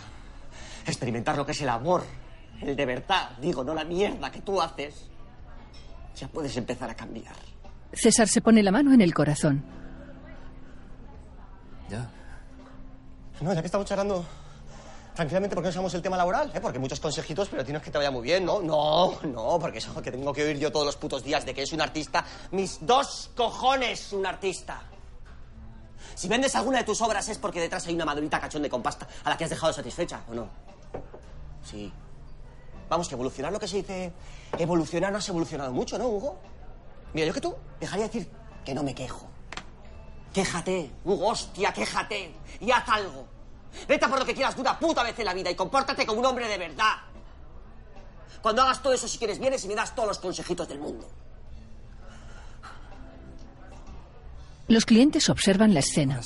experimentar lo que es el amor, el de verdad, digo, no la mierda que tú haces, ya puedes empezar a cambiar.
César se pone la mano en el corazón.
No, ya que estamos charlando tranquilamente, ¿por qué no usamos el tema laboral? ¿Eh? Porque muchos consejitos, pero tienes que te vaya muy bien, ¿no? No, no, porque es algo que tengo que oír yo todos los putos días de que es un artista. ¡Mis dos cojones un artista! Si vendes alguna de tus obras es porque detrás hay una madurita cachón de compasta a la que has dejado satisfecha, ¿o no? Sí. Vamos, que evolucionar lo que se dice evolucionar no has evolucionado mucho, ¿no, Hugo? Mira, yo que tú dejaría de decir que no me quejo. Quéjate, Hugo, hostia, quéjate y haz algo. Vete a por lo que quieras de una puta vez en la vida y compórtate como un hombre de verdad. Cuando hagas todo eso, si quieres, vienes y me das todos los consejitos del mundo.
Los clientes observan la escena.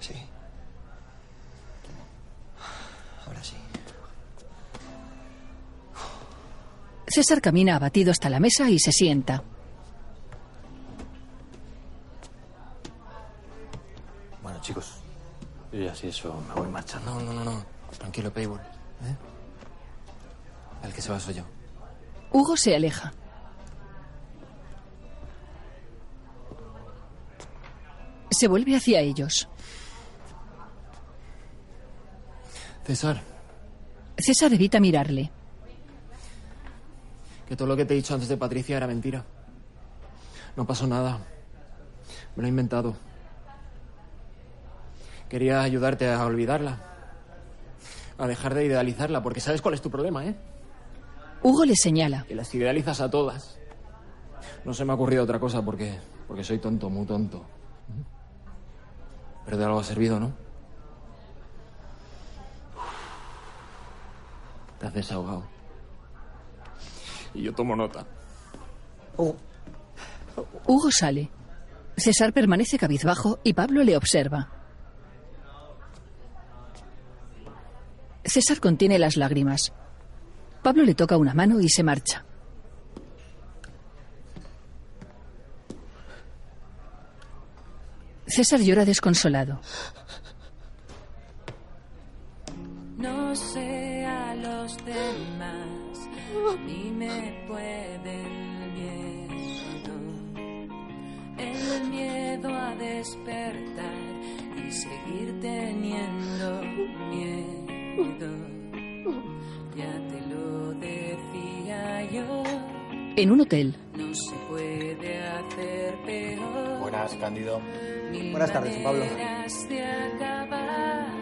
Sí. Ahora sí.
César camina abatido hasta la mesa y se sienta.
Bueno, chicos, yo ya si eso me voy marchando.
No, no, no, no. Tranquilo, Paywall. ¿eh? El que se va soy yo.
Hugo se aleja. Se vuelve hacia ellos.
César,
César evita mirarle.
que todo lo que te he dicho antes de Patricia era mentira. No pasó nada. Me lo he inventado. Quería ayudarte a olvidarla. A dejar de idealizarla, porque sabes cuál es tu problema, ¿eh?
Hugo le señala.
Que las idealizas a todas. No se me ha ocurrido otra cosa porque, porque soy tonto, muy tonto. Pero de algo ha servido, ¿no? Te has desahogado. Y yo tomo nota.
Oh. Hugo sale. César permanece cabizbajo y Pablo le observa. César contiene las lágrimas. Pablo le toca una mano y se marcha. César llora desconsolado.
No sé a los demás, ni me puede el miedo. El miedo a despertar y seguir teniendo miedo. Ya te lo decía yo,
En un hotel,
no se puede hacer peor.
Buenas, Cándido.
Mil
Buenas tardes, Juan Pablo.
maneras de acabar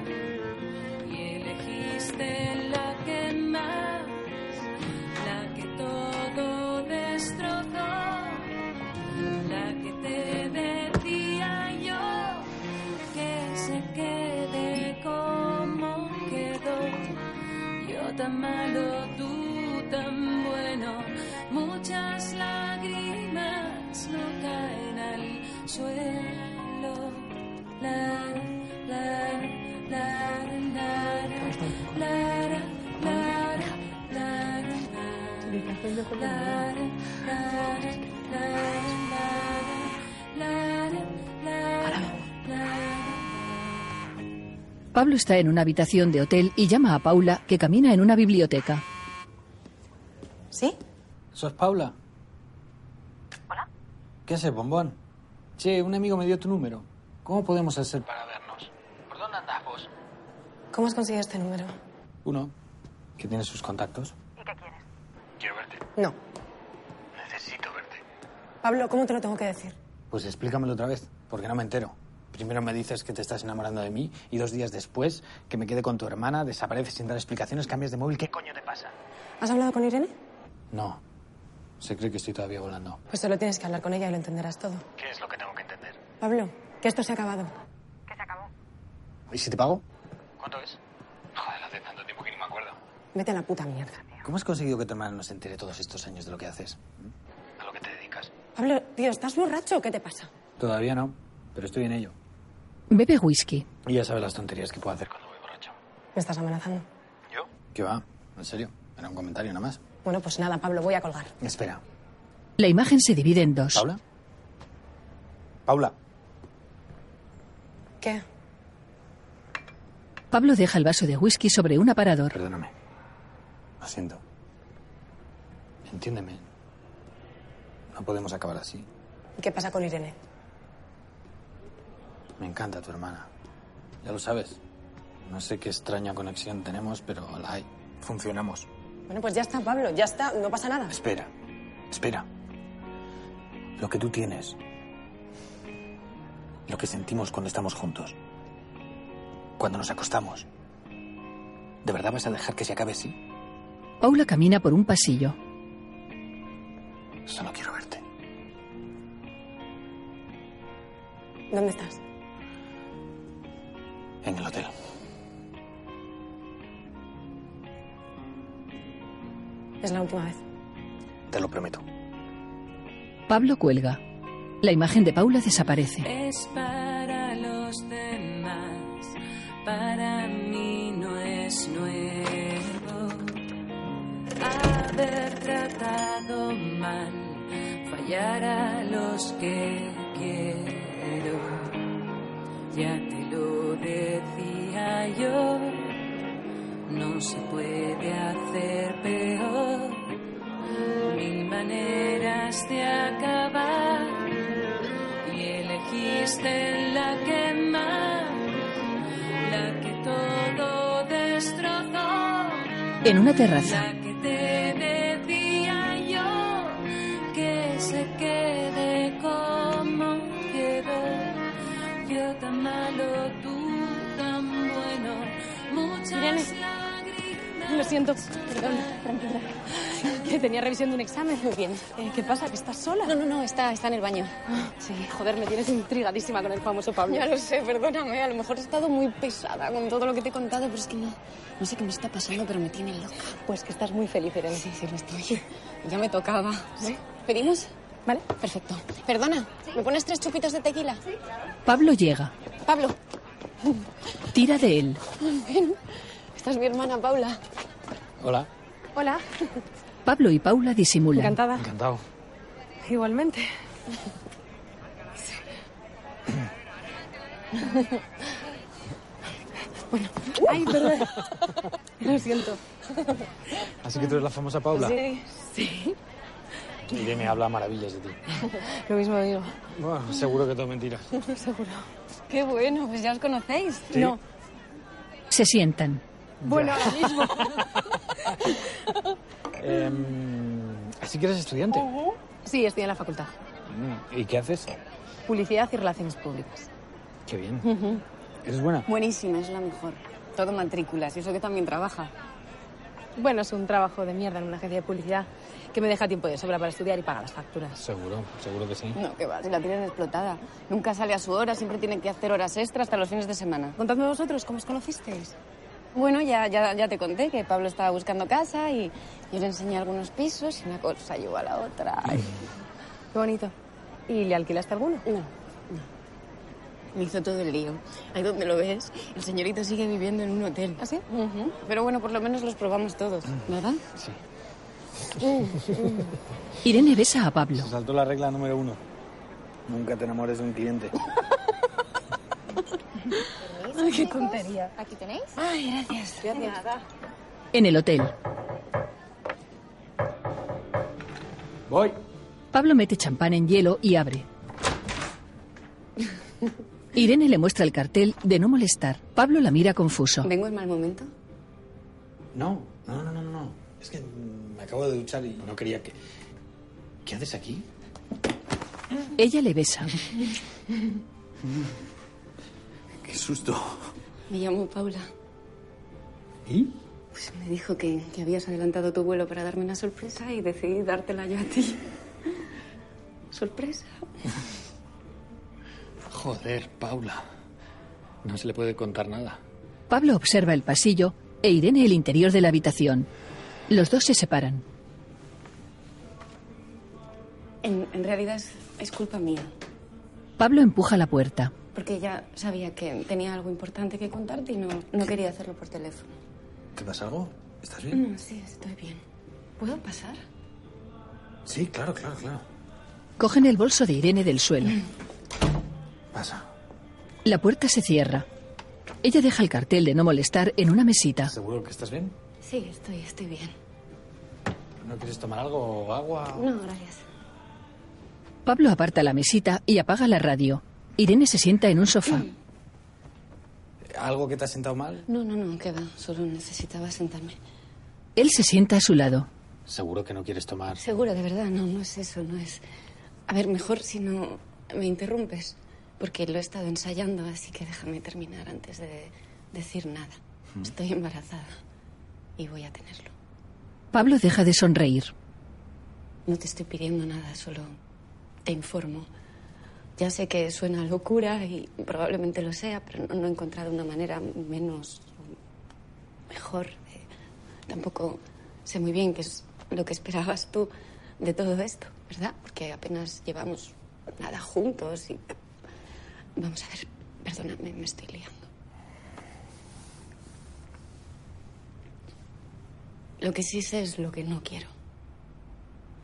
y elegiste la que más, la que todo destrozó, la que te decía yo que se quede como quedó. Yo tan malo, tú tan bueno, muchas lágrimas no caen al suelo. La, la, la, la, la, la, la, la, la, la, la, la, la, la, la, la, la, la,
Pablo está en una habitación de hotel y llama a Paula, que camina en una biblioteca.
¿Sí? ¿Sos Paula? Hola. ¿Qué haces, bombón? Che, un amigo me dio tu número. ¿Cómo podemos hacer para vernos? ¿Por dónde andás vos?
¿Cómo has conseguido este número?
Uno, que tiene sus contactos.
Quiero verte. No.
Necesito verte.
Pablo, ¿cómo te lo tengo que decir?
Pues explícamelo otra vez, porque no me entero. Primero me dices que te estás enamorando de mí y dos días después que me quede con tu hermana, desapareces sin dar explicaciones, cambias de móvil. ¿Qué coño te pasa?
¿Has hablado con Irene?
No. Se cree que estoy todavía volando.
Pues solo tienes que hablar con ella y lo entenderás todo.
¿Qué es lo que tengo que entender?
Pablo, que esto se ha acabado.
¿Y si te pago?
¿Cuánto es?
Joder, hace tanto tiempo que ni me acuerdo.
Vete a la puta mierda.
¿Cómo has conseguido que tu hermana no se entere todos estos años de lo que haces? ¿A lo que te dedicas?
Pablo, tío, ¿estás borracho o qué te pasa?
Todavía no, pero estoy en ello.
Bebe whisky.
Y ya sabes las tonterías que puedo hacer cuando voy borracho.
Me estás amenazando.
¿Qué va? ¿En serio? Era un comentario nada más.
Bueno, pues nada, Pablo, voy a colgar.
Espera.
La imagen se divide en dos.
¿Paula? Paula.
¿Qué?
Pablo deja el vaso de whisky sobre un aparador.
Perdóname. Lo siento. Entiéndeme. No podemos acabar así.
¿Y qué pasa con Irene?
Me encanta tu hermana. Ya lo sabes. No sé qué extraña conexión tenemos, pero la hay. Funcionamos.
Bueno, pues ya está, Pablo, ya está, no pasa nada.
Espera. Espera. Lo que tú tienes. Lo que sentimos cuando estamos juntos. Cuando nos acostamos. ¿De verdad vas a dejar que se acabe así?
Paula camina por un pasillo.
Solo quiero verte.
¿Dónde estás?
En el hotel.
Es la última vez.
Te lo prometo.
Pablo cuelga. La imagen de Paula desaparece.
Es para los demás, para mí no es nuevo. Haber tratado mal, fallar a los que quiero. Ya te lo decía yo, no se puede hacer peor. Mil maneras de acabar y elegiste la que más, la que todo destrozó.
En una terraza.
La que te decía yo que se quede como quedó. Yo tan malo, tú tan bueno. Muchas lágrimas.
Lo siento, perdón, tranquila. Que tenía revisión de un examen. Muy bien. Eh, ¿Qué pasa? ¿Que estás sola? No, no, no, está, está en el baño. Sí, joder, me tienes intrigadísima con el famoso Pablo.
Ya lo sé, perdóname. A lo mejor he estado muy pesada con todo lo que te he contado, pero es que no, no sé qué me está pasando, pero me tiene loca.
Pues que estás muy feliz, Irene. Sí, sí, lo estoy. Ya me tocaba.
¿Sí? ¿Eh? ¿Pedimos? Vale. Perfecto. Perdona, ¿me pones tres chupitos de tequila? Sí, claro.
Pablo llega.
Pablo,
Tira de él.
ven. Esta es mi hermana, Paula.
Hola.
Hola.
Pablo y Paula disimulan.
Encantada.
Encantado.
Igualmente. bueno, ay, perdón. Lo siento.
Así que tú eres la famosa Paula.
Sí, sí.
Irene habla maravillas de ti.
Lo mismo digo.
Bueno, seguro que todo mentira.
Seguro. Qué bueno, pues ya os conocéis.
Sí.
No.
Se sientan.
Bueno, ahora mismo.
Em, así que eres estudiante.
Sí, estoy en la facultad.
Mm, ¿Y qué haces?
Publicidad y Relaciones Públicas.
Qué bien. ¿Eres buena?
Buenísima, es la mejor. Todo matrículas, y eso que también trabaja.
Bueno, es un trabajo de mierda en una agencia de publicidad que me deja tiempo de sobra para estudiar y pagar las facturas.
Seguro, seguro que sí.
No, que va, si la tienen explotada. Nunca sale a su hora, siempre tiene que hacer horas extra hasta los fines de semana.
Contadme vosotros, ¿cómo os conocisteis?
Bueno, ya, ya, ya te conté que Pablo estaba buscando casa y yo le enseñé algunos pisos y una cosa llevó a la otra.
Qué bonito. ¿Y le alquilaste alguno?
No. Me hizo todo el lío. Ahí donde lo ves, el señorito sigue viviendo en un hotel. ¿Ah, sí? Pero bueno, por lo menos los probamos todos, ¿verdad? Uh,
Sí.
Irene besa a Pablo.
Se saltó la regla número uno.
Nunca te enamores de un cliente.
Ay, qué tontería. ¿Aquí tenéis? Ay, gracias. Gracias.
En el hotel,
Voy.
Pablo mete champán en hielo y abre. Irene le muestra el cartel de no molestar. Pablo la mira confuso.
¿Vengo en mal momento?
No, no, no, no, no. Es que me acabo de duchar y no quería que. ¿Qué haces aquí?
Ella le besa.
Qué susto.
Me llamo Paula.
¿Y?
Pues me dijo que, que habías adelantado tu vuelo para darme una sorpresa y decidí dártela yo a ti. ¿Sorpresa?
Joder, Paula. No se le puede contar nada.
Pablo observa el pasillo e Irene el interior de la habitación. Los dos se separan.
En, en realidad es, es culpa mía,
Pablo empuja la puerta.
porque ya sabía que tenía algo importante que contarte y no, no quería hacerlo por teléfono.
¿Te pasa algo? ¿Estás
¿Eh?
bien?
Mm, Sí, estoy bien. ¿Puedo pasar?
Sí, claro, claro, claro.
Cogen el bolso de Irene del suelo.
Pasa.
La puerta se cierra. Ella deja el cartel de no molestar en una mesita.
¿Seguro que estás bien?
Sí, estoy, estoy bien.
¿No quieres tomar algo?
Ah.
¿Agua?
No, gracias.
Pablo aparta la mesita y apaga la radio. Irene se sienta en un sofá.
¿Algo que te ha sentado mal?
No, no, no, que va. Solo necesitaba sentarme.
Él se sienta a su lado.
Seguro que no quieres tomar.
Seguro, de verdad, no, no es eso, no es. A ver, mejor si no me interrumpes, porque lo he estado ensayando, así que déjame terminar antes de decir nada. Estoy embarazada y voy a tenerlo.
Pablo deja de sonreír.
No te estoy pidiendo nada, solo te informo. Ya sé que suena locura y probablemente lo sea, pero no, no he encontrado una manera menos o mejor. de- Tampoco sé muy bien qué es lo que esperabas tú de todo esto, ¿verdad? Porque apenas llevamos nada juntos y... Vamos a ver, perdóname, me estoy liando. Lo que sí sé es lo que no quiero.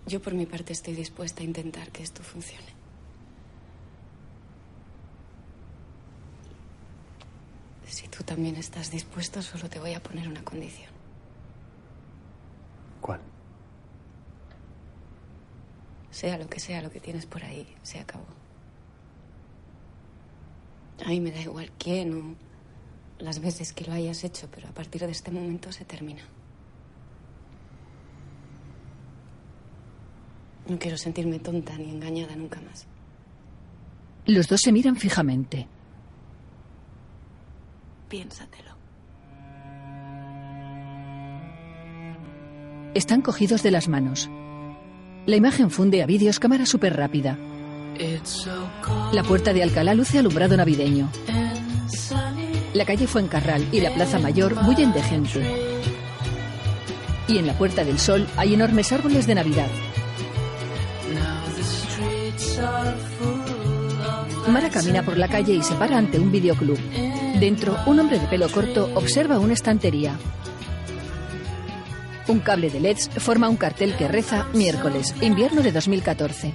Yo por mi parte estoy dispuesta a intentar que esto funcione. Si tú también estás dispuesto, solo te voy a poner una condición.
¿Cuál?
Sea lo que sea lo que tienes por ahí, se acabó. A mí me da igual quién o las veces que lo hayas hecho, pero a partir de este momento se termina. No quiero sentirme tonta ni engañada nunca más.
Los dos se miran fijamente.
Piénsatelo.
Están cogidos de las manos. La imagen funde a vídeos cámara súper rápida. La puerta de Alcalá luce alumbrado navideño. La calle Fuencarral y la Plaza Mayor bullen de gente. Y en la Puerta del Sol hay enormes árboles de Navidad. Mara camina por la calle y se para ante un videoclub. Dentro, un hombre de pelo corto observa una estantería. Un cable de LEDs forma un cartel que reza miércoles, invierno de 2014.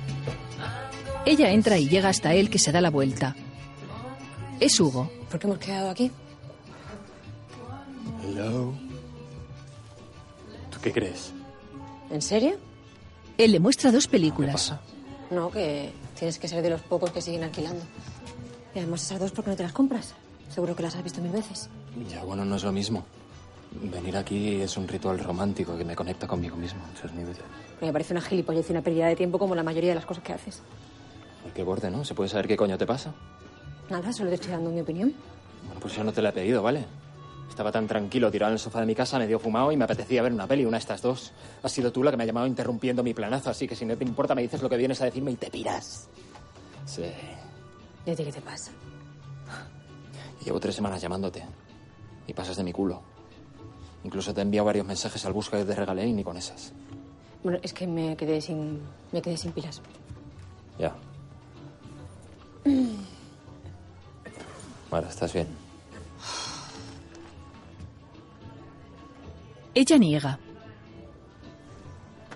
Ella entra y llega hasta él que se da la vuelta. Es Hugo.
¿Por qué hemos quedado aquí?
Hello.
¿Tú qué crees?
¿En serio?
Él le muestra dos películas.
No, que tienes que ser de los pocos que siguen alquilando. Y además esas dos, ¿por qué no te las compras? Seguro que las has visto mil veces.
Ya, bueno, no es lo mismo. Venir aquí es un ritual romántico que me conecta conmigo mismo en esos niveles.
Me parece una gilipollez y una pérdida de tiempo como la mayoría de las cosas que haces.
Ay, Qué borde, ¿no? ¿Se puede saber qué coño te pasa?
Nada, solo te estoy dando mi opinión.
Bueno, pues yo no te la he pedido, ¿vale? Estaba tan tranquilo tirado en el sofá de mi casa, medio fumado y me apetecía ver una peli, una de estas dos. Has sido tú la que me ha llamado interrumpiendo mi planazo, así que si no te importa me dices lo que vienes a decirme y te piras. Sí.
¿Y a ti qué te pasa?
Llevo tres semanas llamándote. Y pasas de mi culo. Incluso te he enviado varios mensajes al busca que te regalé y ni con esas.
Bueno, es que me quedé sin, me quedé sin pilas.
Ya. Ahora estás bien.
Ella niega.
mm,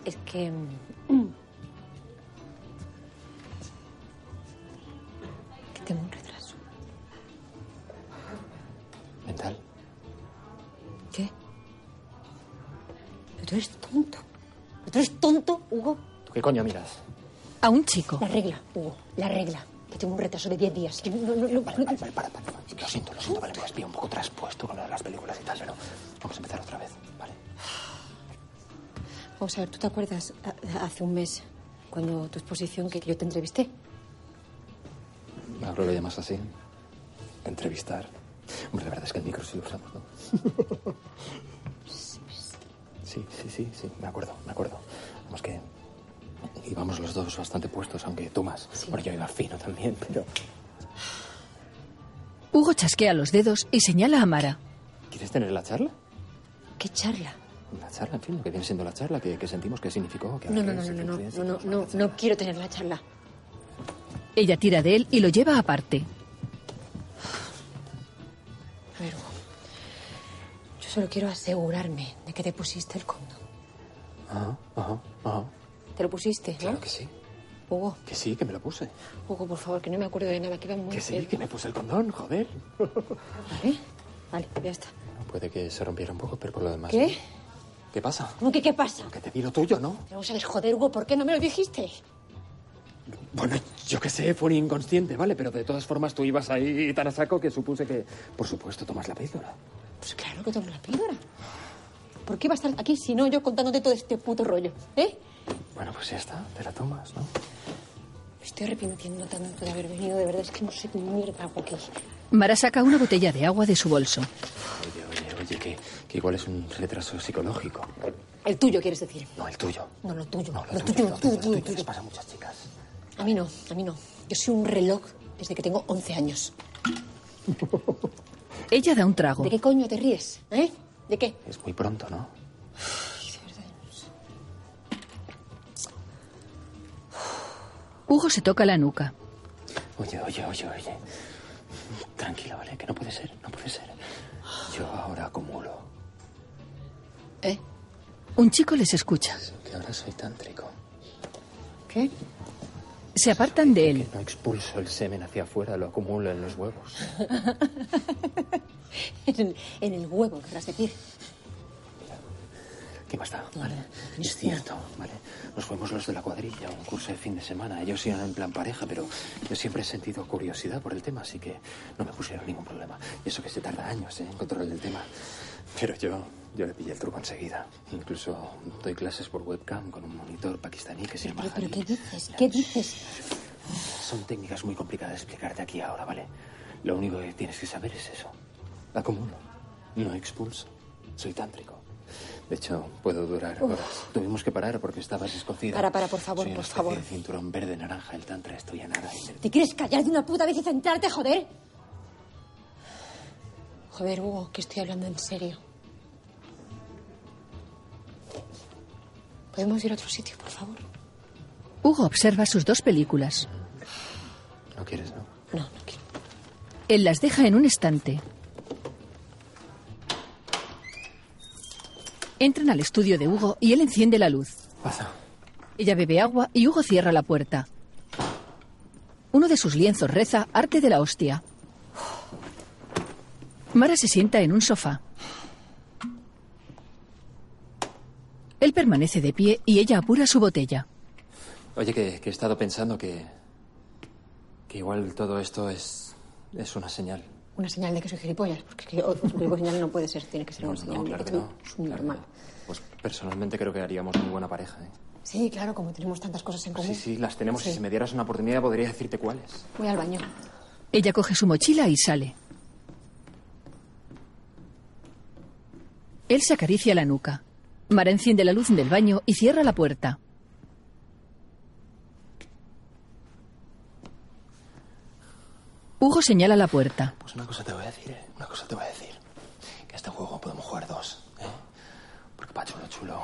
Es que...
tú eres tonto. Tú eres tonto, Hugo.
¿Tú qué coño miras?
A un chico.
La regla, Hugo, la regla. Que tengo un retraso de 10 días. Que no, no, no, no-
Lo siento, lo siento, vale,
pues
me despido un poco traspuesto con lo de las películas y tal, pero vamos a empezar otra vez, ¿vale?
Vamos a ver, ¿tú te acuerdas a- a- hace un mes cuando tu exposición que que yo te entrevisté?
Ahora lo llamas así. Entrevistar. Hombre, la verdad es que el micro sí lo usamos, ¿no? Sí, sí, sí, sí, me acuerdo, me acuerdo. Vamos que íbamos los dos bastante puestos, aunque tú más. Bueno, yo iba fino también, pero...
Hugo chasquea los dedos y señala a Mara.
¿Quieres tener la charla?
¿Qué charla?
La charla, en fin, lo que viene siendo la charla, que, que sentimos, que significó, que
No, no, no, no, no, no, no, no, no, no quiero tener la charla.
Ella tira de él y lo lleva aparte.
A ver, Hugo. Yo solo quiero asegurarme de que te pusiste el condón.
Ajá, ajá, ajá.
¿Te lo pusiste, no?
Claro que sí,
Hugo,
que sí, que me lo puse.
Hugo, por favor, que no me acuerdo de nada, que iba muy
Que sí,
cerca.
que me puse el condón, joder.
Vale, vale, ya está.
Puede que se rompiera un poco, pero por lo demás...
¿Qué?
¿Qué pasa?
¿Cómo que qué pasa?
Que te di lo tuyo, ¿no?
Pero vamos a ver, joder, Hugo, ¿por qué no me lo dijiste?
Bueno, yo qué sé, fue un inconsciente, ¿vale? Pero de todas formas tú ibas ahí tan a saco que supuse que, por supuesto, tomas la píldora.
Pues claro que tomo la píldora. ¿Por qué va a estar aquí si no yo contándote todo este puto rollo? ¿Eh?
Bueno, pues ya está, te la tomas, ¿no?
Me estoy arrepintiendo tanto de haber venido, de verdad es que no sé qué mierda hago aquí.
Mara saca una botella de agua de su bolso.
Oye, oye, oye, que, que igual es un retraso psicológico.
El tuyo, quieres decir.
No, el tuyo.
No, lo tuyo.
No, lo
lo
tuyo,
tuyo,
lo
lo
tuyo,
tuyo, tuyo,
lo tuyo.
tuyo.
Les pasa a muchas chicas.
A mí no, a mí no. Yo soy un reloj desde que tengo 11 años.
Ella da un trago.
¿De qué coño te ríes? ¿Eh? ¿De qué?
Es muy pronto, ¿no?
Hugo se toca la nuca.
Oye, oye, oye, oye. Tranquila, ¿vale? Que no puede ser, no puede ser. Yo ahora acumulo,
Un chico les escucha.
que ahora soy tántrico.
¿Qué?
Se apartan de él.
No expulso el semen hacia afuera, lo acumulo en los huevos.
En el, en el huevo, querrás decir.
¿Qué más da? Vale. Es cierto, vale. Nos fuimos los de la cuadrilla a un curso de fin de semana. Ellos iban en plan pareja, pero yo siempre he sentido curiosidad por el tema, así que no me pusieron ningún problema. Y eso que se tarda años ¿eh? en controlar el tema. Pero yo, yo le pillé el truco enseguida. Incluso doy clases por webcam con un monitor pakistaní que se llama
Pero, pero
Javi.
¿qué dices? ¿Qué dices?
Son técnicas muy complicadas de explicarte aquí ahora, ¿vale? Lo único que tienes que saber es eso. Acumulo. No expulso. Soy tántrico. De hecho, puedo durar
Uf.
horas. Tuvimos que parar porque estabas escocida.
Para, para, por favor,
Soy una
por
especie
favor.
de cinturón verde naranja. El tantra estoy a nada. de ser-
¿Te quieres callar de una puta vez y centrarte, joder? Joder, Hugo, que estoy hablando en serio. ¿Podemos ir a otro sitio, por favor?
Hugo observa sus dos películas.
No quieres, ¿no?
Él las deja en un estante. Entran al estudio de Hugo y él enciende la luz.
Pasa.
Ella bebe agua y Hugo cierra la puerta. Uno de sus lienzos reza Arte de la hostia. Mara se sienta en un sofá. Él permanece de pie y ella apura su botella.
Oye, que, que he estado pensando que. que igual todo esto es. es una señal.
Una señal de que soy gilipollas, porque es que otro tipo de señal no puede ser, tiene que ser
No,
una
no,
señal
claro
de
que
que
no.
es un normal.
Pues personalmente creo que haríamos muy buena pareja, ¿eh?
Sí, claro, como tenemos tantas cosas en común.
Sí, sí, las tenemos.
Sí.
Si me dieras una oportunidad, podría decirte cuáles.
Voy al baño.
Ella coge su mochila y sale. Él se acaricia la nuca. Mara enciende la luz del baño y cierra la puerta. Hugo señala la puerta.
Pues una cosa te voy a decir, ¿eh? Una cosa te voy a decir. Que a este juego podemos jugar dos, ¿eh? Porque pa' chulo, chulo.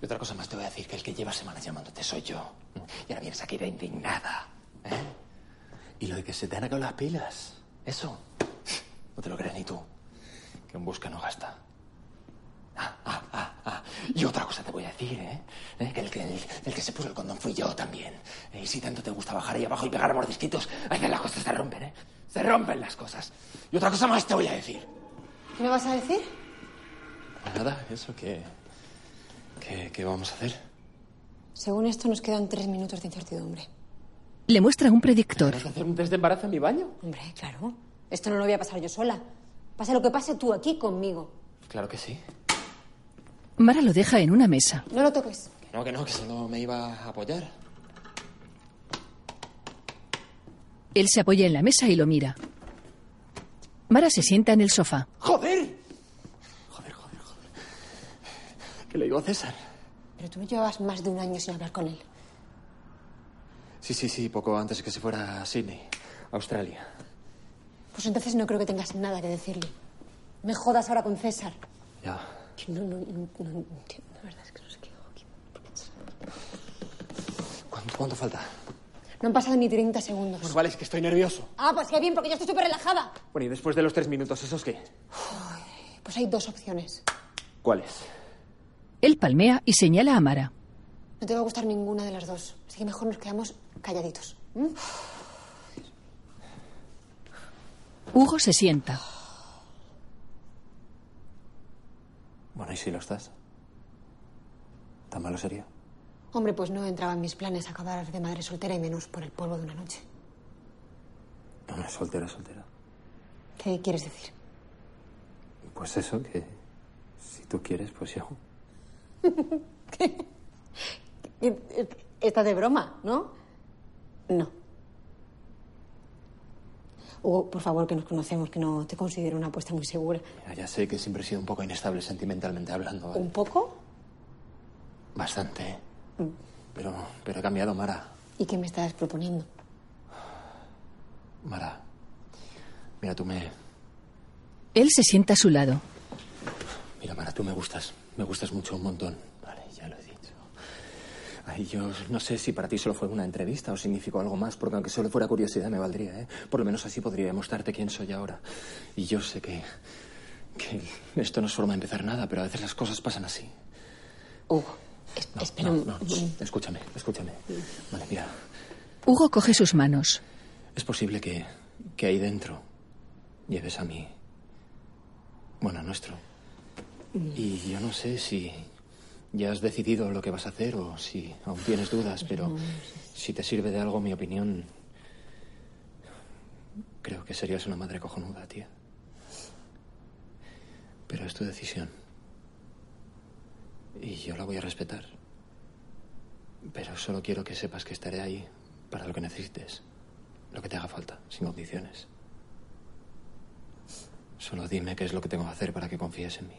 Y otra cosa más te voy a decir, que el que lleva semanas llamándote soy yo. ¿Mm? Y ahora vienes aquí de indignada, ¿eh? Y lo de que se te han acabado las pilas, eso. No te lo crees ni tú. Que en busca no gasta. Ah, ah, ah, ah. Y otra cosa te voy a decir, ¿eh? ¿Eh? Que el que, el, el que se puso el condón fui yo también. ¿Eh? Y si tanto te gusta bajar ahí abajo y pegar mordisquitos, ahí que las cosas se rompen, ¿eh? Se rompen las cosas. Y otra cosa más te voy a decir.
¿Qué me vas a decir?
Pues Nada, eso que. ¿Qué, qué vamos a hacer?
Según esto, nos quedan tres minutos de incertidumbre.
Le muestra un predictor.
¿Hacer un test de embarazo en mi baño? Hombre, claro. Esto no lo voy a pasar yo sola. Pase lo que pase tú aquí conmigo.
Claro que sí.
Mara lo deja en una mesa.
No lo toques.
Que no, que no, que solo me iba a apoyar.
Él se apoya en la mesa y lo mira. Mara se sienta en el sofá.
¡Joder! Joder, joder, joder. Que le digo a César.
Pero tú no llevabas más de un año sin hablar con él.
Sí, sí, sí, poco antes de que se fuera a Sydney, Australia.
Pues entonces no creo que tengas nada que decirle. Me jodas ahora con César.
Ya.
Que No, no, no, no entiendo. La verdad es que no sé qué hago aquí.
¿Cuánto, cuánto falta?
No han pasado ni 30 segundos.
Pues vale, es que estoy nervioso.
Ah, pues qué bien, porque yo estoy súper relajada.
Bueno, y después de los tres minutos, ¿esos qué?
Pues hay dos opciones.
¿Cuáles?
Él palmea y señala a Mara.
No te va a gustar ninguna de las dos. Así que mejor nos quedamos calladitos. ¿Mm? ¿m?
Hugo se sienta.
Bueno, ¿y si lo estás? ¿Tan malo sería?
Hombre, pues no entraba en mis planes acabar de madre soltera y menos por el polvo de una noche.
No, no, soltera, soltera.
¿Qué quieres decir?
Pues eso, que si tú quieres, pues yo.
Está de broma, ¿no? No. Hugo, por favor, que nos conocemos, que no te considero una apuesta muy segura.
Mira, ya sé que siempre he sido un poco inestable sentimentalmente hablando, ¿vale?
¿Un poco?
Bastante. ¿eh?
Mm.
Pero, pero he cambiado, Mara.
¿Y qué me estás proponiendo?
Mara. Mira, tú me.
Él se sienta a su lado.
Mira, Mara, tú me gustas. Me gustas mucho un montón. Vale, ya lo he dicho. Ay, yo no sé si para ti solo fue una entrevista o significó algo más, porque aunque solo fuera curiosidad me valdría, ¿eh? Por lo menos así podría demostrarte quién soy ahora. Y yo sé que. que esto no es forma de empezar nada, pero a veces las cosas pasan así.
Hugo, Oh, espera
no,
un-
no,
un-
shh, escúchame, escúchame. Vale, mira,
Hugo coge sus manos.
es posible que, que ahí dentro lleves a mí. Bueno, a nuestro. Y yo no sé si ya has decidido lo que vas a hacer o si aún tienes dudas, pero si te sirve de algo mi opinión, creo que serías una madre cojonuda, tía. Pero es tu decisión. Y yo la voy a respetar. Pero solo quiero que sepas que estaré ahí para lo que necesites, lo que te haga falta, sin condiciones. Solo dime qué es lo que tengo que hacer para que confíes en mí.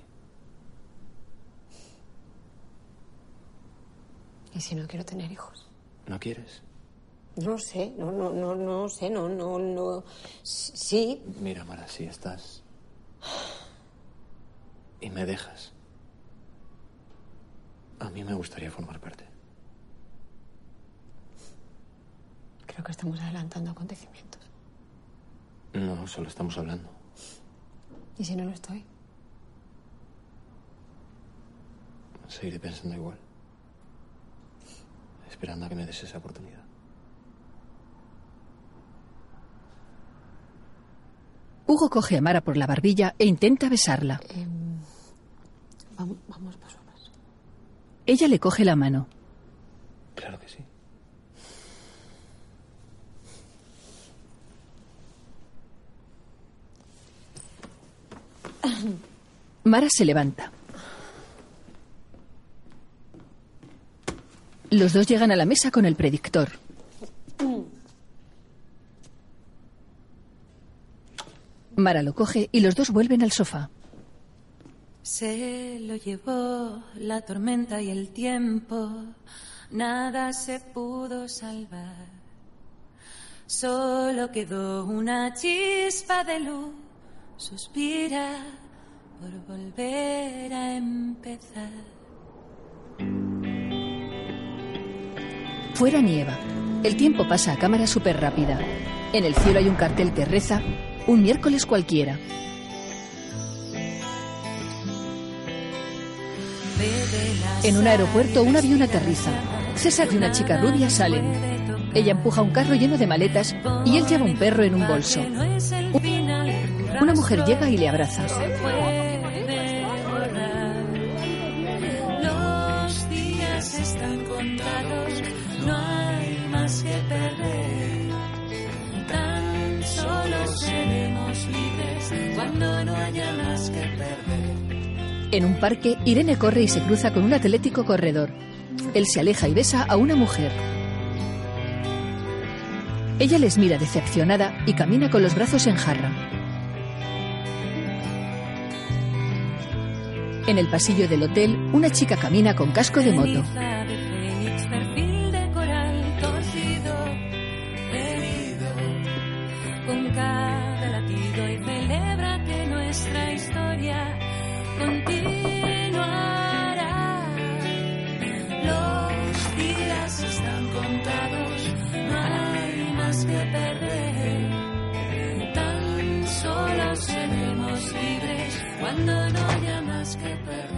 ¿Y si no quiero tener hijos?
¿No quieres?
No sé, no, no, no, no sé, no, no, no. Sí,
Mira, Mara, si estás. Y me dejas. A mí me gustaría formar parte.
creo que estamos adelantando acontecimientos.
No, solo estamos hablando.
¿Y si no lo estoy?
Seguiré pensando igual. Esperando a que me des esa oportunidad.
Hugo coge a Mara por la barbilla e intenta besarla.
Vamos, vamos por
Ella le coge la mano.
Claro que sí.
Mara se levanta. Los dos llegan a la mesa con el predictor.
Mm.
Mara lo coge y los dos vuelven al sofá.
Se lo llevó la tormenta y el tiempo, nada se pudo salvar. Solo quedó una chispa de luz, suspira por volver a empezar.
Fuera nieva. El tiempo pasa a cámara súper rápida. En el cielo hay un cartel que reza, un miércoles cualquiera. En un aeropuerto un avión aterriza. César y una chica rubia salen. Ella empuja un carro lleno de maletas y él lleva un perro en un bolso.
No es el final, un
Una
rastro
mujer llega y le abraza.
se puede borrar. Los
En un parque, Irene corre y se cruza con un atlético corredor. Él se aleja y besa a una mujer. Ella les mira decepcionada y camina con los brazos en jarra. En el pasillo del hotel, una chica camina con casco de moto.
Ceniza de fénix, perfil de coral torcido, herido con cada latido y celebra que nuestra historia continuará. Los días están contados, no hay más que perder. Tan solo seremos libres cuando no haya más que perder.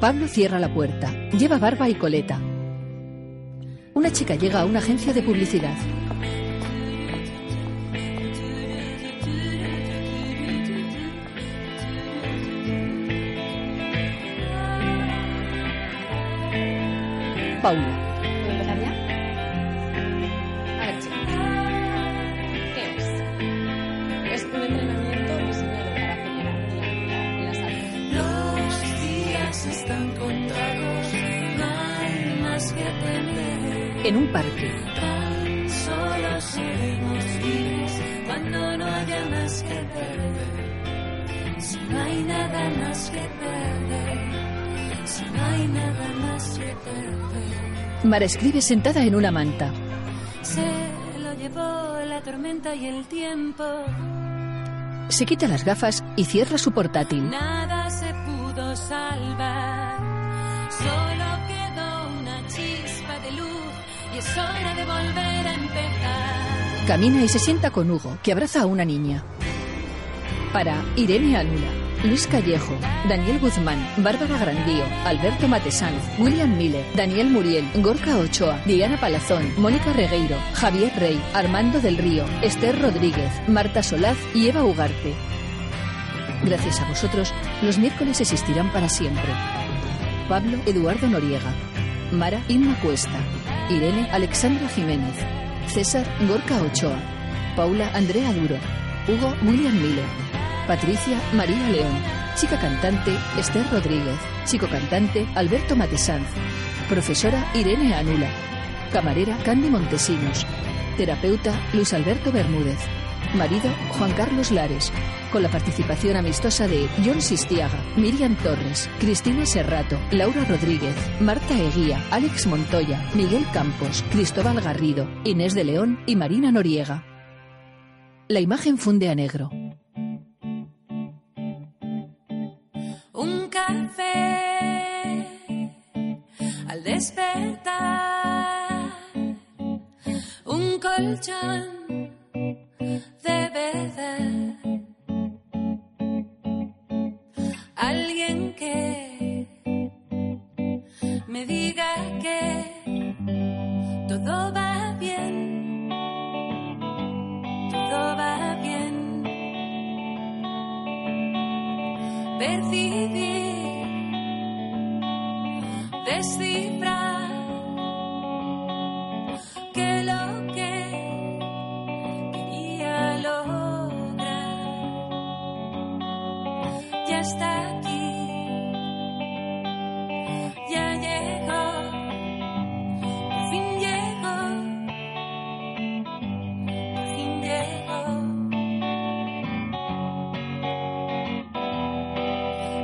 Pablo cierra la puerta. Lleva barba y coleta. Una chica llega a una agencia de publicidad. Paula.
¿Puedo empezar ya? A ver, chicos. ¿Qué es? Es un entrenamiento diseñado para generar la, la, la salud. Los días están contados, no hay más que temer.
En un parque.
Tan solo seremos libres cuando no haya más que perder. Si no hay nada más que perder, si no hay nada más que perder.
Mara escribe sentada en una manta.
Se lo llevó la tormenta y el tiempo.
Se quita las gafas y cierra su portátil.
Nada se pudo salvar. Solo quedó una chispa de luz y es hora de volver a empezar.
Camina y se sienta con Hugo, que abraza a una niña. Para Irene Alula, Luis Callejo, Daniel Guzmán, Bárbara Grandío, Alberto Matesanz, William Miller, Daniel Muriel, Gorka Ochoa, Diana Palazón, Mónica Regueiro, Javier Rey, Armando del Río, Esther Rodríguez, Marta Solaz y Eva Ugarte. Gracias a vosotros, los miércoles existirán para siempre. Pablo Eduardo Noriega, Mara Inma Cuesta, Irene Alexandra Jiménez, César Gorka Ochoa, Paula Andrea Duro, Hugo William Miller, Patricia María León, chica cantante Esther Rodríguez, chico cantante Alberto Matesanz, profesora Irene Anula, camarera Candy Montesinos, terapeuta Luis Alberto Bermúdez, marido Juan Carlos Lares, con la participación amistosa de John Sistiaga, Miriam Torres, Cristina Serrato, Laura Rodríguez, Marta Eguía, Alex Montoya, Miguel Campos, Cristóbal Garrido, Inés de León y Marina Noriega. La imagen funde a negro.
un café al despertar, un colchón de verdad, alguien que me diga que todo va bien, todo va bien. percibir, descifrar que lo que quería lograr ya está aquí, ya llegó, por fin llegó, por fin llegó.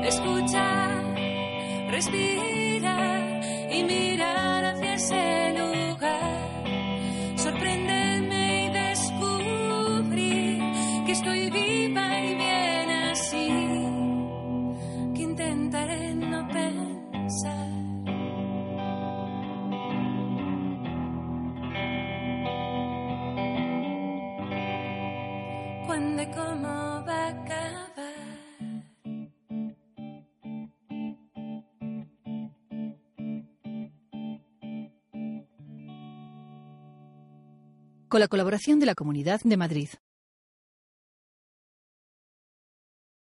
escuchar, respirar y mirar hacia ese lugar. Sorprenderme y descubrir que estoy viva y bien así. Que intentaré no pensar. Cuándo y cómo va a acabar.
Con la colaboración de la Comunidad de Madrid.